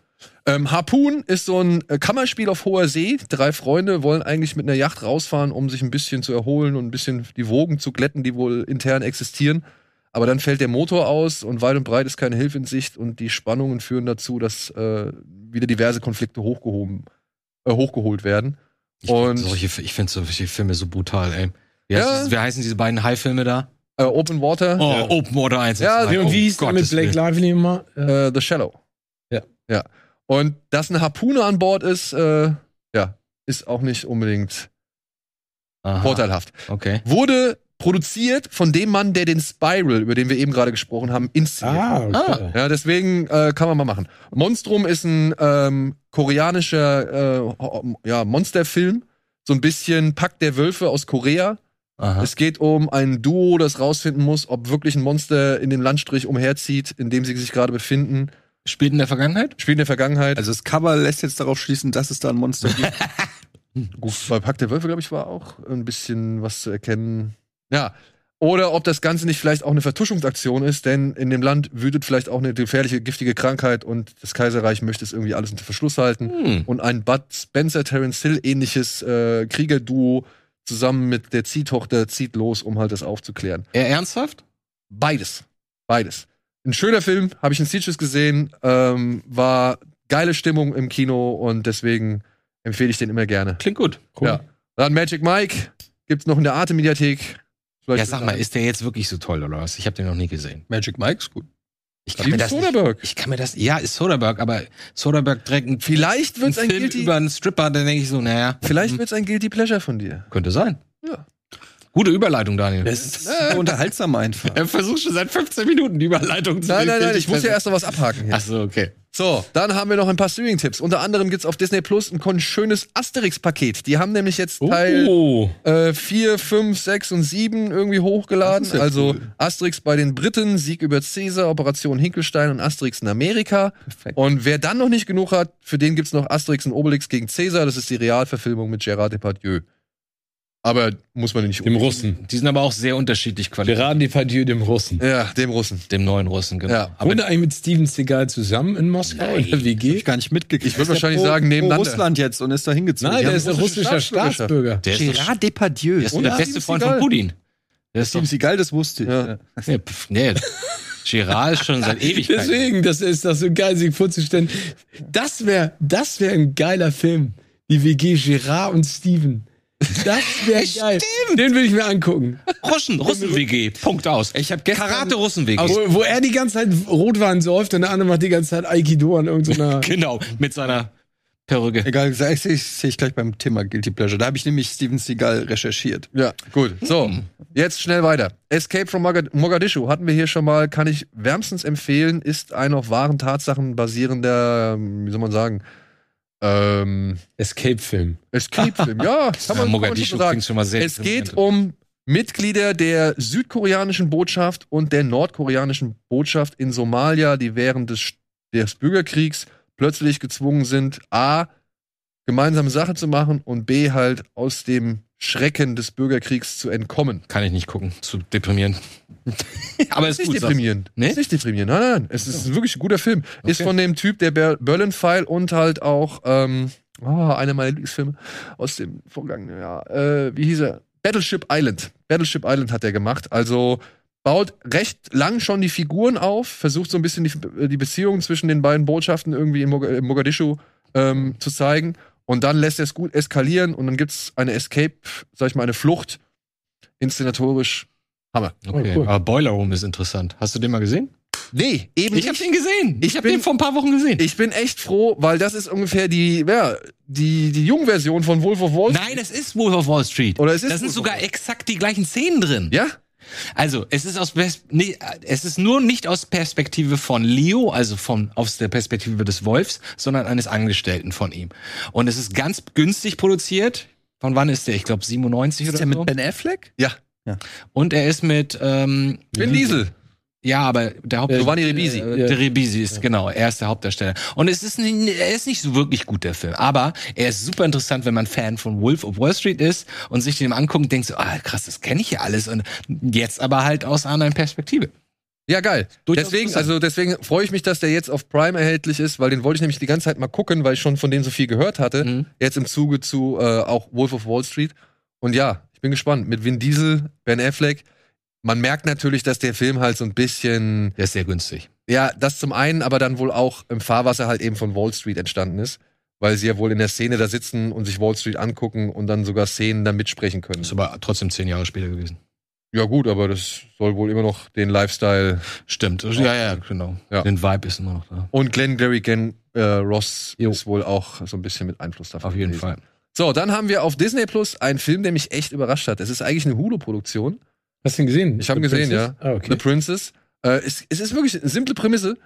A: Ähm, Harpoon ist so ein äh, Kammerspiel auf hoher See. Drei Freunde wollen eigentlich mit einer Yacht rausfahren, um sich ein bisschen zu erholen und ein bisschen die Wogen zu glätten, die wohl intern existieren. Aber dann fällt der Motor aus und weit und breit ist keine Hilfe in Sicht und die Spannungen führen dazu, dass äh, wieder diverse Konflikte hochgehoben, äh, hochgeholt werden.
G: Ich
A: Und
G: find solche, ich finde solche Filme so brutal, ey. Wie,
A: Ja.
G: heißt, wie heißen diese beiden High-Filme da?
A: äh, Open Water,
G: Oh, Open Water 1.
A: Ja,
G: zwei.
B: Wie, und
G: Oh,
B: wie hieß der mit
G: Gottes
B: Blake
G: Willen.
B: Lively immer? Äh,
A: äh, The Shallow.
B: Ja.
A: Ja. Und dass eine Harpune an Bord ist, äh, ja, ist auch nicht unbedingt
G: Aha,
A: vorteilhaft.
G: Okay.
A: Wurde produziert von dem Mann, der den Spiral, über den wir eben gerade gesprochen haben, inszeniert.
B: ah, okay.
A: Ja, deswegen äh, kann man mal machen. Monstrum ist ein ähm, koreanischer äh, ho- ja, Monsterfilm. So ein bisschen Pack der Wölfe aus Korea.
G: Aha.
A: Es geht um ein Duo, das rausfinden muss, ob wirklich ein Monster in dem Landstrich umherzieht, in dem sie sich gerade befinden.
D: Spielt in der Vergangenheit?
A: Spielt in der Vergangenheit.
E: Also das Cover lässt jetzt darauf schließen, dass es da ein Monster gibt.
A: Gut, bei Pack der Wölfe, glaube ich, war auch ein bisschen was zu erkennen. Ja. Oder ob das Ganze nicht vielleicht auch eine Vertuschungsaktion ist, denn in dem Land wütet vielleicht auch eine gefährliche, giftige Krankheit und das Kaiserreich möchte es irgendwie alles unter Verschluss halten.
D: Hm.
A: Und ein Bud Spencer, Terence Hill ähnliches äh, Kriegerduo zusammen mit der Ziehtochter zieht los, um halt das aufzuklären.
D: Eher ernsthaft?
A: Beides. Beides. Ein schöner Film, habe ich in Stitches gesehen, ähm, war geile Stimmung im Kino und deswegen empfehle ich den immer gerne.
D: Klingt gut.
B: Cool.
A: Ja. Dann Magic Mike gibt's noch in der Arte-Mediathek. Vielleicht
D: Ja, sag mal, ist der jetzt wirklich so toll oder was? Ich habe den noch nie gesehen.
E: Magic Mike's gut.
D: Ich kann, mir
A: Steven
D: das nicht,
A: Soderbergh.
D: ich kann mir das. Ja, ist Soderbergh, aber Soderbergh trägt einen,
A: Vielleicht
D: einen
A: wird's ein
D: Film
A: Guilty,
D: über Hm. einen Stripper, dann denke ich so, naja,
A: vielleicht wird's ein Guilty Pleasure von dir.
D: könnte sein.
A: Ja.
D: Gute Überleitung, Daniel.
E: Das ist so unterhaltsam einfach.
D: Er versucht schon seit 15 Minuten die Überleitung zu
A: Nein,
D: dem
A: nein, nein,
D: Film.
A: ich muss ja erst noch was abhaken hier.
D: Achso, okay.
A: So, dann haben wir noch ein paar Streaming-Tipps. Unter anderem gibt's auf Disney Plus ein kon- schönes Asterix-Paket. Die haben nämlich jetzt Teil
B: Oh.
A: äh, 4, 5, 6 und 7 irgendwie hochgeladen.
E: Das ist ja
A: also
E: cool.
A: Asterix bei den Briten, Sieg über Caesar, Operation Hinkelstein und Asterix in Amerika. Und wer dann noch nicht genug hat, für den gibt's noch Asterix und Obelix gegen Caesar. Das ist die Realverfilmung mit Gerard Depardieu. Aber muss man den nicht
B: Dem
A: unbedingt-
B: Russen.
D: Die sind aber auch sehr unterschiedlich qualitativ.
B: Geraden die Partie dem Russen.
A: Ja, dem Russen.
D: Dem neuen Russen, genau.
A: Ja.
B: Wohnt er eigentlich mit Steven Seagal zusammen in Moskau oder
E: Hab
B: WG?
E: ich gar nicht mitgekriegt.
A: Ich würd
E: Ist der
A: wahrscheinlich
E: pro-
A: sagen,
E: pro
A: nebeneinander.
E: Russland jetzt und ist da hingezogen.
B: Nein,
E: Die
B: der
E: haben
B: ist ein
E: russischer
B: russischer
E: Staatsbürgerschaft.
B: Staatsbürger.
D: Der ist, doch,
E: Gerard Depardieu.
D: der ist doch der
E: Ja,
D: beste
E: Steven
D: Freund
E: Seagal.
D: von Putin. Der ist doch,
E: Steven Seagal, das wusste ich.
A: Ja.
E: Ja.
D: nee, pf, nee. Girard ist schon seit Ewigkeiten.
B: Deswegen, das ist das so geil, sich vorzustellen. Das wäre das wär ein geiler Film. Die WG Gerard und Steven. Das wäre geil. Den will ich mir angucken.
D: Russen, Russen-WG. Punkt aus. Ich habe gestern Karate-Russen-WG.
B: Wo, wo er die ganze Zeit Rotwein säuft und der andere macht die ganze Zeit Aikido an irgendeiner.
D: Genau, mit seiner Perücke.
E: Egal, sehe ich, seh ich gleich beim Thema Guilty Pleasure. Da habe ich nämlich Steven Seagal recherchiert.
A: Ja, gut. So, jetzt schnell weiter. Escape from Maga- Mogadischu hatten wir hier schon mal, kann ich wärmstens empfehlen, ist ein auf wahren Tatsachen basierender, ähm, wie soll man sagen, ähm,
B: Escape-Film.
A: Escape-Film. ja, kann man,
D: Ja,
A: kann man
D: Mogadischu
A: schon so sagen.
D: klingt schon mal sehr
A: Es geht um Mitglieder der südkoreanischen Botschaft und der nordkoreanischen Botschaft in Somalia, die während des, des Bürgerkriegs plötzlich gezwungen sind, A, gemeinsame Sache zu machen und B, halt aus dem Schrecken des Bürgerkriegs zu entkommen.
D: Kann ich nicht gucken, zu deprimierend. aber
A: Es
D: ist
A: ist
D: gut.
A: nicht
D: sagst du.
A: deprimierend.
D: Nee?
A: Ist nicht deprimierend. Nein, nein, nein. Es ist wirklich ein guter Film. Ist von dem Typ, der Ber- Berlin File und halt auch, ähm, oh, einer meiner Lieblingsfilme aus dem vergangenen Jahr. Äh, wie hieß er? Battleship Island. Battleship Island hat er gemacht. Also baut recht lang schon die Figuren auf, versucht so ein bisschen die, die Beziehung zwischen den beiden Botschaften irgendwie in Moga- in Mogadischu ähm, zu zeigen. Und dann lässt er es gut eskalieren und dann gibt es eine Escape, sag ich mal, eine Flucht. Inszenatorisch.
D: Okay.
B: Oh, cool.
D: Aber Boiler Room ist interessant. Hast du den mal gesehen?
A: Nee, eben
D: Ich habe den gesehen.
A: Ich
D: Ich, hab habe
A: bin-
D: den vor ein paar Wochen gesehen.
A: Ich bin echt froh, weil das ist ungefähr die, ja, die, die Jungversion von Wolf of Wall
D: Nein, das ist Wolf of Wall Street.
A: Oder es Oh, ist
D: das sind
A: Wolf of
D: sogar
A: Wall
D: exakt die gleichen Szenen drin.
A: Ja?
D: Also, es ist aus Pers nee, es ist nur nicht aus Perspektive von Leo, also von aus der Perspektive des Wolfs, sondern eines Angestellten von ihm. Und es ist ganz günstig produziert. Von wann ist der? Ich glaube 97
E: Ist
D: oder
E: der mit
D: so.
E: Ben Affleck?
D: Und er ist mit ähm,
A: Vin Diesel.
D: ja, aber der Haupt
A: Giovanni Ribisi.
D: Äh, der Ribisi ist genau, er ist der Hauptdarsteller. Und es ist nicht, er ist nicht so wirklich gut der Film, aber er ist super interessant, wenn man Fan von Wolf of Wall Street ist und sich den anguckt und denkt so, ah krass, das kenne ich ja alles und jetzt aber halt aus einer anderen Perspektive.
A: Ja, geil.
D: Durchaus
A: Deswegen,
D: interessant.
A: also deswegen freue ich mich, dass der jetzt auf Prime erhältlich ist, weil den wollte ich nämlich die ganze Zeit mal gucken, weil ich schon von dem so viel gehört hatte.
D: Mhm.
A: Jetzt im Zuge zu äh, auch Wolf of Wall Street. Und ja, ich bin gespannt. Mit Vin Diesel, Ben Affleck. Man merkt natürlich, dass der Film halt so ein bisschen
F: Der ist sehr günstig.
A: Ja, das zum einen, aber dann wohl auch im Fahrwasser halt eben von Wall Street entstanden ist, weil sie ja wohl in der Szene da sitzen und sich Wall Street angucken und dann sogar Szenen da mitsprechen können.
F: Ist aber trotzdem zehn Jahre später gewesen.
A: Ja gut, aber das soll wohl immer noch den Lifestyle.
F: Stimmt. Ja, ja, genau.
A: Ja.
F: Den Vibe ist immer noch da.
A: Und Glenn Gary Glenn äh, Ross ist wohl auch so ein bisschen mit Einfluss davon.
F: Auf jeden
A: gewesen.
F: Fall.
A: So, dann haben wir auf Disney Plus einen Film, der mich echt überrascht hat. Es ist eigentlich eine Hulu-Produktion.
B: Hast du ihn gesehen?
A: Ich hab ihn
B: The
A: gesehen,
B: Princess? Ah,
A: The
B: okay.
A: Princess. Äh, es, es ist wirklich eine simple Prämisse.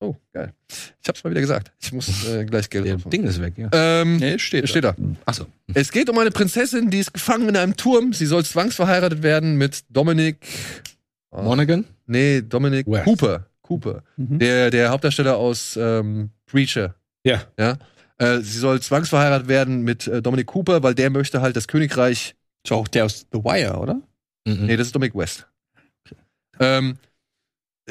A: Oh, geil. Ich hab's mal wieder gesagt. Ich muss äh, gleich Geld
F: Der
A: aufmachen.
F: Ding ist weg, ja.
A: Ähm,
E: Nee, steht.
A: Steht da.
F: Achso.
A: Es geht um eine Prinzessin, die ist gefangen in einem Turm. Sie soll zwangsverheiratet werden mit Dominic. Ah,
F: Monaghan?
A: nee, Dominic
B: West.
A: Cooper. Cooper.
E: Mhm.
A: Der, der Hauptdarsteller aus ähm, Preacher.
B: Ja.
A: ja? Äh, sie soll zwangsverheiratet werden mit äh, Dominic Cooper, weil der möchte halt das Königreich.
E: Ist auch der aus The Wire, oder?
F: Mhm.
A: Nee, das ist Dominic West. Ähm,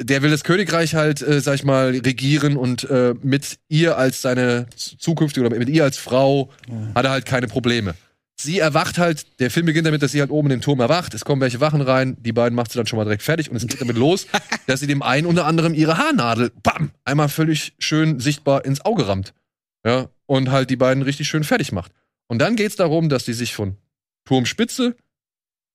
A: der will das Königreich halt, äh, sag ich mal, regieren und äh, mit ihr als seine z- zukünftige oder mit ihr als Frau hat er halt keine Probleme. Sie erwacht halt, der Film beginnt damit, dass sie halt oben in dem Turm erwacht, es kommen welche Wachen rein, die beiden macht sie dann schon mal direkt fertig und es geht damit los, dass sie dem einen unter anderem ihre Haarnadel, bam, einmal völlig schön sichtbar ins Auge rammt. Ja, und halt die beiden richtig schön fertig macht. Und dann geht's darum, dass die sich von Turmspitze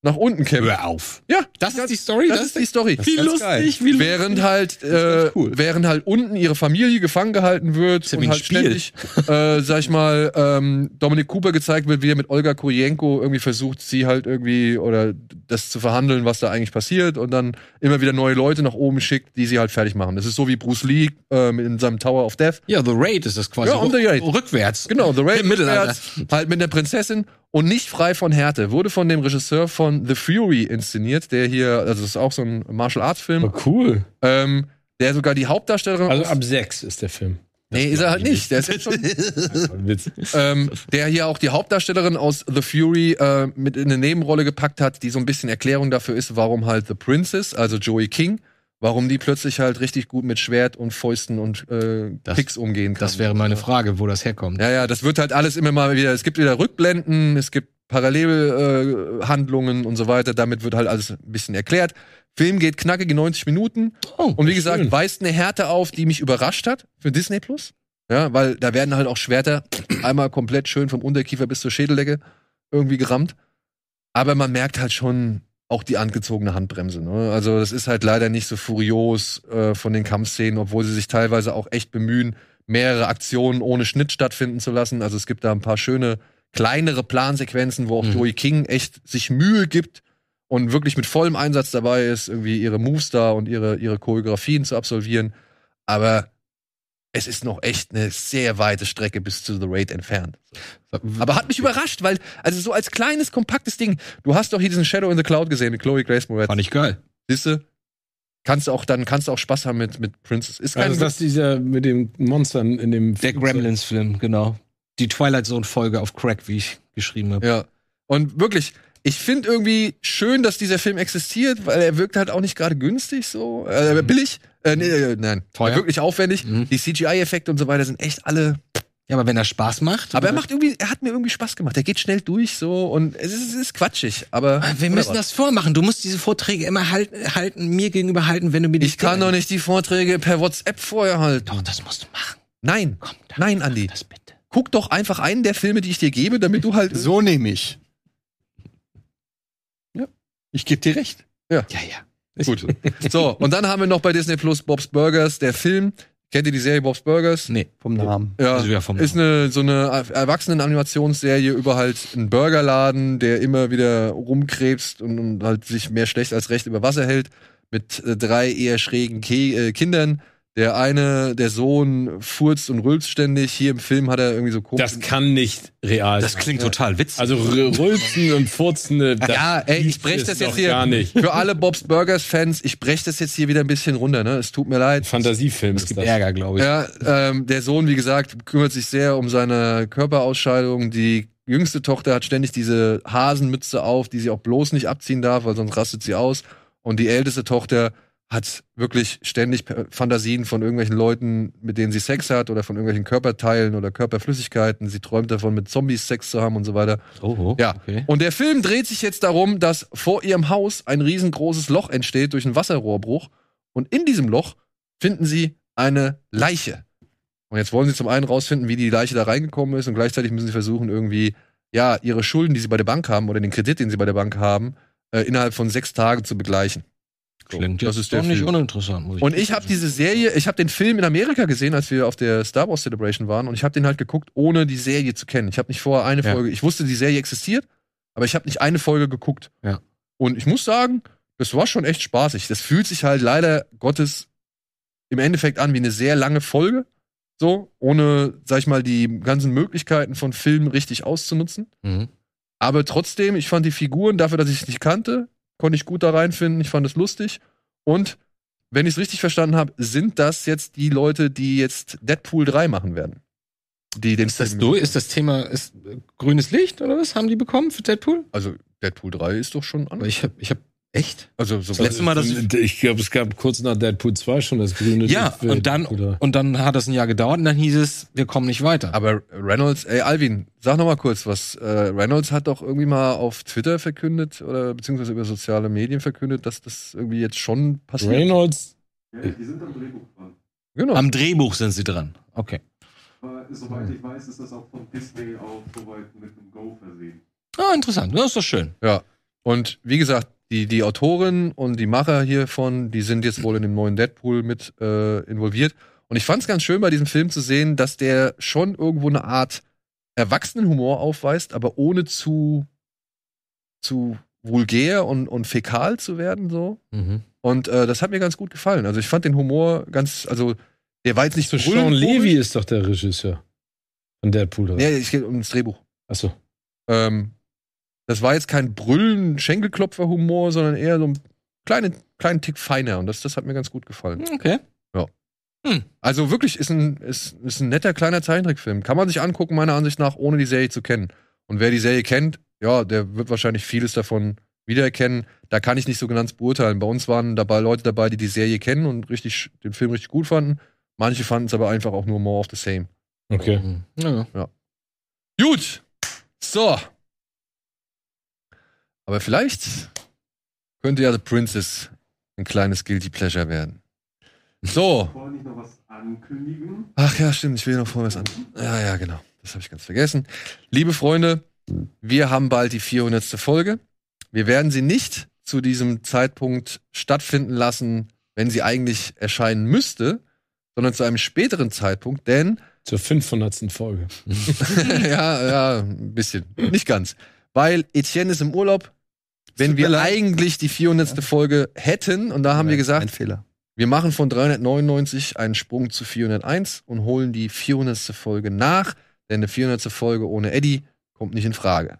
A: nach unten kämpfen.
F: Hör auf.
A: Ja,
F: Das ist die Story?
A: das ist die Story.
E: ist ganz geil.
F: wie
A: Während halt, äh,
E: ganz cool.
A: während halt unten ihre Familie gefangen gehalten wird
F: ja wie
A: und
F: ein
A: halt
F: Spiel.
A: ständig, äh, sag ich mal, ähm, Dominik Cooper gezeigt wird, wie er mit Olga Kurienko irgendwie versucht, sie halt irgendwie oder das zu verhandeln, was da eigentlich passiert und dann immer wieder neue Leute nach oben schickt, die sie halt fertig machen. Das ist so wie Bruce Lee ähm, in seinem Tower of Death.
F: Ja, The Raid ist das quasi.
A: Ja, und The Raid.
F: Rückwärts.
A: Genau, The Raid
F: Im Mittelalter.
A: Rückwärts, Halt mit der Prinzessin und nicht frei von Härte. Wurde von dem Regisseur von The Fury inszeniert, der hier, also das ist auch so ein Martial Arts Film.
B: Oh, cool.
A: Ähm, der sogar die Hauptdarstellerin.
B: Also ab sechs ist der Film.
A: nee, ist er halt nicht. Der, ist jetzt schon,
B: Witz.
A: ähm, der hier auch die Hauptdarstellerin aus The Fury äh, mit in eine Nebenrolle gepackt hat, die so ein bisschen Erklärung dafür ist, warum halt The Princess, also Joey King, warum die plötzlich halt richtig gut mit Schwert und Fäusten und äh,
F: Das-
A: Kicks umgehen kann.
F: Das wäre meine Frage, wo das herkommt.
A: Ja, ja, das wird halt alles immer mal wieder. Es gibt wieder Rückblenden, es gibt Parallelhandlungen äh, Handlungen und so weiter. Damit wird halt alles ein bisschen erklärt. Film geht knackige 90 Minuten.
F: Oh,
A: und wie gesagt, weist eine Härte auf, die mich überrascht hat für Disney Plus. Ja, weil da werden halt auch Schwerter einmal komplett schön vom Unterkiefer bis zur Schädeldecke irgendwie gerammt. Aber man merkt halt schon auch die angezogene Handbremse. Ne? Also das ist halt leider nicht so furios äh, von den Kampfszenen, obwohl sie sich teilweise auch echt bemühen, mehrere Aktionen ohne Schnitt stattfinden zu lassen. Also es gibt da ein paar schöne kleinere Plansequenzen, wo auch
F: Mhm.
A: Joey King echt sich Mühe gibt und wirklich mit vollem Einsatz dabei ist, irgendwie ihre Moves da und ihre, ihre Choreografien zu absolvieren. Aber es ist noch echt eine sehr weite Strecke bis zu The Raid entfernt. Aber hat mich überrascht, weil, also so als kleines, kompaktes Ding, du hast doch hier diesen Shadow in the Cloud gesehen mit Chloe Grace Moretz.
F: Fand ich geil.
A: Siehste, kannst du auch, dann kannst du auch Spaß haben mit, mit Princess. Ist kein
B: Also das ist dieser mit dem Monstern in dem
F: Der Gremlins-Film, genau. Die Twilight Zone-Folge auf Crack, wie ich geschrieben habe.
A: Ja. Und wirklich, ich finde irgendwie schön, dass dieser Film existiert, weil er wirkt halt auch nicht gerade günstig so. Äh, billig? Äh, nee, äh, nein.
F: Mhm. Teuer?
A: Wirklich aufwendig.
F: Mhm.
A: Die CGI-Effekte und so weiter sind echt alle.
F: Ja, aber wenn er Spaß macht.
A: Aber er macht irgendwie, er hat mir irgendwie Spaß gemacht. Er geht schnell durch so und es ist, es ist quatschig, aber.
F: Ah, Wir müssen das vormachen. Du musst diese Vorträge immer halten, halten mir gegenüber halten, wenn du mir die
A: Ich kann doch nicht die Vorträge per WhatsApp vorher halten.
F: Doch, das musst du machen.
A: Nein.
F: Komm, dann
A: Nein, Andi.
F: das bitte.
A: Guck doch einfach einen der Filme, die ich dir gebe, damit du halt.
E: So nehme ich. Ja. Ich gebe dir recht.
F: Ja, ja.
A: Gut. So, und dann haben wir noch bei Disney Plus Bob's Burgers, der Film. Kennt ihr die Serie Bob's Burgers?
F: Nee.
E: Vom Namen.
A: Ja.
F: Also
B: Oh
F: ja, vom
A: ist eine so eine Erwachsenenanimationsserie über halt einen Burgerladen, der immer wieder rumkrebst und, und halt sich mehr schlecht als recht über Wasser hält, mit äh, drei eher schrägen Ke äh, Kindern. Der eine, der Sohn, furzt und rülpst ständig. Hier im Film hat er irgendwie so komisch.
B: Das kann nicht real
F: das
B: sein.
F: klingt total witzig.
B: Also r- rülpsen und furzende. das
A: ja, Ah, ey, ich
B: gibt's
A: breche das
B: es
A: jetzt
B: doch
A: hier
B: Gar nicht.
A: für alle Bob's Burgers Fans. Ich breche das jetzt hier wieder ein bisschen runter. Ne, es tut mir leid.
B: Fantasiefilm
F: es
B: ist
F: gibt
B: das.
F: Ärger, glaube ich.
A: Ja, ähm, der Sohn, wie gesagt, kümmert sich sehr um seine Körperausscheidung. Die jüngste Tochter hat ständig diese Hasenmütze auf, die sie auch bloß nicht abziehen darf, weil sonst rastet sie aus. Und die älteste Tochter hat wirklich ständig P- Fantasien von irgendwelchen Leuten, mit denen sie Sex hat oder von irgendwelchen Körperteilen oder Körperflüssigkeiten. Sie träumt davon, mit Zombies Sex zu haben und so weiter.
D: Oh,
A: Ja.
D: okay.
A: Und der Film dreht sich jetzt darum, dass vor ihrem Haus ein riesengroßes Loch entsteht durch einen Wasserrohrbruch. Und in diesem Loch finden sie eine Leiche. Und jetzt wollen sie zum einen rausfinden, wie die Leiche da reingekommen ist und gleichzeitig müssen sie versuchen, irgendwie, ja, ihre Schulden, die sie bei der Bank haben oder den Kredit, den sie bei der Bank haben, äh, innerhalb von sechs Tagen zu begleichen. So,
D: Klingt
A: das
D: jetzt
A: ist
D: doch
A: der
D: nicht
A: Film.
D: uninteressant, muss ich
A: Und ich habe diese Serie, ich habe den Film in Amerika gesehen, als wir auf der Star Wars Celebration waren und ich habe den halt geguckt, ohne die Serie zu kennen. Ich habe nicht vorher eine
D: Ja.
A: Folge, ich wusste, die Serie existiert, aber ich habe nicht eine Folge geguckt.
D: Ja.
A: Und ich muss sagen, das war schon echt spaßig. Das fühlt sich halt leider Gottes im Endeffekt an wie eine sehr lange Folge, so, ohne, sag ich mal, die ganzen Möglichkeiten von Filmen richtig auszunutzen.
D: Mhm.
A: Aber trotzdem, ich fand die Figuren, dafür, dass ich es nicht kannte, konnte ich gut da reinfinden. Ich fand es lustig. Und wenn ich es richtig verstanden habe, sind das jetzt die Leute, die jetzt Deadpool 3 machen werden. Die den
D: Ist das
A: Film-
D: du? Ist das Thema ist äh, grünes Licht oder was haben die bekommen für Deadpool?
A: Also Deadpool 3 ist doch schon
D: Aber
A: an.
D: ich habe ich habe echt
A: Also so
D: letzte Mal, dass ich-
B: Äh, ich glaube, es gab kurz nach Deadpool 2 schon das grüne
D: Ja,
B: Licht für
D: und dann-
B: Deadpool drei.
D: und dann hat das ein Jahr gedauert und dann hieß es, wir kommen nicht weiter.
A: aber Reynolds, ey Alvin, sag noch mal kurz was. Äh, Reynolds hat doch irgendwie mal auf Twitter verkündet oder beziehungsweise über soziale Medien verkündet, dass das irgendwie jetzt schon passiert.
B: Reynolds,
H: die sind am Drehbuch dran.
A: Genau.
D: Am Drehbuch sind sie dran. Okay.
H: Aber soweit ich weiß, ist das auch von Disney auch soweit mit einem Go versehen.
D: Ah, interessant. Das ist doch schön.
A: Und wie gesagt, die, die Autorin und die Macher hiervon, die sind jetzt wohl in dem neuen Deadpool mit äh, involviert. Und ich fand es ganz schön bei diesem Film zu sehen, dass der schon irgendwo eine Art Erwachsenenhumor aufweist, aber ohne zu, zu vulgär und, und fäkal zu werden. So.
D: Mhm.
A: Und äh, das hat mir ganz gut gefallen. Also ich fand den Humor ganz, also der war jetzt nicht
B: so Sean
A: brüllend
B: Levy
A: komisch.
B: ist doch der Regisseur von Deadpool 3.
A: Nee, es geht um das Drehbuch.
B: Achso.
A: Ähm, das war jetzt kein brüllen Schenkelklopfer-Humor, sondern eher so ein kleinen, kleinen Tick feiner. Und das, das hat mir ganz gut gefallen.
D: Okay.
A: Also wirklich, ist ein, ist, ist ein netter kleiner Zeichentrickfilm. Kann man sich angucken, meiner Ansicht nach, ohne die Serie zu kennen. Und wer die Serie kennt, ja, der wird wahrscheinlich vieles davon wiedererkennen. Da kann ich nicht so genau beurteilen. Bei uns waren dabei Leute dabei, die die Serie kennen und richtig den Film richtig gut fanden. Manche fanden es aber einfach auch nur more of the same.
B: Okay.
D: Mhm. Ja.
A: Gut. So. Aber vielleicht könnte ja The Princess ein kleines Guilty Pleasure werden. So.
H: Wollen nicht noch was ankündigen?
A: Ach ja, stimmt. Ich will noch vorher was an. Ja, ja, genau. Das habe ich ganz vergessen. Liebe Freunde, wir haben bald die 400. Folge. Wir werden sie nicht zu diesem Zeitpunkt stattfinden lassen, wenn sie eigentlich erscheinen müsste, sondern zu einem späteren Zeitpunkt, denn
B: Zur 500. Folge.
A: ja, ja, ein bisschen. Nicht ganz. Weil Etienne ist im Urlaub. Wenn wir eigentlich die 400. Folge hätten, und da haben wir
E: Ein
A: gesagt,
E: Fehler.
A: wir machen von 399 einen Sprung zu 401 und holen die 400. Folge nach, denn eine 400. Folge ohne Eddie kommt nicht in Frage.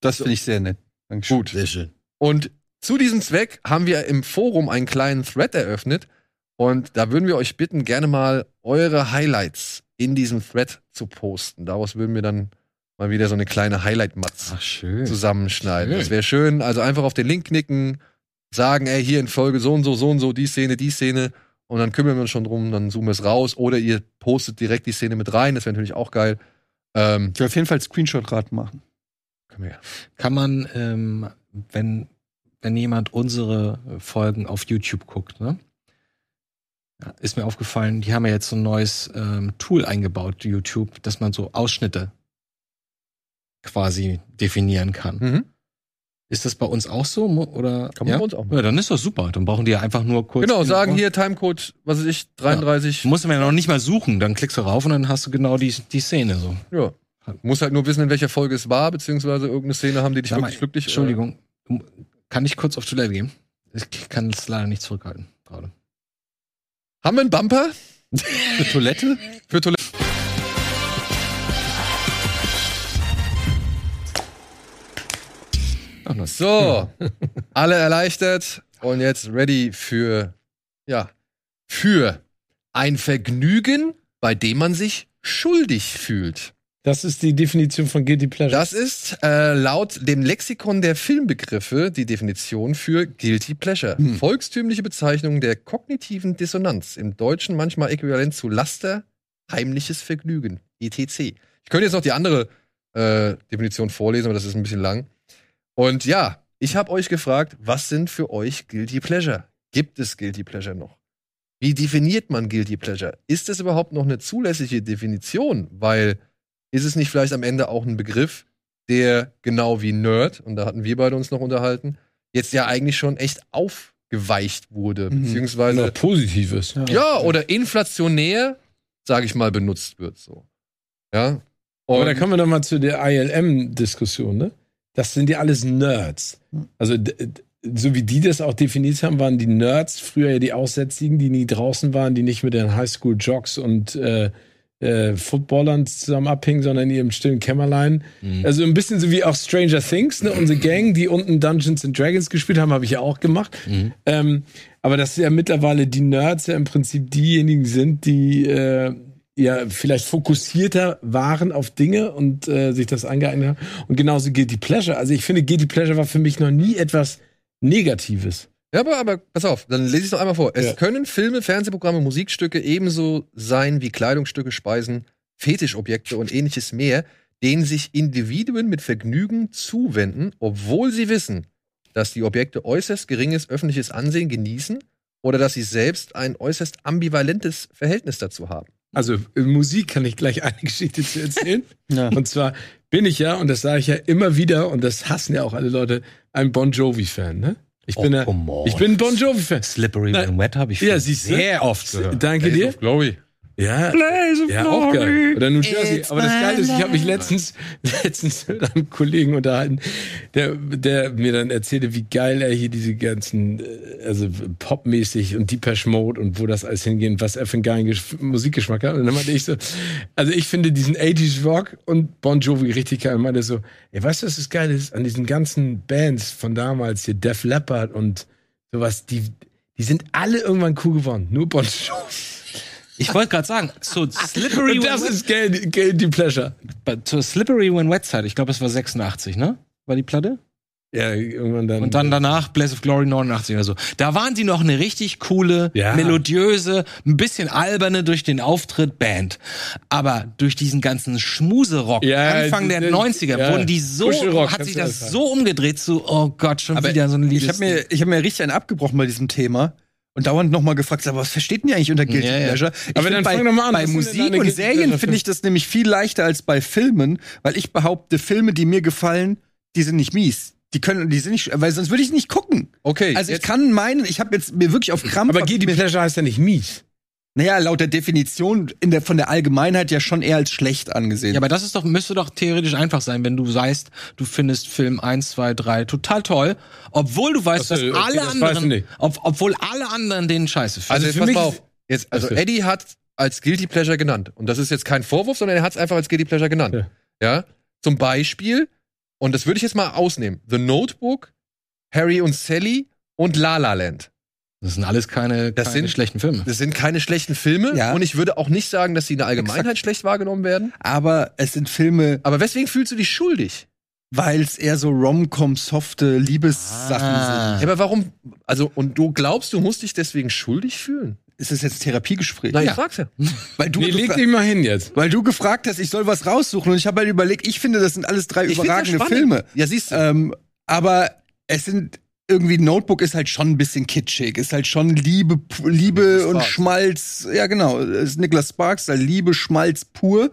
E: Das finde ich sehr nett. Dankeschön.
A: Gut.
E: Sehr schön.
A: Und zu diesem Zweck haben wir im Forum einen kleinen Thread eröffnet. Und da würden wir euch bitten, gerne mal eure Highlights in diesem Thread zu posten. Daraus würden wir dann mal wieder so eine kleine Highlight-Matz
D: Ach, schön.
A: zusammenschneiden.
D: Schön.
A: Das wäre schön. Also einfach auf den Link knicken, sagen, ey, hier in Folge so und so, so und so, die Szene, die Szene. Und dann kümmern wir uns schon drum, dann zoomen wir es raus. Oder ihr postet direkt die Szene mit rein. Das wäre natürlich auch geil. Ähm,
E: Ich will auf jeden Fall Screenshot-Raten machen.
A: können wir ja.
D: Kann man, ähm, wenn, wenn jemand unsere Folgen auf YouTube guckt, ne? Ja, Ist mir aufgefallen, die haben ja jetzt so ein neues ähm, Tool eingebaut, YouTube, dass man so Ausschnitte quasi definieren kann.
A: Mhm.
D: Ist das bei uns auch so? Mu- Oder,
A: Kann man
D: ja?
A: bei uns auch machen.
D: ja, dann ist das super. Dann brauchen die ja einfach nur kurz.
A: Genau,
D: in-
A: sagen hier Timecode, was weiß ich, 33.
D: Muss man ja noch nicht mal suchen. Dann klickst du rauf und dann hast du genau die, die Szene so.
A: Ja. Muss halt nur wissen, in welcher Folge es war, beziehungsweise irgendeine Szene haben, die dich
D: Sag mal,
A: wirklich glücklich.
D: Entschuldigung, kann ich kurz auf Toilette gehen? Ich kann es leider nicht zurückhalten gerade.
A: Äh, haben wir einen Bumper?
E: Für Toilette?
A: Für Toilette. So, alle erleichtert und jetzt ready für, ja, für ein Vergnügen, bei dem man sich schuldig fühlt.
B: Das ist die Definition von Guilty Pleasure.
A: Das ist äh, laut dem Lexikon der Filmbegriffe die Definition für Guilty Pleasure. Volkstümliche Bezeichnung der kognitiven Dissonanz. Im Deutschen manchmal äquivalent zu Laster, heimliches Vergnügen, etc. Ich könnte jetzt noch die andere äh, Definition vorlesen, aber das ist ein bisschen lang. Und ja, ich habe euch gefragt, was sind für euch Guilty Pleasure? Gibt es Guilty Pleasure noch? Wie definiert man Guilty Pleasure? Ist es überhaupt noch eine zulässige Definition? Weil ist es nicht vielleicht am Ende auch ein Begriff, der genau wie Nerd, und da hatten wir beide uns noch unterhalten, jetzt ja eigentlich schon echt aufgeweicht wurde,
E: Mhm.
A: beziehungsweise
D: also-
B: Noch positiv ist.
A: ja, oder inflationär, sage ich mal, benutzt wird so. Ja.
B: Aber
A: Und-
B: da kommen wir nochmal zu der ILM-Diskussion, ne? Das sind ja alles Nerds. Also, d- d- so wie die das auch definiert haben, waren die Nerds früher ja die Aussätzigen, die nie draußen waren, die nicht mit den Highschool-Jocks und äh, äh, Footballern zusammen abhingen, sondern in ihrem stillen Kämmerlein. Also ein bisschen so wie auch Stranger Things, ne? unsere Gang, die unten Dungeons and Dragons gespielt haben, habe ich ja auch gemacht. Ähm, aber dass ja mittlerweile die Nerds ja im Prinzip diejenigen sind, die äh, ja vielleicht fokussierter waren auf Dinge und äh, sich das angeeignet haben. Und genauso Guilty Pleasure. Also ich finde, Guilty Pleasure war für mich noch nie etwas Negatives.
A: Ja, aber, aber pass auf, dann lese ich es noch einmal vor. Es
B: Ja.
A: können Filme, Fernsehprogramme, Musikstücke ebenso sein wie Kleidungsstücke, Speisen, Fetischobjekte und ähnliches mehr, denen sich Individuen mit Vergnügen zuwenden, obwohl sie wissen, dass die Objekte äußerst geringes öffentliches Ansehen genießen oder dass sie selbst ein äußerst ambivalentes Verhältnis dazu haben.
B: Also in Musik kann ich gleich eine Geschichte zu erzählen. Und zwar bin ich ja, und das sage ich ja immer wieder, und das hassen ja auch alle Leute, ein Bon Jovi-Fan. Ne? Ich, bin ja,
D: Oh, come on.
B: ich bin ein Bon Jovi-Fan.
D: Slippery
B: Nein.
D: When Wet habe ich
B: Ja,
D: schon
B: siehst du?
D: sehr oft gehört.
B: Danke dir.
A: Glory.
B: Ja, ja auch geil. Oder New Jersey. Aber das Geile ist, ich habe mich letztens, letztens mit einem Kollegen unterhalten, der, der mir dann erzählte, wie geil er hier diese ganzen, äh, also popmäßig und Depeche Mode und wo das alles hingeht und was er für einen geilen Gesch Musikgeschmack hat. Und dann meinte ich so, also ich finde diesen 80s Rock und Bon Jovi richtig geil. Und meinte so, ey, weißt du, was das Geile ist? An diesen ganzen Bands von damals, hier Def Leppard und sowas, die, die sind alle irgendwann cool geworden. Nur Bon Jovi.
D: Ich wollte gerade sagen, zu Slippery
B: Und das
D: When
B: ist Guilty, Guilty Pleasure.
D: Wet, zur Slippery When Wet Zeit, ich glaube, es war 86, ne? War die Platte?
B: Ja, irgendwann dann.
D: Und dann danach Bless of Glory 89 oder so. Da waren sie noch eine richtig coole,
B: Ja.
D: melodiöse, ein bisschen alberne durch den Auftritt Band. Aber durch diesen ganzen Schmuserock
B: Ja,
D: Anfang der
B: das-
D: 90er
B: ja.
D: wurden die so,
B: Kuschelrock,
D: hat
B: kannst
D: sich
B: du
D: das
B: das
D: so umgedreht zu, oh Gott, schon
E: Aber
D: wieder so ein Lied.
E: ich habe mir, ich hab mir richtig einen abgebrochen bei diesem Thema und dauernd nochmal gefragt, sag, was versteht denn ihr eigentlich unter Guilty
D: Ja, ja.
E: Pleasure? Ich
B: Aber
E: find
B: dann
E: bei,
B: fang doch mal an,
E: Bei
B: was sind denn
E: Musik
B: deine
E: und
B: Guilty
E: Serien
B: Pleasure
E: finde ich das nämlich viel leichter als bei Filmen, weil ich behaupte, Filme, die mir gefallen, die sind nicht mies. Die können, die sind nicht, weil sonst würde ich nicht gucken.
A: Okay,
E: Also ich
A: jetzt,
E: kann meinen, ich habe jetzt mir wirklich auf Krampf.
B: aber Guilty
E: mir-
B: Pleasure heißt ja nicht mies.
E: Naja, laut der Definition in der, von der Allgemeinheit ja schon eher als schlecht angesehen.
D: Ja, aber das ist doch, müsste doch theoretisch einfach sein, wenn du weißt, du findest Film 1, 2, 3 total toll, obwohl du weißt,
B: Ach
D: dass
B: so, okay,
D: Also,
B: das
D: alle
B: weiß ich
D: anderen,
B: nicht.
D: ob, obwohl alle anderen den scheiße finden.
A: also jetzt
B: für
A: pass
B: mich
A: mal
B: ist-
A: auf. Jetzt, also
B: Okay.
A: Eddie hat als Guilty Pleasure genannt. Und das ist jetzt kein Vorwurf, sondern er hat es einfach als Guilty Pleasure genannt.
B: Ja.
A: ja? Zum Beispiel, und das würde ich jetzt mal ausnehmen, The Notebook, Harry und Sally und La La Land.
D: das sind alles keine,
A: Das
D: keine
A: sind-
D: schlechten Filme.
A: Das sind keine schlechten Filme
E: Ja.
A: und ich würde auch nicht sagen, dass sie in der Allgemeinheit schlecht wahrgenommen werden.
E: aber es sind Filme,
A: Aber weswegen fühlst du dich schuldig?
E: weil es eher so Rom-Com-softe Liebessachen
B: Ah.
A: Ja, aber warum? Also, und du glaubst, du musst dich deswegen schuldig fühlen?
E: sind. Ist das jetzt Therapiegespräch?
A: Nein, ich frag's ja.
E: Weil du,
B: Nee, leg
E: gefra-
B: dich mal hin jetzt.
E: weil du gefragt hast, ich soll was raussuchen und ich habe halt überlegt, ich finde, das sind alles drei
A: Ich find's ja
E: überragende
A: spannend.
E: Filme.
A: Ja, siehst du.
E: Ähm, aber es sind irgendwie Notebook ist halt schon ein bisschen kitschig, ist halt schon Liebe, pu- Liebe und Schmalz. Ja, genau. Es Ist Nicholas Sparks, halt Liebe, Schmalz pur.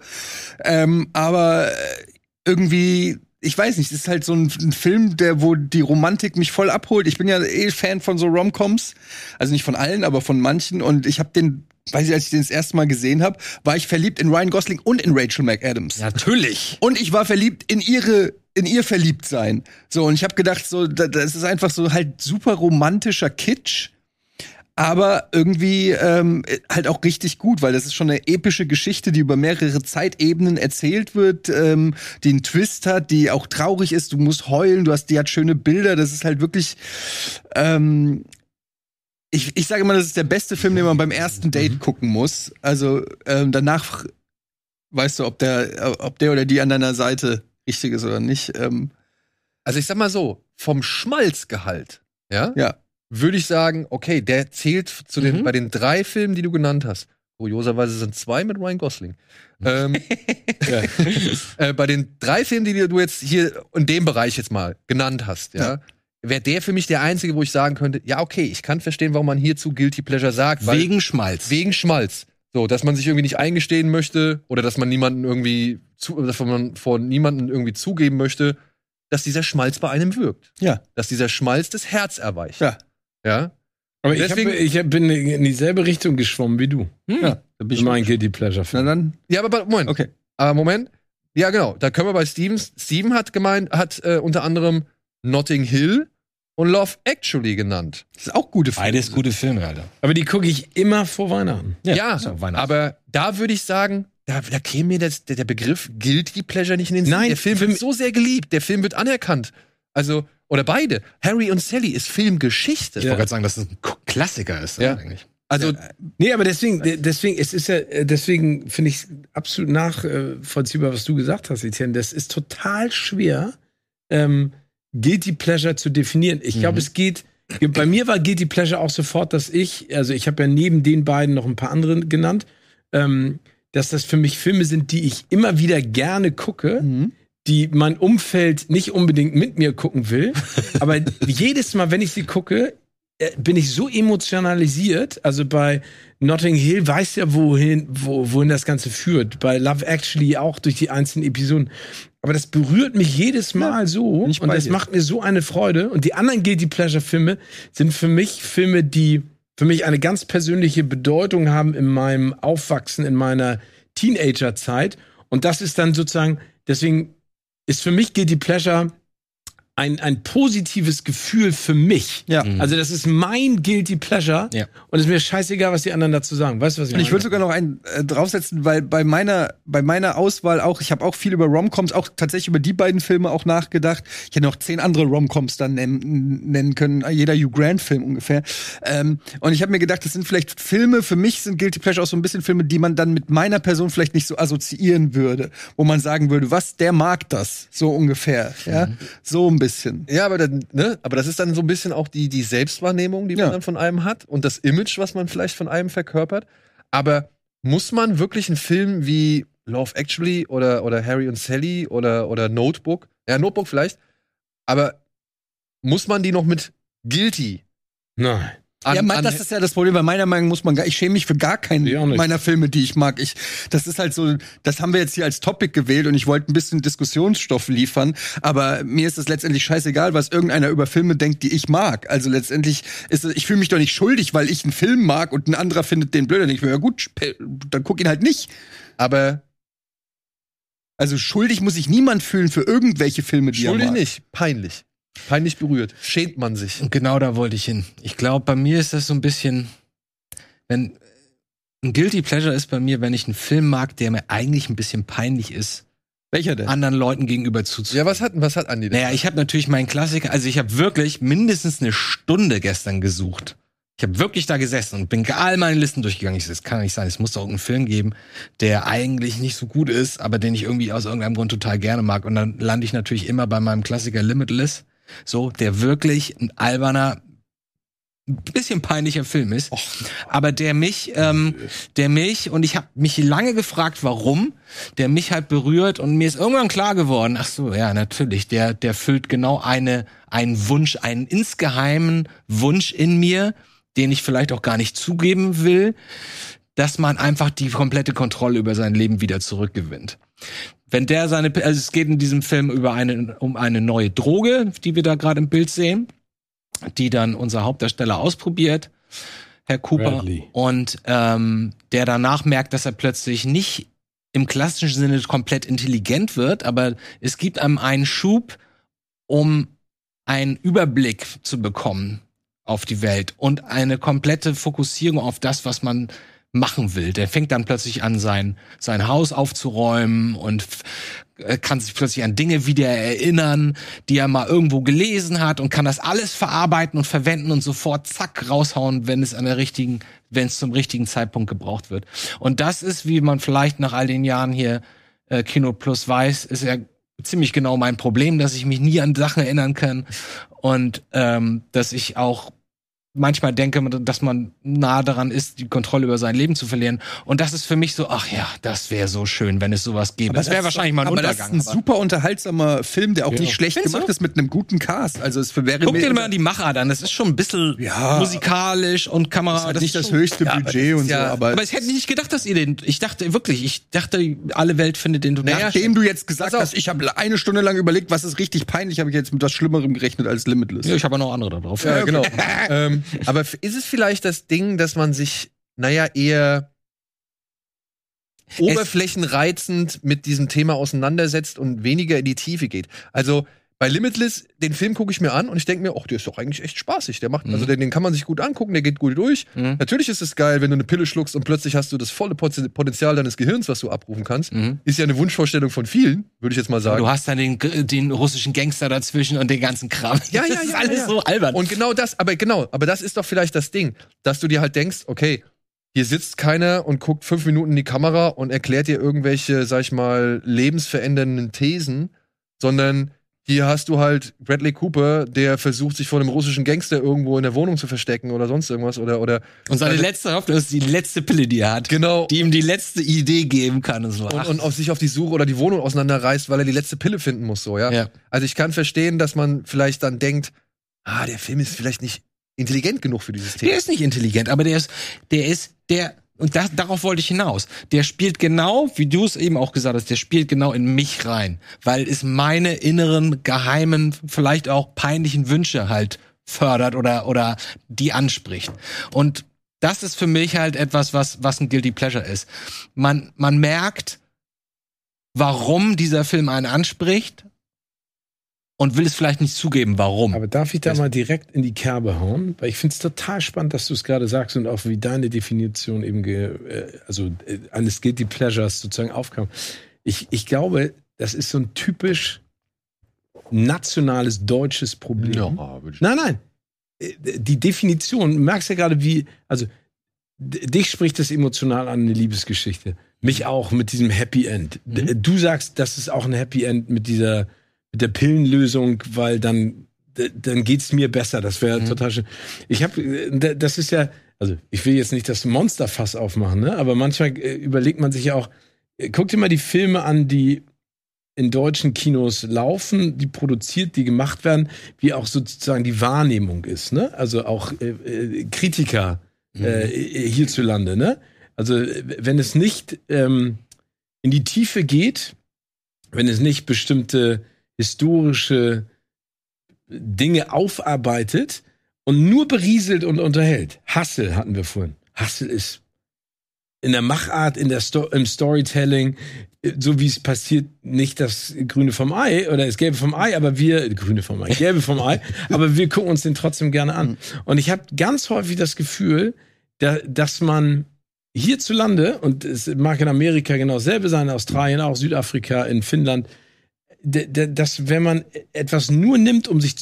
E: Ähm, aber äh, irgendwie, ich weiß nicht, es ist halt so ein, ein Film, der, wo die Romantik mich voll abholt. Ich bin ja eh Fan von so Romcoms. Also nicht von allen, aber von manchen. Und ich habe den, weiß ich, als ich den das erste Mal gesehen habe, war ich verliebt in Ryan Gosling und in Rachel McAdams.
D: Natürlich.
E: Und ich war verliebt in ihre in ihr verliebt sein. So und ich habe gedacht, so da- das ist einfach so halt super romantischer Kitsch, aber irgendwie ähm, halt auch richtig gut, weil das ist schon eine epische Geschichte, die über mehrere Zeitebenen erzählt wird, ähm, die einen Twist hat, die auch traurig ist. Du musst heulen, du hast die hat schöne Bilder. Das ist halt wirklich ähm, ich, ich sage immer, das ist der beste Film, den man beim ersten Date gucken muss. Also ähm, danach weißt du, ob der, ob der oder die an deiner Seite richtig ist oder nicht. Ähm,
A: Also ich sag mal so, vom Schmalzgehalt, ja,
E: Ja.
A: würde ich sagen, okay, der zählt zu den, bei den drei Filmen, die du genannt hast. Kurioserweise sind zwei mit Ryan Gosling. Ähm, äh, bei den drei Filmen, die du jetzt hier in dem Bereich jetzt mal genannt hast, ja, wäre der für mich der einzige, wo ich sagen könnte, ja, okay, ich kann verstehen, warum man hierzu Guilty Pleasure sagt. Weil
I: Wegen Schmalz.
A: wegen Schmalz. So, dass man sich irgendwie nicht eingestehen möchte oder dass man niemanden irgendwie zu, dass man vor niemanden irgendwie zugeben möchte, dass dieser Schmalz bei einem wirkt.
E: Ja.
A: Dass dieser Schmalz das Herz erweicht.
E: Ja.
A: Ja.
B: Aber ich,
A: Deswegen-
B: hab, ich hab, bin in dieselbe Richtung geschwommen wie du.
E: ja, da bin ich
B: Ich mein Guilty Pleasure.
E: Na
B: Film.
E: dann,
A: Ja, aber bei- Moment.
E: Okay.
A: Aber Moment. Ja, genau. Da können wir bei Stevens. Steven hat gemeint, hat äh, unter anderem Notting Hill und Love Actually genannt.
E: das ist auch gute Frage.
I: Beides gute Filme, Alter.
B: Aber die gucke ich immer vor Weihnachten.
A: Ja.
I: ist auch Weihnachten.
A: aber da würde ich sagen, da, da käme mir das, der, der Begriff Guilty Pleasure nicht in den Sinn.
B: Nein,
A: der Film
B: für
A: wird so sehr geliebt. Der Film wird anerkannt. Also, oder beide. Harry und Sally ist Filmgeschichte.
B: Ja.
D: wollte gerade sagen, dass es ein K- Klassiker ist
A: Ja.
D: eigentlich.
A: Also,
B: Nee, aber deswegen, de- deswegen, es ist ja, äh, deswegen finde ich absolut nachvollziehbar, was du gesagt hast, Etienne. Das ist total schwer, ähm, Guilty Pleasure zu definieren. Ich glaube, es geht. Bei mir war Guilty Pleasure auch sofort, dass ich, also ich habe ja neben den beiden noch ein paar andere genannt, ähm, dass das für mich Filme sind, die ich immer wieder gerne gucke, die mein Umfeld nicht unbedingt mit mir gucken will. aber jedes Mal, wenn ich sie gucke, äh, bin ich so emotionalisiert. Also bei Notting Hill weiß ja, wohin, wo, wohin das Ganze führt. Bei Love Actually auch durch die einzelnen Episoden. Aber das berührt mich jedes Mal so und
E: bei
B: das
E: dir.
B: macht mir so eine Freude. Und die anderen Guilty Pleasure Filme sind für mich Filme, die für mich eine ganz persönliche Bedeutung haben in meinem Aufwachsen, in meiner Teenagerzeit. Und das ist dann sozusagen, deswegen ist für mich Guilty Pleasure ein, ein positives Gefühl für mich.
E: Ja.
B: Also das ist mein Guilty Pleasure
I: Ja.
B: und es ist mir scheißegal, was die anderen dazu sagen. Weißt du, was ich
E: Und
B: meine?
E: ich würde sogar noch einen äh, draufsetzen, weil bei meiner, bei meiner Auswahl auch, ich habe auch viel über Romcoms, auch tatsächlich über die beiden Filme auch nachgedacht. Ich hätte noch zehn andere Romcoms dann nennen, nennen können, jeder Hugh Grant-Film ungefähr. Ähm, und ich habe mir gedacht, das sind vielleicht Filme, für mich sind Guilty Pleasure auch so ein bisschen Filme, die man dann mit meiner Person vielleicht nicht so assoziieren würde, wo man sagen würde, was, der mag das, so ungefähr. Ja? So ein bisschen.
A: Ja, aber, dann, ne? aber das ist dann so ein bisschen auch die, die Selbstwahrnehmung, die man
E: Ja.
A: dann von einem hat und das Image, was man vielleicht von einem verkörpert. Aber muss man wirklich einen Film wie Love Actually oder, oder Harry und Sally oder, oder Notebook, ja, Notebook vielleicht, aber muss man die noch mit Guilty
B: Nein.
A: an,
E: ja, mein, das ist ja das Problem, weil meiner Meinung nach muss man gar, ich schäme mich für gar keinen
B: Ich auch nicht.
E: meiner Filme, die ich mag. Ich, das ist halt so, das haben wir jetzt hier als Topic gewählt und ich wollte ein bisschen Diskussionsstoff liefern, aber mir ist es letztendlich scheißegal, was irgendeiner über Filme denkt, die ich mag. Also letztendlich ist es, ich fühle mich doch nicht schuldig, weil ich einen Film mag und ein anderer findet den blöd, dann denke ich mir, ja gut, sp- dann guck ihn halt nicht.
A: aber
E: Also schuldig muss ich niemand fühlen für irgendwelche Filme, die
A: schuldig
E: er mag.
A: nicht, peinlich. Peinlich berührt. Schämt man sich.
D: Und genau da wollte ich hin. Ich glaube, bei mir ist das so ein bisschen, wenn ein Guilty Pleasure ist bei mir, wenn ich einen Film mag, der mir eigentlich ein bisschen peinlich ist,
E: Welcher denn?
D: anderen Leuten gegenüber zuzuhören.
A: Ja, was hat, was hat Andi denn?
D: Naja, ich habe natürlich meinen Klassiker, also ich habe wirklich mindestens eine Stunde gestern gesucht. Ich habe wirklich da gesessen und bin all meine Listen durchgegangen. Ich so, das kann doch nicht sein. Es muss doch irgendeinen Film geben, der eigentlich nicht so gut ist, aber den ich irgendwie aus irgendeinem Grund total gerne mag. Und dann lande ich natürlich immer bei meinem Klassiker Limitless. So, der wirklich ein alberner, ein bisschen peinlicher Film ist. Aber der mich, ähm, der mich, und ich habe mich lange gefragt, warum, der mich halt berührt und mir ist irgendwann klar geworden, ach so, ja, natürlich, der, der füllt genau eine, einen Wunsch, einen insgeheimen Wunsch in mir, den ich vielleicht auch gar nicht zugeben will, dass man einfach die komplette Kontrolle über sein Leben wieder zurückgewinnt. Wenn der seine, also es geht in diesem Film über eine, um eine neue Droge, die wir da gerade im Bild sehen, die dann unser Hauptdarsteller ausprobiert, Herr Cooper,
B: Bradley.
D: und ähm, der danach merkt, dass er plötzlich nicht im klassischen Sinne komplett intelligent wird, aber es gibt einem einen Schub, um einen Überblick zu bekommen auf die Welt und eine komplette Fokussierung auf das, was man machen will. Der fängt dann plötzlich an, sein, sein Haus aufzuräumen und f- äh, kann sich plötzlich an Dinge wieder erinnern, die er mal irgendwo gelesen hat und kann das alles verarbeiten und verwenden und sofort zack raushauen, wenn es an der richtigen, wenn es zum richtigen Zeitpunkt gebraucht wird. Und das ist, wie man vielleicht nach all den Jahren hier äh, Kino Plus weiß, ist ja ziemlich genau mein Problem, dass ich mich nie an Sachen erinnern kann und ähm, dass ich auch manchmal denke, dass man nah daran ist, die Kontrolle über sein Leben zu verlieren. Und das ist für mich so, ach ja, das wäre so schön, wenn es sowas gäbe. Das wäre wahrscheinlich mein
E: aber das ist
D: Untergang.
E: ein
D: aber-
E: super unterhaltsamer Film, der auch nicht schlecht
D: Findest
E: gemacht
D: du?
E: ist mit einem guten Cast. Also es wäre
D: Guck
E: mir-
D: dir mal die Machart an, das ist schon ein bisschen
E: Ja.
D: musikalisch und Kamera.
E: halt
D: Ah, das
E: nicht
D: ist
E: das
D: schon-
E: höchste Budget und
A: ja-
E: so, aber,
D: Aber ich hätte nicht gedacht, dass ihr den. Ich dachte wirklich, ich dachte, alle Welt findet den total.
E: nachdem du jetzt gesagt
A: Pass auf.
E: hast, ich habe eine Stunde lang überlegt, was ist richtig peinlich, habe ich jetzt mit was Schlimmerem gerechnet als Limitless.
D: ja, ich habe auch noch andere da drauf.
A: Ja, genau. ähm, aber f- ist es vielleicht das Ding, dass man sich, naja, eher oberflächenreizend mit diesem Thema auseinandersetzt und weniger in die Tiefe geht? Also bei Limitless, den Film gucke ich mir an und ich denke mir, ach, der ist doch eigentlich echt spaßig. Der macht, also den, den kann man sich gut angucken, der geht gut durch.
D: Mhm.
A: Natürlich ist es geil, wenn du eine Pille schluckst und plötzlich hast du das volle Poten- Potenzial deines Gehirns, was du abrufen kannst.
D: Mhm.
A: Ist ja eine Wunschvorstellung von vielen, würde ich jetzt mal sagen.
D: Du hast dann den, den russischen Gangster dazwischen und den ganzen Kram.
A: Ja, ja,
D: das ist
A: ja,
D: alles
A: ja.
D: so albern.
A: Und genau das, aber genau, aber das ist doch vielleicht das Ding, dass du dir halt denkst, okay, hier sitzt keiner und guckt fünf Minuten in die Kamera und erklärt dir irgendwelche, sag ich mal, lebensverändernden Thesen, sondern hier hast du halt Bradley Cooper, der versucht, sich vor einem russischen Gangster irgendwo in der Wohnung zu verstecken oder sonst irgendwas oder oder
D: Und seine letzte Hoffnung ist die letzte Pille, die er hat,
A: genau
D: die ihm die letzte Idee geben kann. Und so.
A: und, und auf sich auf die Suche oder die Wohnung auseinanderreißt, weil er die letzte Pille finden muss, so ja.
D: Ja.
A: Also ich kann verstehen, dass man vielleicht dann denkt, ah, der Film ist vielleicht nicht intelligent genug für dieses Thema.
D: Der ist nicht intelligent, aber der ist, der ist, der, und da, darauf wollte ich hinaus. Der spielt genau, wie du es eben auch gesagt hast, der spielt genau in mich rein, weil es meine inneren, geheimen, vielleicht auch peinlichen Wünsche halt fördert oder, oder die anspricht. Und das ist für mich halt etwas, was, was ein Guilty Pleasure ist. Man, man merkt, warum dieser Film einen anspricht und will es vielleicht nicht zugeben, warum.
B: Aber darf ich da mal direkt in die Kerbe hauen? Weil ich finde es total spannend, dass du es gerade sagst und auch wie deine Definition eben, ge, äh, also äh, eines Guilty Pleasures sozusagen aufkam. Ich, ich glaube, das ist so ein typisch nationales deutsches Problem. Nein, nein. Äh, Die Definition, du merkst ja gerade, wie, also d- dich spricht das emotional an, eine Liebesgeschichte. Mich auch mit diesem Happy End. D- Du sagst, das ist auch ein Happy End mit dieser, mit der Pillenlösung, weil dann, d- dann geht's mir besser. Das wäre total schön. Ich habe, das ist ja, also ich will jetzt nicht das Monsterfass aufmachen, ne? aber manchmal äh, überlegt man sich ja auch, äh, guck dir mal die Filme an, die in deutschen Kinos laufen, die produziert, die gemacht werden, wie auch sozusagen die Wahrnehmung ist, ne? Also auch äh, äh, Kritiker äh, hierzulande, ne? Also äh, wenn es nicht ähm, in die Tiefe geht, wenn es nicht bestimmte historische Dinge aufarbeitet und nur berieselt und unterhält. Hassel hatten wir vorhin. Hassel ist in der Machart, in der Sto im Storytelling, äh, so wie es passiert, nicht das Grüne vom Ei oder das Gelbe vom Ei, aber wir, Grüne vom Ei, Gelbe vom Ei, aber wir gucken uns den trotzdem gerne an. Und ich habe ganz häufig das Gefühl, da, dass man hierzulande, und es mag in Amerika genau dasselbe sein, in Australien auch, Südafrika, in Finnland, d- d- dass wenn man etwas nur nimmt, um sich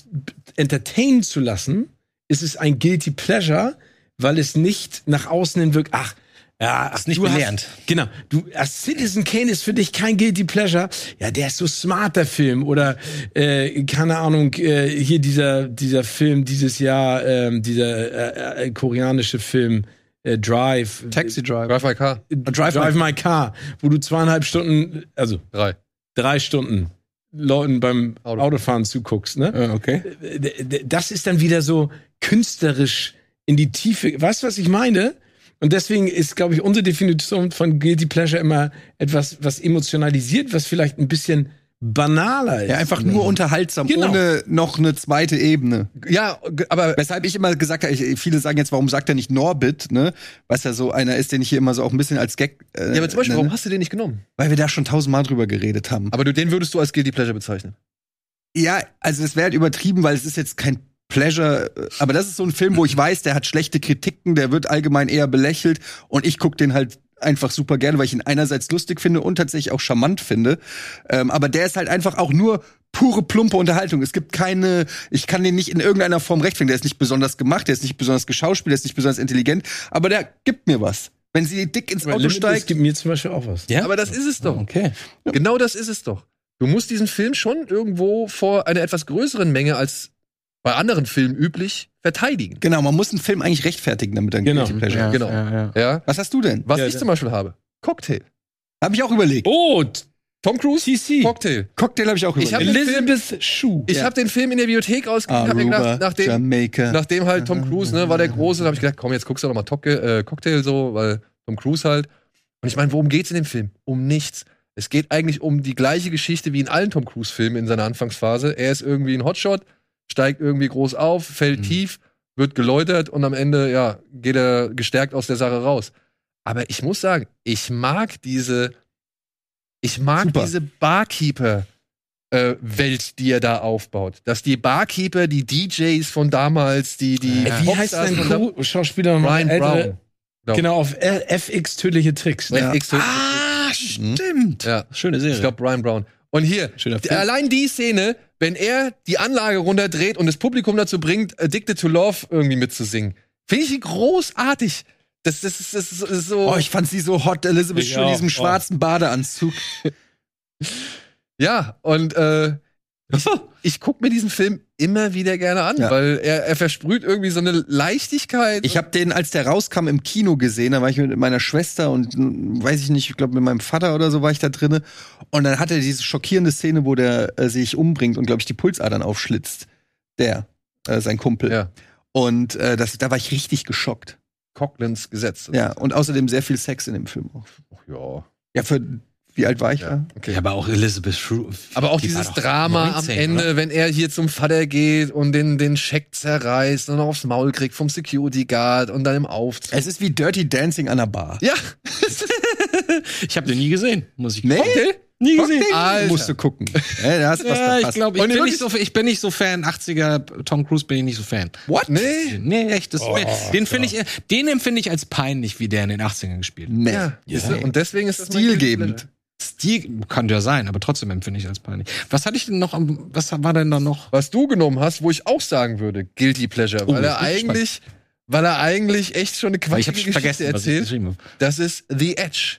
B: entertainen zu lassen, ist es ein guilty pleasure, weil es nicht nach außen hin wirkt, ach, ja, ach,
D: Ist nicht
B: du hast-
D: belernt.
B: Genau. Du, ah, Citizen Kane ist für dich kein Guilty Pleasure. Ja, der ist so smart, der Film. Oder, äh, keine Ahnung, äh, hier dieser, dieser Film dieses Jahr, ähm, dieser äh, äh, koreanische Film äh, Drive.
E: Taxi Driver.
A: Drive My Car,
B: Äh, Drive, My Car, wo du zweieinhalb Stunden, also
A: drei.
B: drei Stunden Leuten beim
A: Auto.
B: Autofahren zuguckst, ne?
E: okay.
B: D- d- das ist dann wieder so künstlerisch in die Tiefe. Weißt du, was ich meine? Und deswegen ist, glaube ich, unsere Definition von Guilty Pleasure immer etwas, was emotionalisiert, was vielleicht ein bisschen banaler ist.
E: Ja, einfach nur unterhaltsam,
B: Genau.
E: ohne noch eine zweite Ebene.
A: Ja, g- aber
E: Weshalb ich immer gesagt habe, ich- viele sagen jetzt, warum sagt er nicht Norbit, ne? Was ja so einer ist, den ich hier immer so auch ein bisschen als Gag. Äh,
A: Ja, aber zum Beispiel, warum
E: nenne,
A: hast du den nicht genommen?
E: weil wir da schon tausendmal drüber geredet haben.
A: Aber du, den würdest du als Guilty Pleasure bezeichnen.
E: Ja, also es wäre halt übertrieben, weil es ist jetzt kein Pleasure. Aber das ist so ein Film, wo ich weiß, der hat schlechte Kritiken, der wird allgemein eher belächelt und ich gucke den halt einfach super gerne, weil ich ihn einerseits lustig finde und tatsächlich auch charmant finde. Ähm, aber der ist halt einfach auch nur pure plumpe Unterhaltung. Es gibt keine, ich kann den nicht in irgendeiner Form rechtfertigen. Der ist nicht besonders gemacht, der ist nicht besonders geschauspielt, der ist nicht besonders intelligent, aber der gibt mir was. Wenn sie dick ins Auto
B: Das
E: steigt,
B: gibt mir zum Beispiel auch was.
A: Ja? Aber das ist es doch.
F: Okay.
A: Genau das ist es doch. Du musst diesen Film schon irgendwo vor einer etwas größeren Menge als bei anderen Filmen üblich verteidigen.
E: genau, man muss einen Film eigentlich rechtfertigen, damit er ein
B: Genau.
E: Guilty Pleasure.
A: Ja, genau. Ja.
E: Was hast du denn?
A: Was
B: Ja,
A: ich
B: ja.
A: zum Beispiel habe. Cocktail.
E: Habe ich auch überlegt.
B: Oh,
A: Tom Cruise?
B: TC.
A: Cocktail.
E: Cocktail habe ich auch
A: Ich
E: überlegt.
A: hab den Film,
B: Elizabeth Schuh.
A: ich
E: Ja. Ah,
A: habe den Film in der Bibliothek ausgegeben, hab mir gedacht, nachdem,
E: Jamaica.
A: nachdem halt Tom Cruise, ne, war der Große, da habe ich gedacht, komm, jetzt guckst du doch mal Tocke- äh, Cocktail so, weil Tom Cruise halt. Und ich meine, worum geht's in dem Film? Um nichts. Es geht eigentlich um die gleiche Geschichte wie in allen Tom Cruise-Filmen in seiner Anfangsphase. Er ist irgendwie ein Hotshot, steigt irgendwie groß auf, fällt tief, wird geläutert und am Ende, ja, geht er gestärkt aus der Sache raus. Aber ich muss sagen, ich mag diese, ich mag
E: Super.
A: diese Barkeeper äh, Welt, die er da aufbaut. Dass die Barkeeper, die DJs von damals, die die
B: Ey, wie heißt
A: Popstars
B: dein
A: von da-
B: Co-Schauspieler noch?
A: Brian
B: Ältere-
A: Brown.
B: Genau, auf äh, FX tödliche Tricks. Ne?
A: FX
E: Ah, stimmt.
A: ja,
D: Schöne Serie.
A: ich glaube Brian Brown. Und hier,
B: Schöner
A: die,
B: Film.
A: allein die Szene, wenn er die Anlage runterdreht und das Publikum dazu bringt, Addicted to Love irgendwie mitzusingen, finde ich großartig. Das, das, ist, das ist das ist so.
E: Oh, ich fand sie so hot, Elizabeth
B: Ich
E: Shue in
B: auch.
E: diesem
B: Oh.
E: schwarzen Badeanzug.
A: Ja, und äh, ich, ich gucke mir diesen Film immer wieder gerne an,
E: Ja.
A: weil er, er versprüht irgendwie so eine Leichtigkeit.
E: Ich habe den, als der rauskam, im Kino gesehen. Da war ich mit meiner Schwester und mm, weiß ich nicht, ich glaube mit meinem Vater oder so war ich da drinne. Und dann hat er diese schockierende Szene, wo der äh, sich umbringt und glaube ich die Pulsadern aufschlitzt. Der, äh, sein Kumpel.
A: Ja.
E: Und äh, das, da war ich richtig geschockt.
A: Cocklands Gesetz.
E: Ja. Und außerdem sehr viel Sex in dem Film auch.
A: Ach ja.
E: Ja, für wie alt war ich da?
A: Okay.
D: Ja, aber auch Elizabeth Shrew.
A: Aber auch
D: Die war
A: dieses
D: doch
A: Drama
D: 19,
A: am Ende, wenn er hier zum Vater geht und den, den Scheck zerreißt und aufs Maul kriegt vom Security Guard und dann im Aufzug.
E: Es ist wie Dirty Dancing an der Bar.
A: Ja,
D: Ich habe den nie gesehen, muss ich
E: Nee,
D: nie
A: Alter.
E: musst du gucken. Ja, da hast du was
D: Ja, ich
E: verpasst.
D: glaube, ich,
A: Und
D: bin
A: wirklich-
D: nicht so- ich bin nicht so Fan. 80er Tom Cruise bin ich nicht so Fan.
E: What?
A: nee.
D: Nee, Oh, echt. Das ist mir, den finde ich, den empfinde ich als peinlich, wie der in den 80ern gespielt. hat.
E: Nee.
A: Ja. Siehst du, Und deswegen ist das mein
E: Stilgebend.
D: Stil kann ja sein, aber trotzdem empfinde ich als peinlich. Was hatte ich denn noch? am- Was war denn da noch?
A: was du genommen hast, wo ich auch sagen würde, Guilty Pleasure,
D: Oh,
A: weil er eigentlich, weil er eigentlich echt schon eine
D: Weil ich
A: quatschige
D: habe
A: Geschichte
D: vergessen, was ich
A: erzählt.
D: geschrieben Ah! habe.
A: das ist The Edge.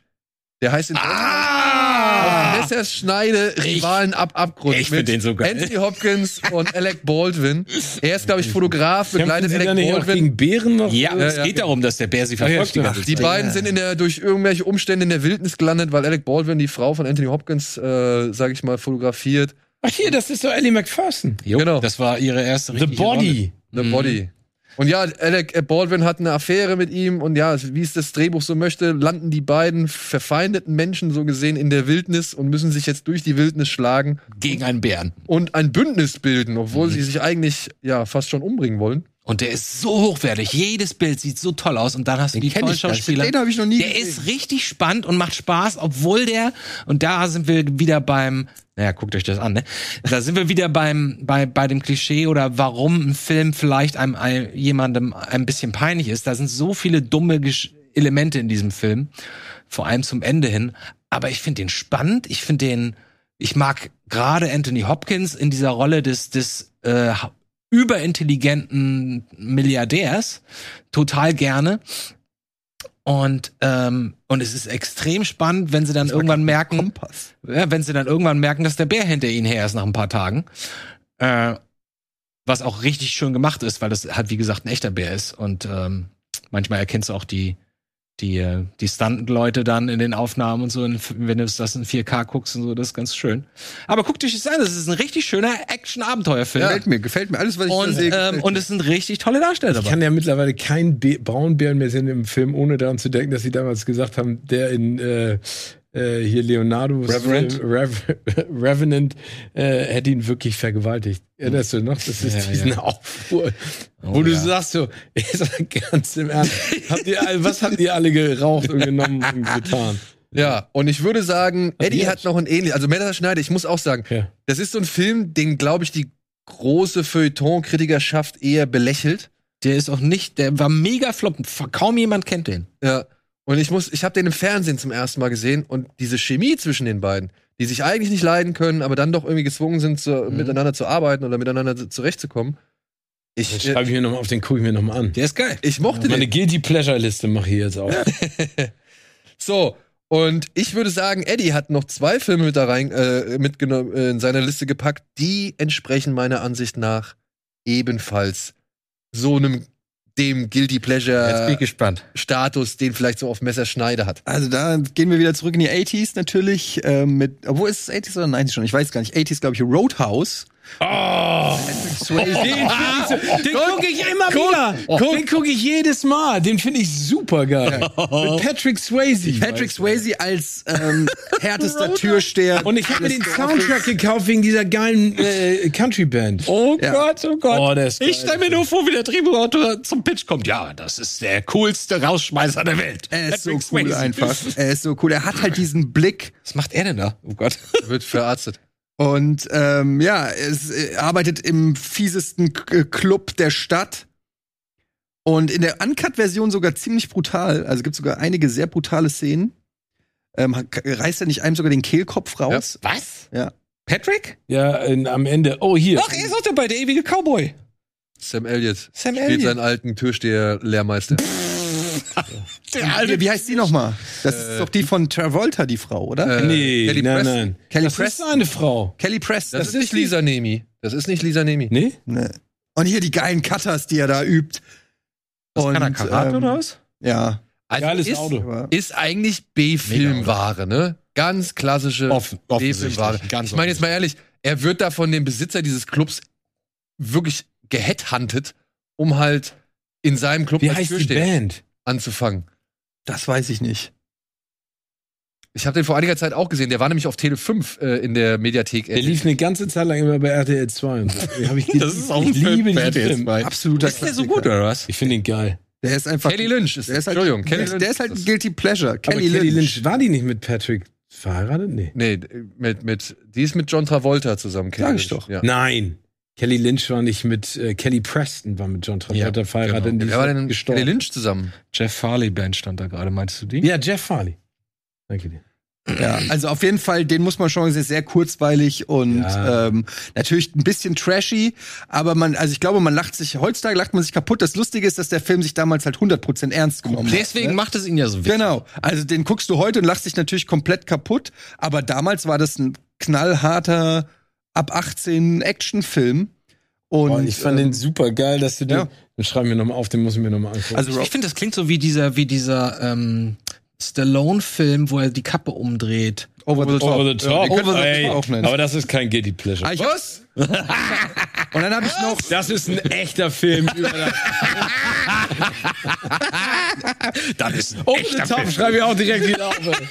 A: Der heißt in Deutschland auf
D: Ah!
A: Messers Schneide Rivalen ab Abgrund.
D: ich find den so geil.
A: Anthony Hopkins und Alec Baldwin. Er ist, glaube ich, Fotograf, begleitet
B: Kämpfen Sie da
A: Alec
B: nicht auch
A: Baldwin.
B: gegen Bären noch?
D: Ja,
A: Ja,
D: es
A: ja.
D: geht darum, dass der Bär sie verfolgt.
B: ja,
D: die
B: stimmt.
D: ganze Zeit.
A: Die
E: Äh,
A: beiden sind in der, durch irgendwelche Umstände in der Wildnis gelandet, weil Alec Baldwin die Frau von Anthony Hopkins, äh, sage ich mal, fotografiert.
B: Ach hier, das ist doch Ellie McPherson.
D: Jo,
A: Genau.
D: Das war ihre erste
B: The
D: richtige Rolle.
B: Body.
A: The
E: Mhm.
A: Body. Und ja, Alec äh, Baldwin hat eine Affäre mit ihm und ja, wie es das Drehbuch so möchte, landen die beiden verfeindeten Menschen so gesehen in der Wildnis und müssen sich jetzt durch die Wildnis schlagen
D: gegen einen Bären.
A: und ein Bündnis bilden, obwohl
E: Mhm.
A: sie sich eigentlich ja fast schon umbringen wollen.
D: Und der ist so hochwertig. Jedes Bild sieht so toll aus. Und dann hast du die
E: kenn
D: tollen
E: ich gar nicht.
D: Schauspieler.
E: Den hab ich noch nie
D: Der
E: gesehen.
D: ist richtig spannend und macht Spaß, obwohl der, und da sind wir wieder beim, naja, guckt euch das an, ne? Da sind wir wieder beim, bei, bei dem Klischee oder warum ein Film vielleicht einem, ein, jemandem ein bisschen peinlich ist. Da sind so viele dumme Gesch Elemente in diesem Film. Vor allem zum Ende hin. Aber ich finde den spannend. Ich finde den, ich mag gerade Anthony Hopkins in dieser Rolle des, des, äh, überintelligenten Milliardärs total gerne. Und, ähm, und es ist extrem spannend, wenn sie dann irgendwann merken,
E: Kompass.
D: ja, wenn sie dann irgendwann merken, dass der Bär hinter ihnen her ist nach ein paar Tagen. Äh, was auch richtig schön gemacht ist, weil das halt, wie gesagt, ein echter Bär ist. Und ähm, manchmal erkennst du auch die, die, äh, die Stunt-Leute dann in den Aufnahmen und so, in- wenn du das in 4K guckst und so, das ist ganz schön. Aber guck dich das an, das ist ein richtig schöner Action-Abenteuerfilm.
E: Gefällt mir, gefällt mir. Alles, was ich da
D: Und,
E: sehe,
D: ähm, und es sind richtig tolle Darsteller
B: Ich
D: dabei.
B: kann ja mittlerweile keinen Be Braunbären mehr sehen im Film, ohne daran zu denken, dass sie damals gesagt haben, der in äh, äh, hier Leonardo
A: Revenant?
B: äh, Rev Revenant äh, hätte ihn wirklich vergewaltigt. Erinnerst du noch? Das ist diesen Aufruhr,
D: Oh,
B: wo du sagst so, ich sag ganz im Ernst, habt ihr alle, was habt ihr alle geraucht und genommen und getan?
A: Ja, und ich würde sagen, Eddie
B: die
A: hat noch ein ähnliches, also Männer Schneider, ich muss auch sagen,
B: Ja.
A: das ist so ein Film, den glaube ich die große Feuilleton-Kritikerschaft eher belächelt.
D: Der ist auch nicht, der war mega flop. Kaum jemand kennt den.
A: Ja. Und ich muss, ich habe den im Fernsehen zum ersten Mal gesehen und diese Chemie zwischen den beiden, die sich eigentlich nicht leiden können, aber dann doch irgendwie gezwungen sind, zu, miteinander zu arbeiten oder miteinander zu- zurechtzukommen.
B: Das
A: Ich,
B: schreibe
A: äh,
B: ich mir nochmal auf, den gucke ich mir nochmal an.
D: Der ist geil.
A: ich mochte den.
B: Meine Guilty Pleasure Liste mache ich jetzt auch.
A: So, und ich würde sagen, Eddie hat noch zwei Filme mit da rein, äh, mitgenommen, äh, in seiner Liste gepackt, die entsprechen meiner Ansicht nach ebenfalls so einem, dem Guilty
D: Jetzt bin ich
A: Pleasure
D: gespannt.
A: Status, den vielleicht so auf Messerschneide hat.
E: Also da gehen wir wieder zurück in die 80s natürlich. Ähm, mit, obwohl ist es 80s oder 90s schon? Ich weiß gar nicht. 80s, glaube ich, Roadhouse.
B: Den, gucke ich immer wieder. Den gucke ich jedes Mal. Den finde ich super geil. Mit Patrick Swayze.
E: Patrick Swayze als ähm, härtester Türsteher.
B: Und ich habe mir den Soundtrack gekauft wegen dieser geilen äh, Country-Band.
D: Oh
E: Ja.
D: Gott, oh Gott.
B: Oh, der ist
D: ich
B: geil.
D: stelle mir nur vor, wie der Drehbuchautor zum Pitch kommt. Ja, das ist der coolste Rausschmeißer der Welt.
E: er ist so cool
D: Patrick Swayze.
E: einfach. Er ist so cool. Er hat halt diesen Blick.
D: Was macht er denn da? Oh Gott.
A: Wird verarztet.
E: Und ähm, ja, es äh, arbeitet im fiesesten K äh, Club der Stadt. Und in der Uncut-Version sogar ziemlich brutal. Also gibt sogar einige sehr brutale Szenen. Ähm, ha- reißt er nicht einem sogar den Kehlkopf raus?
D: Was?
E: Ja.
D: Patrick?
B: Ja, in, am Ende. Oh, hier.
D: Ach, er ist auch dabei, der ewige Cowboy.
A: Sam Elliott
D: Sam
A: spielt
D: Elliott.
A: seinen alten Türsteher-Lehrmeister.
D: Der
E: Wie, wie heißt die nochmal? Das ist doch die von Travolta, die Frau, oder?
A: Äh,
B: nee,
A: Kelly
B: nein,
A: Preston.
B: nein.
E: Kelly
B: das ist
E: Preston.
B: eine Frau.
E: Kelly Press.
A: Das, ist nicht Lisa Nemi. Das ist nicht Lisa Nemi.
B: Nee?
E: Ne. Und hier die geilen Cutters, die er da übt.
D: Was,
E: Und,
D: kann er Karate
E: ähm,
D: oder was?
E: Ja.
A: Also
B: Geiles
A: ist,
B: Auto.
E: Aber
A: ist eigentlich B-Filmware, ne? Ganz klassische
D: Offen- offensichtlich,
A: B-Filmware.
D: ganz
A: Ich meine jetzt mal ehrlich, er wird da von dem Besitzer dieses Clubs wirklich gehetthuntet, um halt in seinem Club
B: Wie
A: als
B: heißt die
A: Türsteher
B: Band?
A: anzufangen.
E: das weiß ich nicht.
A: Ich habe den vor einiger Zeit auch gesehen. Der war nämlich auf Tele 5 äh, in der Mediathek.
B: Der lief eine ganze Zeit lang immer bei RTL 2 und so. Den Hab ich
D: Das ist auch ein
B: ich liebe
D: Film bei
B: diesen
D: RTL
B: Film.
D: 2.
E: Absoluter
D: Ist der so gut oder was?
B: Ich finde ihn geil.
E: Der ist einfach.
A: Kelly Lynch ist,
E: Der ist halt-
A: Entschuldigung, Kelly Lynch.
E: der ist halt ein
A: das.
E: Guilty Pleasure. Kelly,
B: Aber
E: Lynch.
B: war die nicht mit Patrick verheiratet? Nee.
A: Nee, mit, mit, die ist mit John Travolta zusammen. Kelly
E: Sag ich
A: Lynch.
E: doch.
A: Äh, Ja.
B: Nein. Kelly Lynch war nicht mit, äh, Kelly Preston war mit John Travolta verheiratet. und die
A: Wer war
B: ist
E: halt
A: denn
B: gestorben.
A: Kelly Lynch zusammen?
D: Jeff Farley Band stand da gerade, meinst du die?
B: Ja, Jeff Farley. Danke dir.
E: Ja, also auf jeden Fall, den muss man schon sehen, sehr kurzweilig und
B: Ja.
E: ähm, natürlich ein bisschen trashy, aber man, also ich glaube, man lacht sich, heutzutage lacht man sich kaputt. Das Lustige ist, dass der Film sich damals halt 100% ernst genommen hat. ne?
D: Deswegen macht es ihn ja so witzig.
E: Genau, also den guckst du heute und lachst dich natürlich komplett kaputt, aber damals war das ein knallharter, ab 18 Actionfilm. Und äh,
B: Boah, ich fand den super geil, dass du den.
E: ja.
B: Den schreiben wir nochmal auf, den muss ich mir nochmal angucken.
E: also
D: Ich finde, das klingt so wie dieser, wie dieser ähm, Stallone-Film, wo er die Kappe umdreht.
E: Over the Top.
B: Over the Top.
E: Wir können das
B: Oh, Ey,
E: auch nennen.
B: aber das ist kein Guilty Pleasure.
E: Ah, ich- Und dann habe ich noch
B: Das ist ein echter Film. über das.
D: Dann ist ein
B: Over the Top schreibe ich auch direkt wieder auf. ey.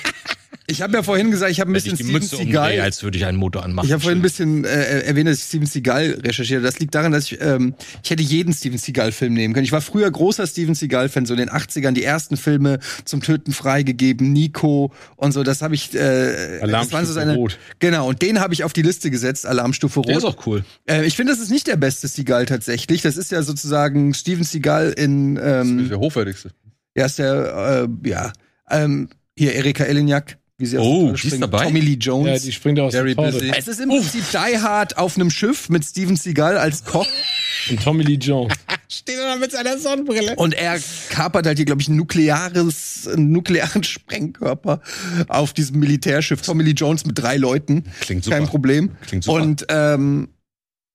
E: Ich habe ja vorhin gesagt, ich habe ein bisschen Steven Seagal.
D: als würde ich einen Motor anmachen.
E: ich habe vorhin ein bisschen äh, erwähnt, dass ich Steven Seagal recherchiere. Das liegt daran, dass ich ähm, ich hätte jeden Steven Seagal-Film nehmen können. Ich war früher großer Steven Seagal-Fan, so in den 80ern die ersten Filme zum Töten freigegeben, Nico und so. Das habe ich. Äh, das waren so
B: Alarmstufe
E: seine,
B: Rot.
E: Genau. Und den habe ich auf die Liste gesetzt. Alarmstufe Rot.
D: Der ist auch cool.
E: äh, ich finde, das ist nicht der beste Seagal tatsächlich. Das ist ja sozusagen Steven Seagal in ähm,
A: Der hochwertigste.
E: ja, ist der, äh, ja. Ähm, hier Erika Eleniak, wie sie auf
D: Oh,
E: die Rolle
D: die ist
E: springt.
D: dabei?
E: Tommy Lee Jones.
B: Ja, die springt aus
A: Gary
B: der Torte.
A: Busey.
E: es ist im Prinzip Die Hard auf einem Schiff mit Steven Seagal als Koch
B: Und Tommy Lee Jones.
D: Steht er da mit seiner Sonnenbrille.
E: und er kapert halt hier, glaube ich, ein nukleares, einen nuklearen Sprengkörper auf diesem Militärschiff. Tommy Lee Jones mit drei Leuten.
D: Klingt
E: Kein Problem.
D: Klingt
E: Und ähm,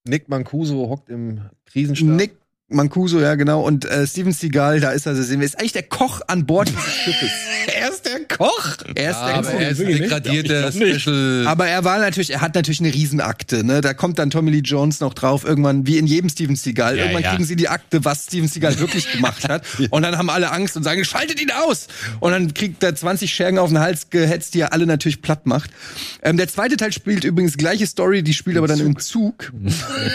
A: Nick Mancuso hockt im Krisenstab.
E: Nick Mancuso, ja genau, und äh, Steven Seagal, da ist er, da sehen wir, ist eigentlich der Koch an Bord dieses Schiffes.
D: er ist der Koch.
E: Er ist der
A: aber er ist ein
B: Wirklich nicht?
A: degradierter Special.
E: Aber er war natürlich, er hat natürlich eine Riesenakte, ne? Da kommt dann Tommy Lee Jones noch drauf, irgendwann, wie in jedem Steven Seagal.
D: Ja,
E: irgendwann
D: ja.
E: kriegen sie die Akte, was Steven Seagal wirklich gemacht hat. Und dann haben alle Angst und sagen, schaltet ihn aus! Und dann kriegt er 20 Schergen auf den Hals gehetzt, die er alle natürlich platt macht. Ähm, der zweite Teil spielt übrigens gleiche Story, die spielt aber dann im Zug.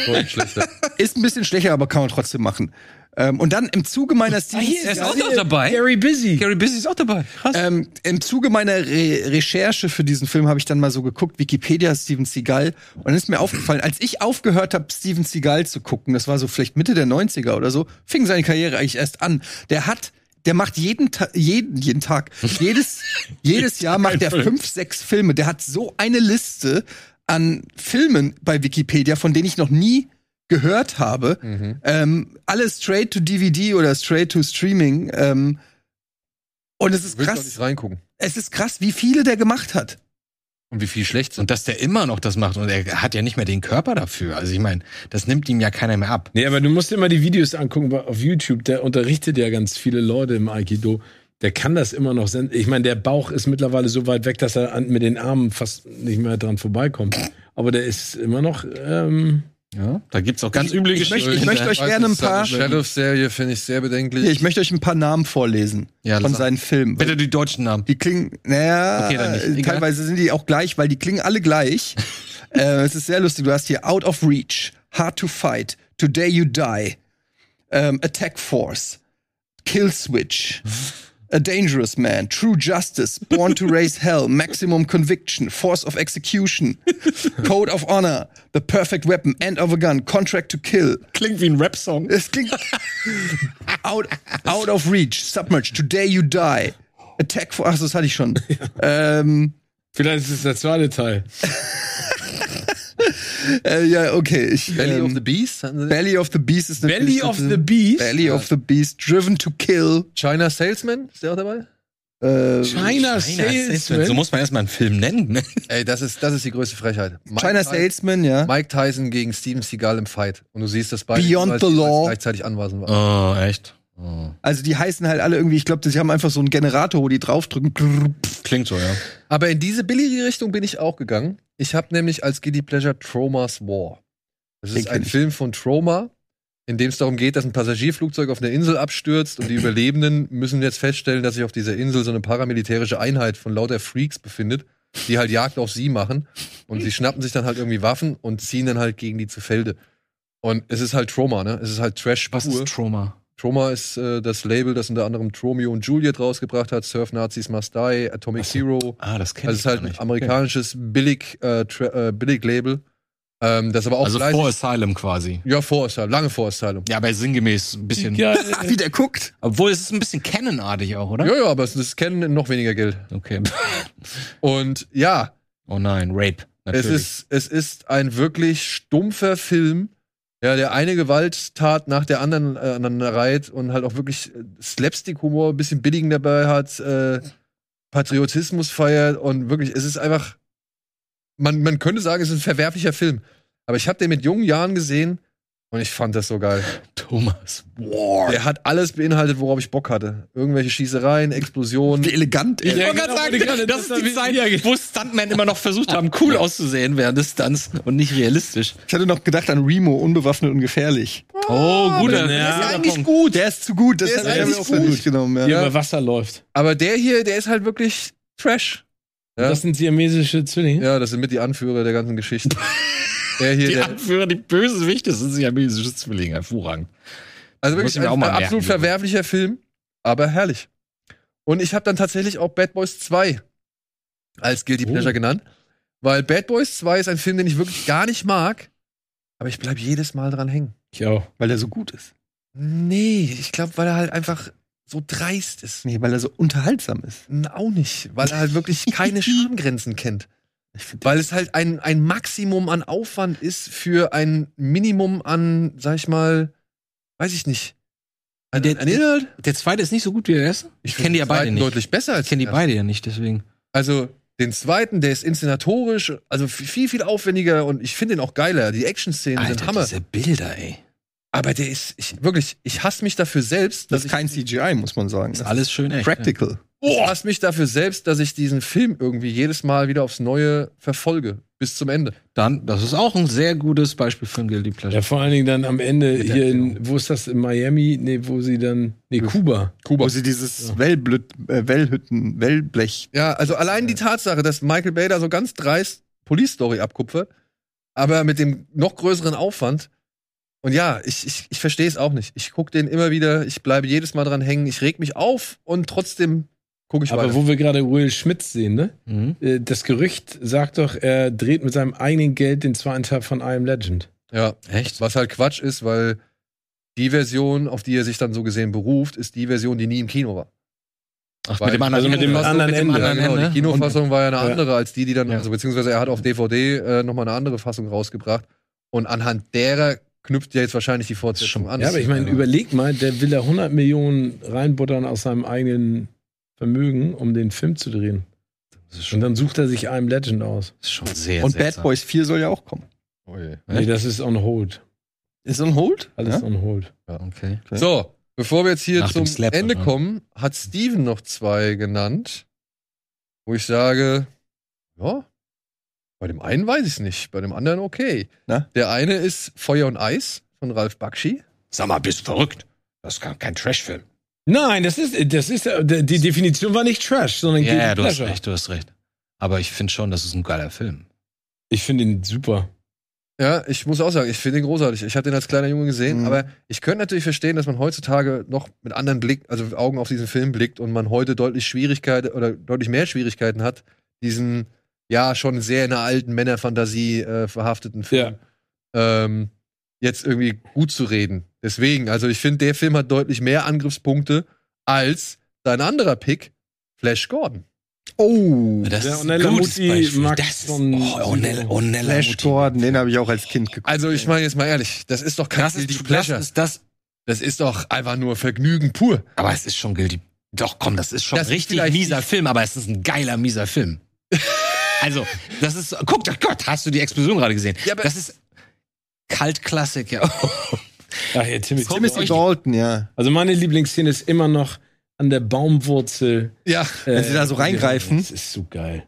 A: Deutsch schlechter.
E: Ist ein bisschen schlechter, aber kann man trotzdem machen. Ähm, und dann im Zuge meines Dienstes.
D: Er ist auch noch dabei.
J: Gary Busy.
D: Gary Busy Äh, ist auch dabei. Krass.
E: Ähm, Im Zuge meiner Re Recherche für diesen Film habe ich dann mal so geguckt, Wikipedia Steven Seagal. Und dann ist mir aufgefallen, als ich aufgehört habe, Steven Seagal zu gucken, das war so vielleicht Mitte der 90er oder so, fing seine Karriere eigentlich erst an. Der hat, der macht jeden, Ta jeden, jeden Tag, jedes, jedes Jahr macht der fünf, sechs Filme. Der hat so eine Liste an Filmen bei Wikipedia, von denen ich noch nie gehört habe.
A: Mhm.
E: Ähm, alle straight to DVD oder straight to Streaming. Ähm, und es ist
A: Willst doch
E: krass
A: nicht reingucken.
E: es ist krass, wie viele der gemacht hat.
A: Und wie viel schlecht sind.
D: Und dass der immer noch das macht und er hat ja nicht mehr den Körper dafür. Also ich meine, das nimmt ihm ja keiner mehr ab.
B: Nee, aber du musst dir mal die Videos angucken weil auf YouTube. Der unterrichtet ja ganz viele Leute im Aikido. Der kann das immer noch. sen- Ich meine, der Bauch ist mittlerweile so weit weg, dass er an- mit den Armen fast nicht mehr dran vorbeikommt. Aber der ist immer noch. Ähm,
D: Ja, da gibt's auch ganz üble
E: Ich möchte,
D: Geschichten.
A: Äh,
E: ich möchte euch gerne ein paar,
A: Sheriff-Serie finde ich sehr bedenklich.
E: hier, ich möchte euch ein paar Namen vorlesen
D: Ja,
E: von
D: sag-
E: seinen Filmen.
D: Bitte die deutschen Namen.
E: Die klingen, naja,
D: Okay, dann nicht.
E: äh,
D: Egal.
E: teilweise sind die auch gleich, weil die klingen alle gleich. äh, es ist sehr lustig. Du hast hier Out of Reach, Hard to Fight, Today You Die, ähm, Attack Force, Kill Switch, A Dangerous Man, True Justice, Born to Raise Hell, Maximum Conviction, Force of Execution, Code of Honor, The Perfect Weapon, End of a Gun, Contract to Kill,
D: Klingt wie ein Rap-Song.
E: Es klingt. out, out of reach, submerged, today you die. Attack for. Ach, das hatte ich schon. ähm,
B: vielleicht ist es der zweite Teil.
E: äh, ja, okay. Ich,
A: Belly
E: ähm,
A: of the Beast? hatten sie den?
E: Belly of the Beast ist natürlich.
B: Belly of the Beast?
E: Belly of the Beast, driven to kill.
A: China Salesman? Ist der auch dabei?
E: Äh,
B: China, Salesman.
D: So muss man erstmal einen Film nennen. ne?
A: Ey, das ist, das ist die größte Frechheit. Mike
E: China
A: Tyson-
E: Salesman, ja.
A: Mike Tyson gegen Steven Seagal im Fight. Und du siehst das beide
E: Beyond
A: jeweils-
E: the
A: jeweils
E: law.
A: gleichzeitig anwesend waren.
D: Oh, echt?
E: Also die heißen halt alle irgendwie, ich glaube, sie haben einfach so einen Generator, wo die draufdrücken. Grrr, pff.
D: Klingt so, ja.
A: Aber in diese billige Richtung bin ich auch gegangen. Ich habe nämlich als Guilty Pleasure Troma's War. Das
E: Den
A: ist
E: kenn
A: ein
E: ich.
A: Film von Troma, in dem es darum geht, dass ein Passagierflugzeug auf einer Insel abstürzt und die Überlebenden müssen jetzt feststellen, dass sich auf dieser Insel so eine paramilitärische Einheit von lauter Freaks befindet, die halt Jagd auf sie machen. Und sie schnappen sich dann halt irgendwie Waffen und ziehen dann halt gegen die zu Felde. Und es ist halt Troma, ne? Es ist halt Trash
D: Was
A: pur.
D: ist Trauma?
A: Troma ist äh, das Label, das unter anderem Tromeo und Juliet rausgebracht hat, Surf Nazis Must Die, Atomic Hero.
D: Ah, das kenn
A: Also es ist
D: gar
A: halt ein
D: nicht.
A: amerikanisches billig, äh, Tra- äh, billig Label, ähm, das aber auch
D: Also
A: fleißig-
D: vor Asylum quasi.
A: ja vor Asylum, lange vor Asylum.
D: Ja, aber sinngemäß ein bisschen.
B: Ja,
E: Ach, wie der guckt.
D: Obwohl es ist ein bisschen Canon-artig auch, oder?
A: Ja, ja, aber es ist kennen noch weniger Geld.
D: Okay.
A: Und ja,
D: Oh nein, Rape. Natürlich.
A: es ist es ist ein wirklich stumpfer Film, ja, der eine Gewalttat nach der anderen äh, aneinander reiht und halt auch wirklich äh, Slapstick-Humor, ein bisschen billigen dabei hat, äh, Patriotismus feiert und wirklich, es ist einfach, man, man könnte sagen, es ist ein verwerflicher Film. Aber ich habe den mit jungen Jahren gesehen und ich fand das so geil.
D: Thomas War.
A: Der hat alles beinhaltet, worauf ich Bock hatte. Irgendwelche Schießereien, Explosionen.
E: Wie elegant. ey.
D: Ich wollte gerade sagen, das ist die Zeit, wo Stuntmen immer noch versucht haben, cool auszusehen während des Stunts und nicht realistisch.
E: Ich hatte noch gedacht an Remo, unbewaffnet und gefährlich.
D: Oh, guter.
B: Ja.
D: guter Punkt.
E: gut. Der ist zu gut. Der, ist
A: eigentlich
E: eigentlich gut. Genommen, ja.
B: die über Wasser läuft.
A: Aber der hier, der ist halt wirklich trash. Ja.
B: Das sind siamesische Zwillinge.
A: Ja, das sind mit die Anführer der ganzen Geschichte. der hier,
D: Hm? Die
A: der,
D: Anführer, die bösen Wichte, das sind siamesische Zwillinge. Hervorragend.
A: also
D: muss
A: wirklich
D: ich mir
A: ein,
D: auch mal merken,
A: absolut
D: die
A: verwerflicher Film, aber herrlich. Und ich habe dann tatsächlich auch Bad Boys 2 als
D: Oh.
A: Guilty Pleasure genannt, weil Bad Boys 2 ist ein Film, den ich wirklich gar nicht mag, aber ich bleib jedes Mal dran hängen.
B: Ich auch.
E: Weil er so gut ist.
A: Nee, ich glaube, weil er halt einfach so dreist ist.
E: Nee, weil er so unterhaltsam ist.
A: N- Auch nicht, weil er halt wirklich keine Schamgrenzen kennt. Weil es halt ein, ein Maximum an Aufwand ist für ein Minimum an, sag ich mal, weiß ich nicht. An,
D: Der-
A: an Inhalt?
D: Der zweite ist nicht so gut wie der erste. Ich
A: find
D: kenne die ja
A: den
D: beide
A: zweiten
D: nicht.
A: Deutlich besser als
D: Ich kenne die
A: den
D: beide ja nicht, deswegen.
A: also den zweiten, der ist inszenatorisch, also viel, viel aufwendiger und ich finde den auch geiler. Die Action-Szenen sind Hammer.
D: diese Bilder, ey.
A: Aber der ist, ich, wirklich, ich hasse mich dafür selbst,
E: Das
A: dass
E: ist
A: ich,
E: kein CGI, muss man sagen. Das
D: Alles schön echt.
E: ist practical.
A: ich hasse mich dafür selbst, dass ich diesen Film irgendwie jedes Mal wieder aufs Neue verfolge. Bis zum Ende.
D: Dann, das ist auch ein sehr gutes Beispiel für ein Guilty
B: Ja,
D: Pleasure.
B: vor allen Dingen dann am Ende
D: Mit der
B: hier in, wo ist das, in Miami? Nee, wo sie dann, nee, Kuba.
E: Wo sie dieses Wellblüt, äh, Wellhütten, Wellblech.
A: Ja, also allein die Tatsache, dass Michael Bay da so ganz dreist Police Story abkupfert, aber mit dem noch größeren Aufwand, Und ja, ich, ich, ich verstehe es auch nicht. Ich gucke den immer wieder, ich bleibe jedes Mal dran hängen, ich reg mich auf und trotzdem gucke ich
B: Aber
A: weiter.
B: wo wir gerade Will Schmitz sehen, ne?
K: Mhm.
B: Äh, Das Gerücht sagt doch, er dreht mit seinem eigenen Geld den zweiten Teil von I Am Legend.
A: Ja,
K: Echt?
A: was halt Quatsch ist, weil die Version, auf die er sich dann so gesehen beruft, ist die Version, die nie im Kino war.
K: Ach,
A: Weil-
K: anderen,
B: also mit dem
K: Ende.
B: anderen
K: mit dem
B: Ende,
K: anderen
A: ja, genau, die
K: Ende.
A: Kinofassung war ja eine
B: Ja.
A: andere als die, die dann,
K: Ja.
A: also beziehungsweise er hat auf DVD äh, nochmal eine andere Fassung rausgebracht und anhand derer knüpft ja jetzt wahrscheinlich die Fortsetzung an.
B: Ja, aber ich meine, überleg mal, der will da 100 Millionen reinbuttern aus seinem eigenen Vermögen, um den Film zu drehen. Und dann sucht er sich I Am Legend aus.
D: Das ist schon sehr
E: Und
D: seltsam.
E: Bad Boys 4 soll ja auch kommen.
B: Nee, das ist on hold.
E: Ist on hold?
B: Alles on hold.
D: Okay.
A: So, bevor wir jetzt hier
D: Nach
A: zum
D: dem Slap,
A: Ende
D: oder?
A: kommen, hat Steven noch zwei genannt, wo ich sage, ja, bei dem einen weiß ich es nicht, bei dem anderen okay.
E: Na?
A: Der eine ist Feuer und Eis von Ralf Bakshi.
D: Sag mal, bist verrückt. Das ist kein- kein Trashfilm.
B: Nein, das ist, das ist, äh, die Definition war nicht Trash, sondern
D: Ja,
B: Guilty
D: ja, du hast
B: Pleasure.
D: recht, du hast recht. Aber ich finde schon, das ist ein geiler Film.
B: Ich finde ihn super.
A: Ja, ich muss auch sagen, ich finde den großartig. Ich habe den als kleiner Junge gesehen,
E: Mhm.
A: aber ich könnte natürlich verstehen, dass man heutzutage noch mit anderen Blick, also Augen auf diesen Film blickt und man heute deutlich Schwierigkeiten oder deutlich mehr Schwierigkeiten hat, diesen ja schon sehr in einer alten Männerfantasie äh, verhafteten Film ähm, jetzt irgendwie gut zu reden. Deswegen, also ich finde, der Film hat deutlich mehr Angriffspunkte als dein anderer Pick, Flash Gordon.
E: Oh,
D: Das
B: Ja,
D: ist ein
B: Ornella
D: gutes
B: Muti
D: Beispiel.
B: mag
D: Das ist, oh,
B: schon-
D: Ornella, Ornella
E: Flash
D: Muti.
E: Gordon, den habe ich auch als Kind geguckt.
A: Also ich meine jetzt mal ehrlich, das ist doch kein
D: Das
A: Guilty
D: ist, das
A: Pleasure.
D: ist das.
A: Das ist doch einfach nur Vergnügen pur.
D: Aber es ist schon guilty. Doch, komm, das ist schon
A: Das ist
D: richtig
A: vielleicht
D: mieser Film, aber es ist ein geiler mieser Film. also, das ist. Guck, oh Gott, hast du die Explosion gerade gesehen?
A: Ja, aber-
D: das ist Kaltklassik, ja.
B: Ach ja, Timothy.
E: Timothy Dalton, ja.
B: Also meine Lieblingsszene ist immer noch an der Baumwurzel.
A: Ja,
E: Wenn sie da so reingreifen.
B: Äh, Das ist so geil.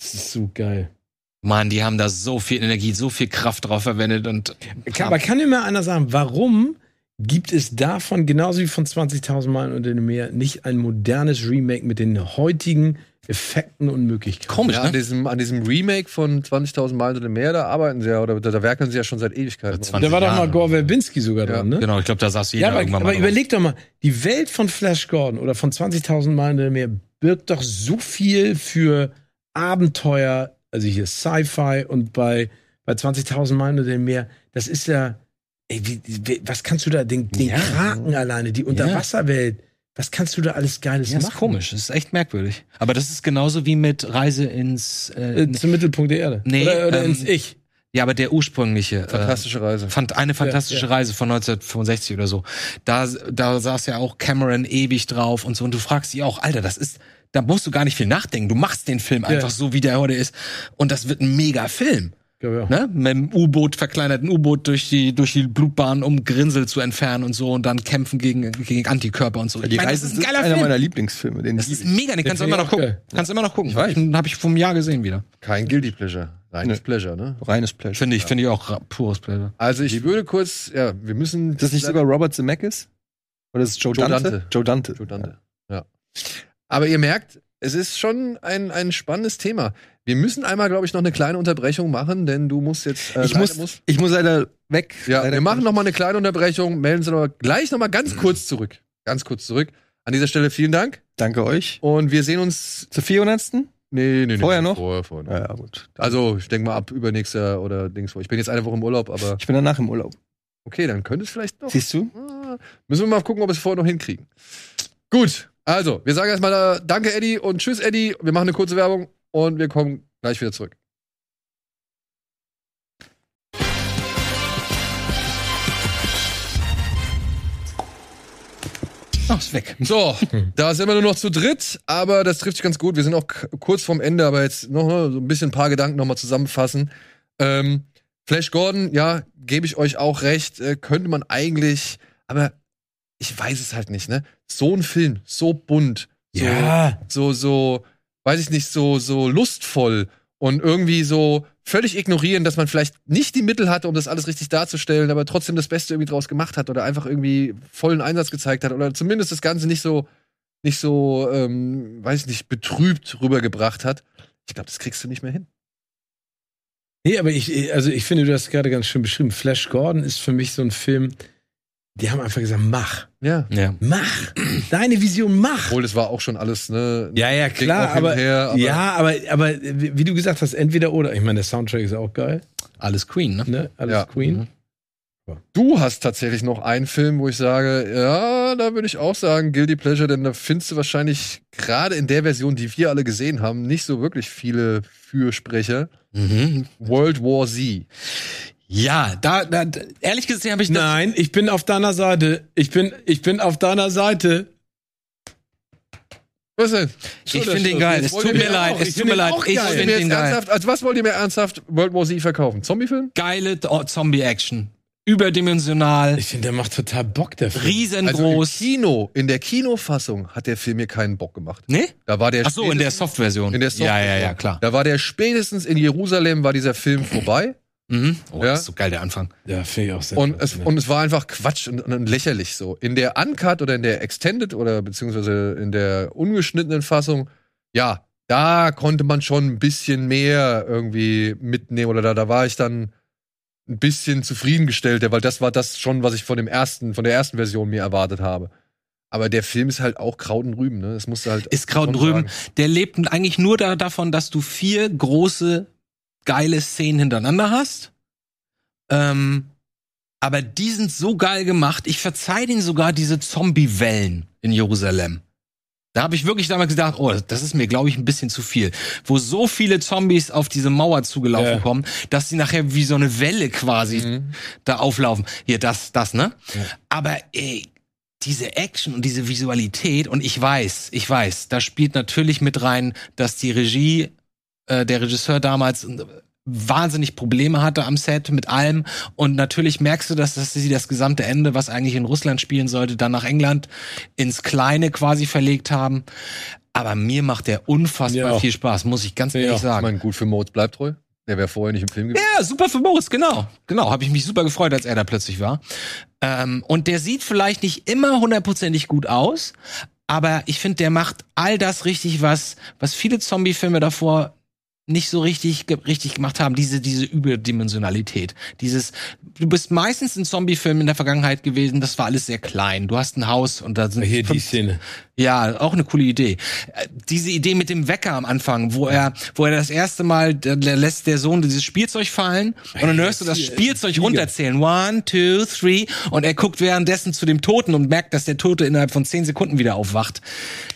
B: Das ist so geil.
D: Mann, die haben da so viel Energie, so viel Kraft drauf verwendet und.
B: Kann, aber kann mir mal einer sagen, warum gibt es davon, genauso wie von 20.000 Meilen unter dem Meer, nicht ein modernes Remake mit den heutigen Effekten und Möglichkeiten?
D: Komisch,
A: ja an,
D: ne?
A: diesem, an diesem Remake von 20.000 Meilen oder mehr, da arbeiten sie ja, oder da, da werkeln sie ja schon seit Ewigkeiten.
D: Seit
A: rum.
B: Da war doch mal
D: Jahre.
B: Gore Verbinski sogar
A: Ja,
B: dran, ne?
D: Genau, ich glaube, da saß jeder
B: Ja, aber,
D: irgendwann mal.
B: aber
D: drauf.
B: überleg doch mal, die Welt von Flash Gordon oder von 20.000 Meilen unter dem Meer birgt doch so viel für Abenteuer, also hier Sci-Fi und bei, bei 20.000 Meilen unter dem Meer, das ist ja, ey, wie, wie, was kannst du da, den, den
D: Ja.
B: Kraken alleine, die Unterwasserwelt, was kannst du da alles Geiles
D: Ja, ist
B: machen?
D: komisch, ist echt merkwürdig. Aber das ist genauso wie mit Reise ins. Äh,
B: Äh, zum Mittelpunkt der Erde.
D: Nee,
B: oder oder
D: ähm,
B: ins Ich.
D: ja, aber der ursprüngliche. äh,
A: Fantastische Reise.
D: fand eine fantastische
B: Ja,
D: Reise von 1965 oder so. Da, da saß ja auch Cameron ewig drauf und so. Und du fragst dich auch, Alter, das ist, da musst du gar nicht viel nachdenken. Du machst den Film einfach so, wie der heute ist. Und das wird ein mega Film.
B: Ja, ja.
D: Ne? Mit dem U-Boot, verkleinerten U-Boot durch die, durch die Blutbahn, um Grinsel zu entfernen und so und dann kämpfen gegen, gegen Antikörper und so.
E: Die
D: Ich mein,
E: Reise
D: das
E: ist,
D: ist ein geiler
E: einer
D: Film.
E: meiner Lieblingsfilme. Den
D: das
E: liebe
D: ist
E: ich.
D: mega, den kannst du immer noch gucken. Kannst du immer noch gucken. Ich weiß. Hab ich vom Jahr gesehen wieder.
A: Kein Guilty Pleasure. Reines
E: Nö.
A: Pleasure, ne?
E: Reines Pleasure.
D: Finde ich, finde ich auch ra- pures Pleasure.
A: Also ich würde kurz, ja, wir müssen.
E: Ist das nicht sogar Robert Zemeckis? Oder ist es Joe,
A: Joe
E: Dante?
A: Dante.
E: Joe Dante.
A: Joe Dante. Ja. Aber ihr merkt, es ist schon ein, ein spannendes Thema. Wir müssen einmal, glaube ich, noch eine kleine Unterbrechung machen, denn du musst jetzt. äh,
E: Ich
A: leider
E: muss-
A: musst-
E: Ich muss leider weg.
A: Ja,
E: leider
A: wir machen noch mal eine kleine Unterbrechung, melden Sie aber gleich noch mal ganz kurz zurück. Ganz kurz zurück. An dieser Stelle vielen Dank
E: Danke euch.
A: und wir sehen uns.
E: Zur 400.
A: Nee, nee, nee.
E: Vorher noch?
A: Vorher, vorher noch.
E: Ja, ja, gut.
A: Also, ich denke mal ab übernächster Jahr oder Dings vor. Ich bin jetzt eine Woche im Urlaub, aber
E: Ich bin danach im Urlaub.
A: okay, dann könnte es vielleicht doch.
E: Siehst du?
A: Ah, Müssen wir mal gucken, ob wir es vorher noch hinkriegen. Gut, also, wir sagen erstmal äh, Danke, Eddie, und Tschüss, Eddie. Wir machen eine kurze Werbung und wir kommen gleich wieder zurück.
D: Oh, ist weg.
A: So, da sind wir nur noch zu dritt, aber das trifft sich ganz gut. Wir sind auch k- kurz vorm Ende, aber jetzt noch ne, so ein bisschen ein paar Gedanken nochmal zusammenfassen. Ähm, Flash Gordon, ja, gebe ich euch auch recht, äh, könnte man eigentlich, aber ich weiß es halt nicht, ne? So ein Film, so bunt, so,
B: Ja,
A: so, so, weiß ich nicht, so, so lustvoll und irgendwie so völlig ignorieren, dass man vielleicht nicht die Mittel hatte, um das alles richtig darzustellen, aber trotzdem das Beste irgendwie draus gemacht hat oder einfach irgendwie vollen Einsatz gezeigt hat oder zumindest das Ganze nicht so, nicht so, ähm, weiß ich nicht, betrübt rübergebracht hat. Ich glaube, das kriegst du nicht mehr hin.
B: Nee, aber ich, also ich finde, du hast es gerade ganz schön beschrieben. Flash Gordon ist für mich so ein Film, die haben einfach gesagt, mach,
A: Ja.
D: Ja.
B: mach, deine Vision, mach.
A: Obwohl, das war auch schon alles, ne?
B: Ja, ja,
A: Ding
B: klar,
A: auch
B: aber,
A: hinterher, aber-
B: ja, aber, aber wie wie du gesagt hast, entweder oder. Ich meine, der Soundtrack ist auch geil,
D: Alles Queen, ne?
B: ne? Alles
A: Ja. Mhm.
B: Queen.
A: Du hast tatsächlich noch einen Film, wo ich sage, ja, da würde ich auch sagen, Guilty Pleasure, denn da findest du wahrscheinlich gerade in der Version, die wir alle gesehen haben, nicht so wirklich viele Fürsprecher.
D: Mhm.
A: World War Z.
D: Ja, da, da ehrlich gesehen habe ich das
B: Nein, ich bin auf deiner Seite. Ich bin, ich bin auf deiner Seite.
A: Was denn?
D: Ich finde ihn geil. Es tut mir leid. Es tut mir leid.
A: Wollt
D: Ich
A: ihr mir
D: finde
A: jetzt
D: ihn geil.
A: ernsthaft, also was wollt ihr mir ernsthaft World War Z verkaufen? Zombie-Film?
D: Geile oh, Zombie-Action. Überdimensional.
B: Ich finde, der macht total Bock, der Film.
A: Also im
D: Riesengroß.
A: Kino, in der Kinofassung hat der Film mir keinen Bock gemacht.
D: nee?
A: Da war der
D: Ach so, in der
A: spätestens-
D: Soft-Version.
A: in der
D: Ja, ja, ja,
A: Software-
D: klar.
A: Da war der spätestens in Jerusalem, war dieser Film vorbei.
D: Mhm. Oh,
A: Ja.
D: das ist so geil, der Anfang.
B: Ja, finde ich auch sehr
A: Und es, und es war einfach Quatsch und, und lächerlich so. In der Uncut oder in der Extended oder beziehungsweise in der ungeschnittenen Fassung, ja, da konnte man schon ein bisschen mehr irgendwie mitnehmen oder da, da war ich dann ein bisschen zufriedengestellter, weil das war das schon, was ich von dem ersten, von der ersten Version mir erwartet habe. Aber der Film ist halt auch Kraut und Rüben, ne? Das musste halt.
D: Ist Kraut und
A: schon
D: Rüben.
A: sagen.
D: Der lebt eigentlich nur da, davon, dass du vier große, geile Szenen hintereinander hast. Ähm, aber die sind so geil gemacht. Ich verzeih denen sogar diese Zombie-Wellen in Jerusalem. Da habe ich wirklich damals gedacht, oh, das ist mir, glaube ich, ein bisschen zu viel. Wo so viele Zombies auf diese Mauer zugelaufen
B: Ja.
D: kommen, dass sie nachher wie so eine Welle quasi
A: Mhm.
D: da auflaufen. Hier, das, das, ne? Aber ey, diese Action und diese Visualität, und ich weiß, ich weiß, da spielt natürlich mit rein, dass die Regie, äh, der Regisseur damals äh, wahnsinnig Probleme hatte am Set mit allem. Und natürlich merkst du, dass, dass sie das gesamte Ende, was eigentlich in Russland spielen sollte, dann nach England ins Kleine quasi verlegt haben. Aber mir macht der unfassbar
B: Mir auch.
D: viel Spaß, muss ich ganz
B: Mir
D: ehrlich
B: auch.
A: Ich
D: sagen.
A: meine, gut für Moritz bleibt treu. Der wäre vorher nicht im Film gewesen.
D: Ja, super für Moritz, genau. Genau, habe ich mich super gefreut, als er da plötzlich war. Ähm, und der sieht vielleicht nicht immer hundertprozentig gut aus, aber ich finde, der macht all das richtig, was, was viele Zombie-Filme davor nicht so richtig, ge- richtig gemacht haben. Diese, diese Überdimensionalität. Dieses, du bist meistens in Zombie-Filmen in der Vergangenheit gewesen, das war alles sehr klein. Du hast ein Haus und da sind
B: hier die
D: fünf-
B: Szene.
D: ja, auch eine coole Idee. Äh, Diese Idee mit dem Wecker am Anfang, wo er, wo er das erste Mal, da lässt der Sohn dieses Spielzeug fallen und dann hörst du das Spielzeug runterzählen. One, two, three. Und er guckt währenddessen zu dem Toten und merkt, dass der Tote innerhalb von zehn Sekunden wieder aufwacht.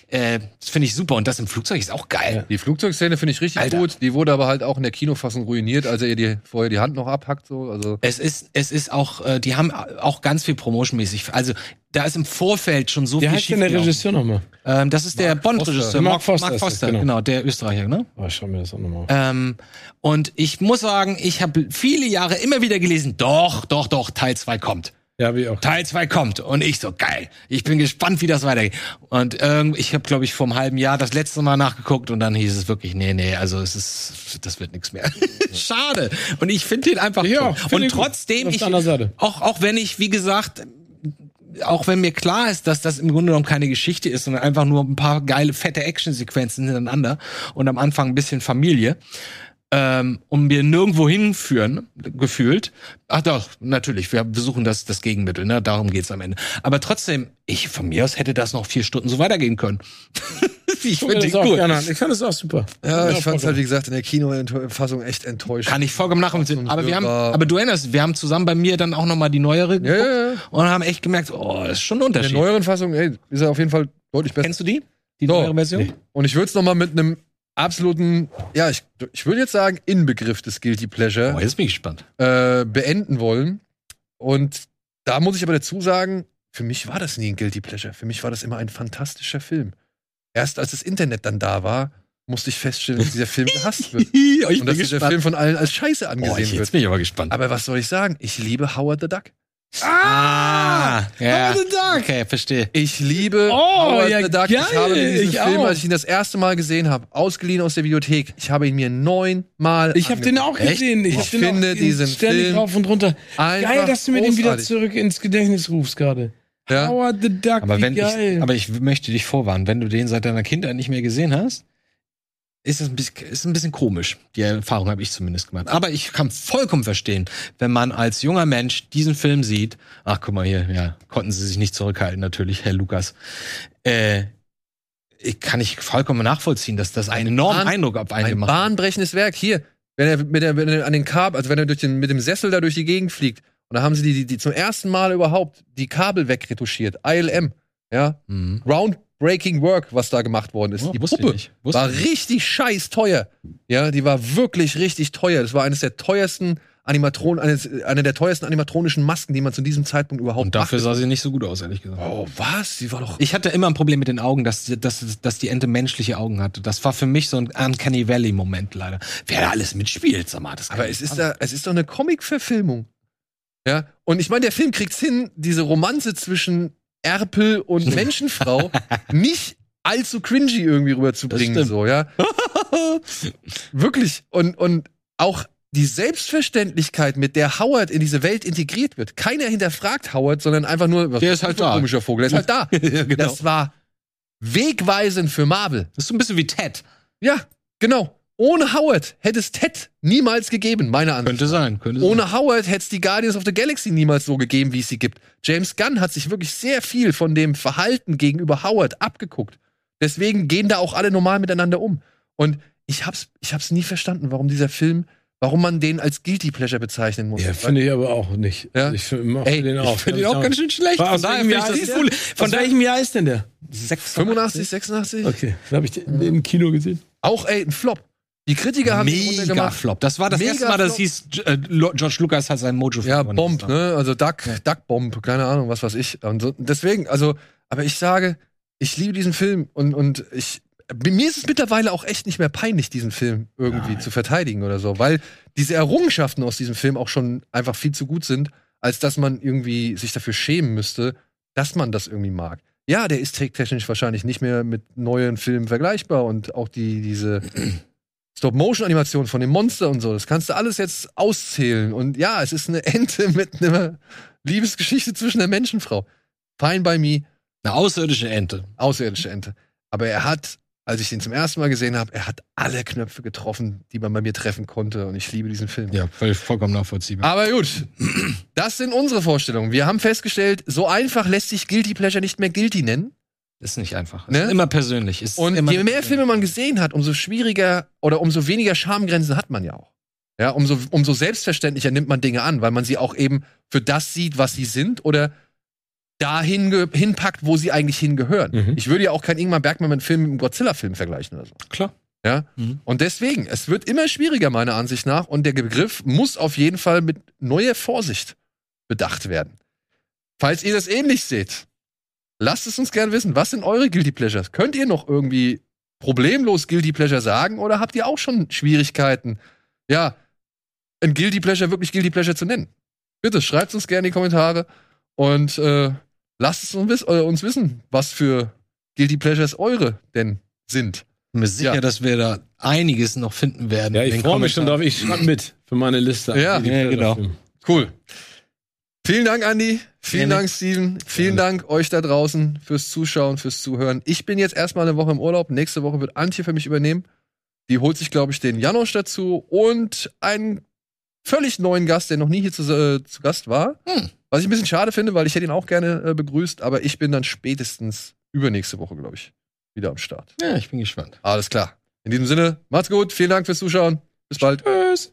D: Äh, das finde ich super. Und das im Flugzeug ist auch geil.
A: Die Flugzeugszene finde ich richtig
D: Alter.
A: gut. Die wurde aber halt auch in der Kinofassung ruiniert, als er ihr die, vorher die Hand noch abhackt. So. Also,
D: Es ist, es ist auch, äh, die haben auch ganz viel promotionmäßig. Also, da ist im Vorfeld schon so
B: Wie
D: viel
B: heißt denn der
D: schiefgelaufen.
B: Regisseur nochmal?
D: Ähm, das ist der Bond-Regisseur.
B: Foster. Mark Foster
D: Mark
B: ist das,
D: Foster,
B: genau.
D: genau. der Österreicher, ne?
B: Oh, schau mir das auch nochmal
A: Äh,
B: an.
D: Ähm, und ich muss sagen, ich habe viele Jahre immer wieder gelesen, doch, doch, doch, Teil 2 kommt.
B: Ja, hab ich auch.
D: Teil 2 kommt. Und ich so, geil. Ich bin gespannt, wie das weitergeht. Und ähm, ich habe, glaube ich, vor einem halben Jahr das letzte Mal nachgeguckt und dann hieß es wirklich, nee, nee, also es ist, das wird nichts mehr. Schade. Und ich finde den einfach
B: Ja,
D: toll.
B: find
D: Und
B: ich gut.
D: trotzdem,
B: Auf
D: ich,
B: der anderen Seite.
D: auch, auch wenn ich, wie gesagt, auch wenn mir klar ist, dass das im Grunde genommen keine Geschichte ist, sondern einfach nur ein paar geile, fette Actionsequenzen hintereinander und am Anfang ein bisschen Familie ähm, und mir nirgendwo hinführen, gefühlt. Ach doch, natürlich, wir versuchen das, das Gegenmittel, ne? darum geht's am Ende. Aber trotzdem, ich von mir aus hätte das noch vier Stunden so weitergehen können. ich
B: Ich
D: finde
B: finde
D: die
B: das auch
D: gut.
B: gerne an. Ich fand das auch super.
A: ja, ich fand es halt, wie gesagt, in der Kinofassung echt enttäuschend.
D: Kann ich vollkommen nachvollziehen. Aber wir haben,
A: War-
D: aber du erinnerst, wir haben zusammen bei mir dann auch noch mal die neuere
A: Ja,
D: geguckt
A: ja, ja.
D: und haben echt gemerkt, oh, das ist schon ein
A: In der
D: Unterschied.
A: neueren Fassung ey, ist er auf jeden Fall deutlich besser.
D: Kennst du die? Die
A: So.
D: neuere Version?
A: Und ich würde es nochmal mit einem absoluten, ja, ich, ich würde jetzt sagen, Inbegriff des Guilty Pleasure.
D: Oh, jetzt bin ich gespannt.
A: äh, beenden wollen. Und da muss ich aber dazu sagen, für mich war das nie ein Guilty Pleasure. Für mich war das immer ein fantastischer Film. Erst als das Internet dann da war, musste ich feststellen, dass dieser Film gehasst wird.
D: Ich
A: und dass dieser Film von allen als Scheiße
D: Oh, ich,
A: angesehen
D: jetzt
A: wird. Ah!
D: bin ich aber gespannt.
A: Aber was soll ich sagen? Ich liebe Howard the Duck.
D: ah, ja. Okay, verstehe.
A: Ich liebe
B: Oh,
A: Howard
B: ja,
A: the Duck.
B: geil,
A: ich habe mir diesen
B: ich
A: Film,
B: auch.
A: als ich ihn das erste Mal gesehen habe, ausgeliehen aus der Bibliothek. Ich habe ihn mir neunmal
B: Ich habe den auch
A: angeguckt.
B: gesehen. Ich,
A: Ich
B: hab den
A: finde
B: auch,
A: diesen
B: ständig
A: Film
B: rauf und runter.
A: Einfach
B: Geil, dass du mir den wieder
A: großartig.
B: zurück ins Gedächtnis rufst gerade.
A: Ja.
B: Howard the Duck,
D: Aber
B: wie
D: wenn
B: geil.
D: ich, aber ich möchte dich vorwarnen, wenn du den seit deiner Kindheit nicht mehr gesehen hast, ist es ein bisschen, ist ein bisschen komisch. Die Erfahrung habe ich zumindest gemacht. Aber ich kann vollkommen verstehen, wenn man als junger Mensch diesen Film sieht. Ach, guck mal hier, ja, konnten sie sich nicht zurückhalten, natürlich, Herr Lukas. Äh, ich- kann ich vollkommen nachvollziehen, dass das einen enormen
A: Bahn-
D: Eindruck auf einen
A: Ein
D: gemacht hat.
A: bahnbrechendes Werk. Hier, wenn er, mit der, wenn er an den Kabel, also wenn er durch den, mit dem Sessel da durch die Gegend fliegt, und da haben sie die, die, die zum ersten Mal überhaupt die Kabel wegretuschiert. ILM, ja.
D: Mhm.
A: Groundbreaking Work, was da gemacht worden ist.
D: Oh,
A: die
D: wusste ich
A: Puppe
D: nicht. Wusste
A: war
D: ich
A: richtig scheiß teuer. Ja, die war wirklich richtig teuer. Das war eines der teuersten Animatron, eines, äh, eine der teuersten animatronischen Masken, die man zu diesem Zeitpunkt überhaupt
D: Und dafür
A: machte.
D: sah sie nicht so gut aus, ehrlich gesagt.
A: Oh, was? Die war doch.
D: Ich hatte immer ein Problem mit den Augen, dass, dass, dass die Ente menschliche Augen hatte. Das war für mich so ein Uncanny Valley-Moment leider. Wer da alles mitspielt, sag mal. Das kann
A: Aber
D: ich
A: es ist,
D: nicht
A: da, es ist doch eine Comic-Verfilmung. Ja, und ich meine, der Film kriegt's hin, diese Romanze zwischen Erpel und Menschenfrau nicht allzu cringy irgendwie rüberzubringen,
D: Das stimmt.
A: so, ja. Wirklich. Und, und auch die Selbstverständlichkeit, mit der Howard in diese Welt integriert wird. Keiner hinterfragt Howard, sondern einfach nur, was
D: Der ist halt
A: für ein
D: da.
A: komischer Vogel, der ist halt da.
D: haben. ja, genau.
A: Das war wegweisend für Marvel.
D: Das ist so ein bisschen wie Ted.
A: Ja, genau. Ohne Howard hätte es Ted niemals gegeben, meiner Ansicht
D: Könnte sein, könnte sein.
A: ohne Howard hätte es die Guardians of the Galaxy niemals so gegeben, wie es sie gibt. James Gunn hat sich wirklich sehr viel von dem Verhalten gegenüber Howard abgeguckt. Deswegen gehen da auch alle normal miteinander um. Und ich hab's, ich hab's nie verstanden, warum dieser Film, warum man den als Guilty Pleasure bezeichnen muss.
B: Ja, finde ich aber auch nicht.
A: Ja.
B: Ich finde
A: Ey,
B: den auch.
D: Ich finde ihn auch ganz schön schlecht.
B: Aus
D: daher
B: welchem
D: finde
B: Jahr
D: ich
B: ist
D: das
B: der?
D: cool.
B: Von
D: Von daher
B: welchem Jahr ist denn der?
A: 85, 86?
B: Okay, dann habe ich den im Kino gesehen.
A: Auch ey, ein Flop. Die Kritiker haben ihn
D: Mega
A: runtergemacht.
D: Flop. Das war das
A: Mega
D: erste Mal,
A: Flop.
D: dass hieß, äh, Lo- George Lucas hat sein Mojo
A: Ja,
D: verloren.
A: Bomb, ne? Also Duck, Duck Bomb, keine Ahnung, was weiß ich. Und so, deswegen, also, aber ich sage, ich liebe diesen Film und, und ich. Mir ist es mittlerweile auch echt nicht mehr peinlich, diesen Film irgendwie zu verteidigen oder so, weil diese Errungenschaften aus diesem Film auch schon einfach viel zu gut sind, als dass man irgendwie sich dafür schämen müsste, dass man das irgendwie mag. Ja, der ist technisch wahrscheinlich nicht mehr mit neuen Filmen vergleichbar und auch die, diese Stop-Motion-Animation von dem Monster und so, das kannst du alles jetzt auszählen. Und ja, es ist eine Ente mit einer Liebesgeschichte zwischen der Menschenfrau. Fine by me,
D: Eine außerirdische Ente.
A: außerirdische Ente. Aber er hat, als ich ihn zum ersten Mal gesehen habe, er hat alle Knöpfe getroffen, die man bei mir treffen konnte. Und ich liebe diesen Film.
D: Ja, voll, vollkommen nachvollziehbar.
A: Aber gut, das sind unsere Vorstellungen. Wir haben festgestellt, so einfach lässt sich Guilty Pleasure nicht mehr Guilty nennen.
D: Ah, Ist nicht einfach.
A: Ne?
D: Ist immer persönlich. Ist
A: Und
D: immer
A: je mehr Filme man gesehen hat, umso schwieriger oder umso weniger Schamgrenzen hat man ja auch. Ja, umso, umso selbstverständlicher nimmt man Dinge an, weil man sie auch eben für das sieht, was sie sind oder dahin ge- hinpackt, wo sie eigentlich hingehören.
B: Mhm.
A: Ich würde ja auch keinen Ingmar Bergmann mit einem Film, mit einem Godzilla-Film vergleichen oder so.
D: Klar.
A: Ja.
D: Mhm.
A: Und deswegen, es wird immer schwieriger, meiner Ansicht nach, und der Begriff muss auf jeden Fall mit neuer Vorsicht bedacht werden. Falls ihr das ähnlich seht, lasst es uns gerne wissen. Was sind eure Guilty Pleasures? Könnt ihr noch irgendwie problemlos Guilty Pleasure sagen oder habt ihr auch schon Schwierigkeiten, ja, ein Guilty Pleasure wirklich Guilty Pleasure zu nennen? Bitte schreibt uns gerne in die Kommentare und äh, lasst es uns, wiss äh, uns wissen, was für Guilty Pleasures eure denn sind.
D: bin mir sicher,
A: Ja.
D: dass wir da einiges noch finden werden.
B: Ja,
D: in
B: ich
D: den
B: freue mich schon
D: Kommentaren.
B: drauf. Ich schreibe mit für meine Liste.
A: Ja,
B: Die
D: ja, genau.
B: Filme.
A: Cool. Vielen Dank, Andi. Vielen
D: Gerne.
A: Dank, Steven. Vielen Dank euch da draußen fürs Zuschauen, fürs Zuhören. Ich bin jetzt erstmal eine Woche im Urlaub. Nächste Woche wird Antje für mich übernehmen. Die holt sich, glaube ich, den Janosch dazu und einen völlig neuen Gast, der noch nie hier zu, äh, zu Gast war. Was ich ein bisschen schade finde, weil ich hätte ihn auch gerne äh, begrüßt, aber ich bin dann spätestens übernächste Woche, glaube ich, wieder am Start.
D: Ja, ich bin gespannt.
A: Alles klar. In diesem Sinne, macht's gut. Vielen Dank fürs Zuschauen. Bis bald. Tschüss.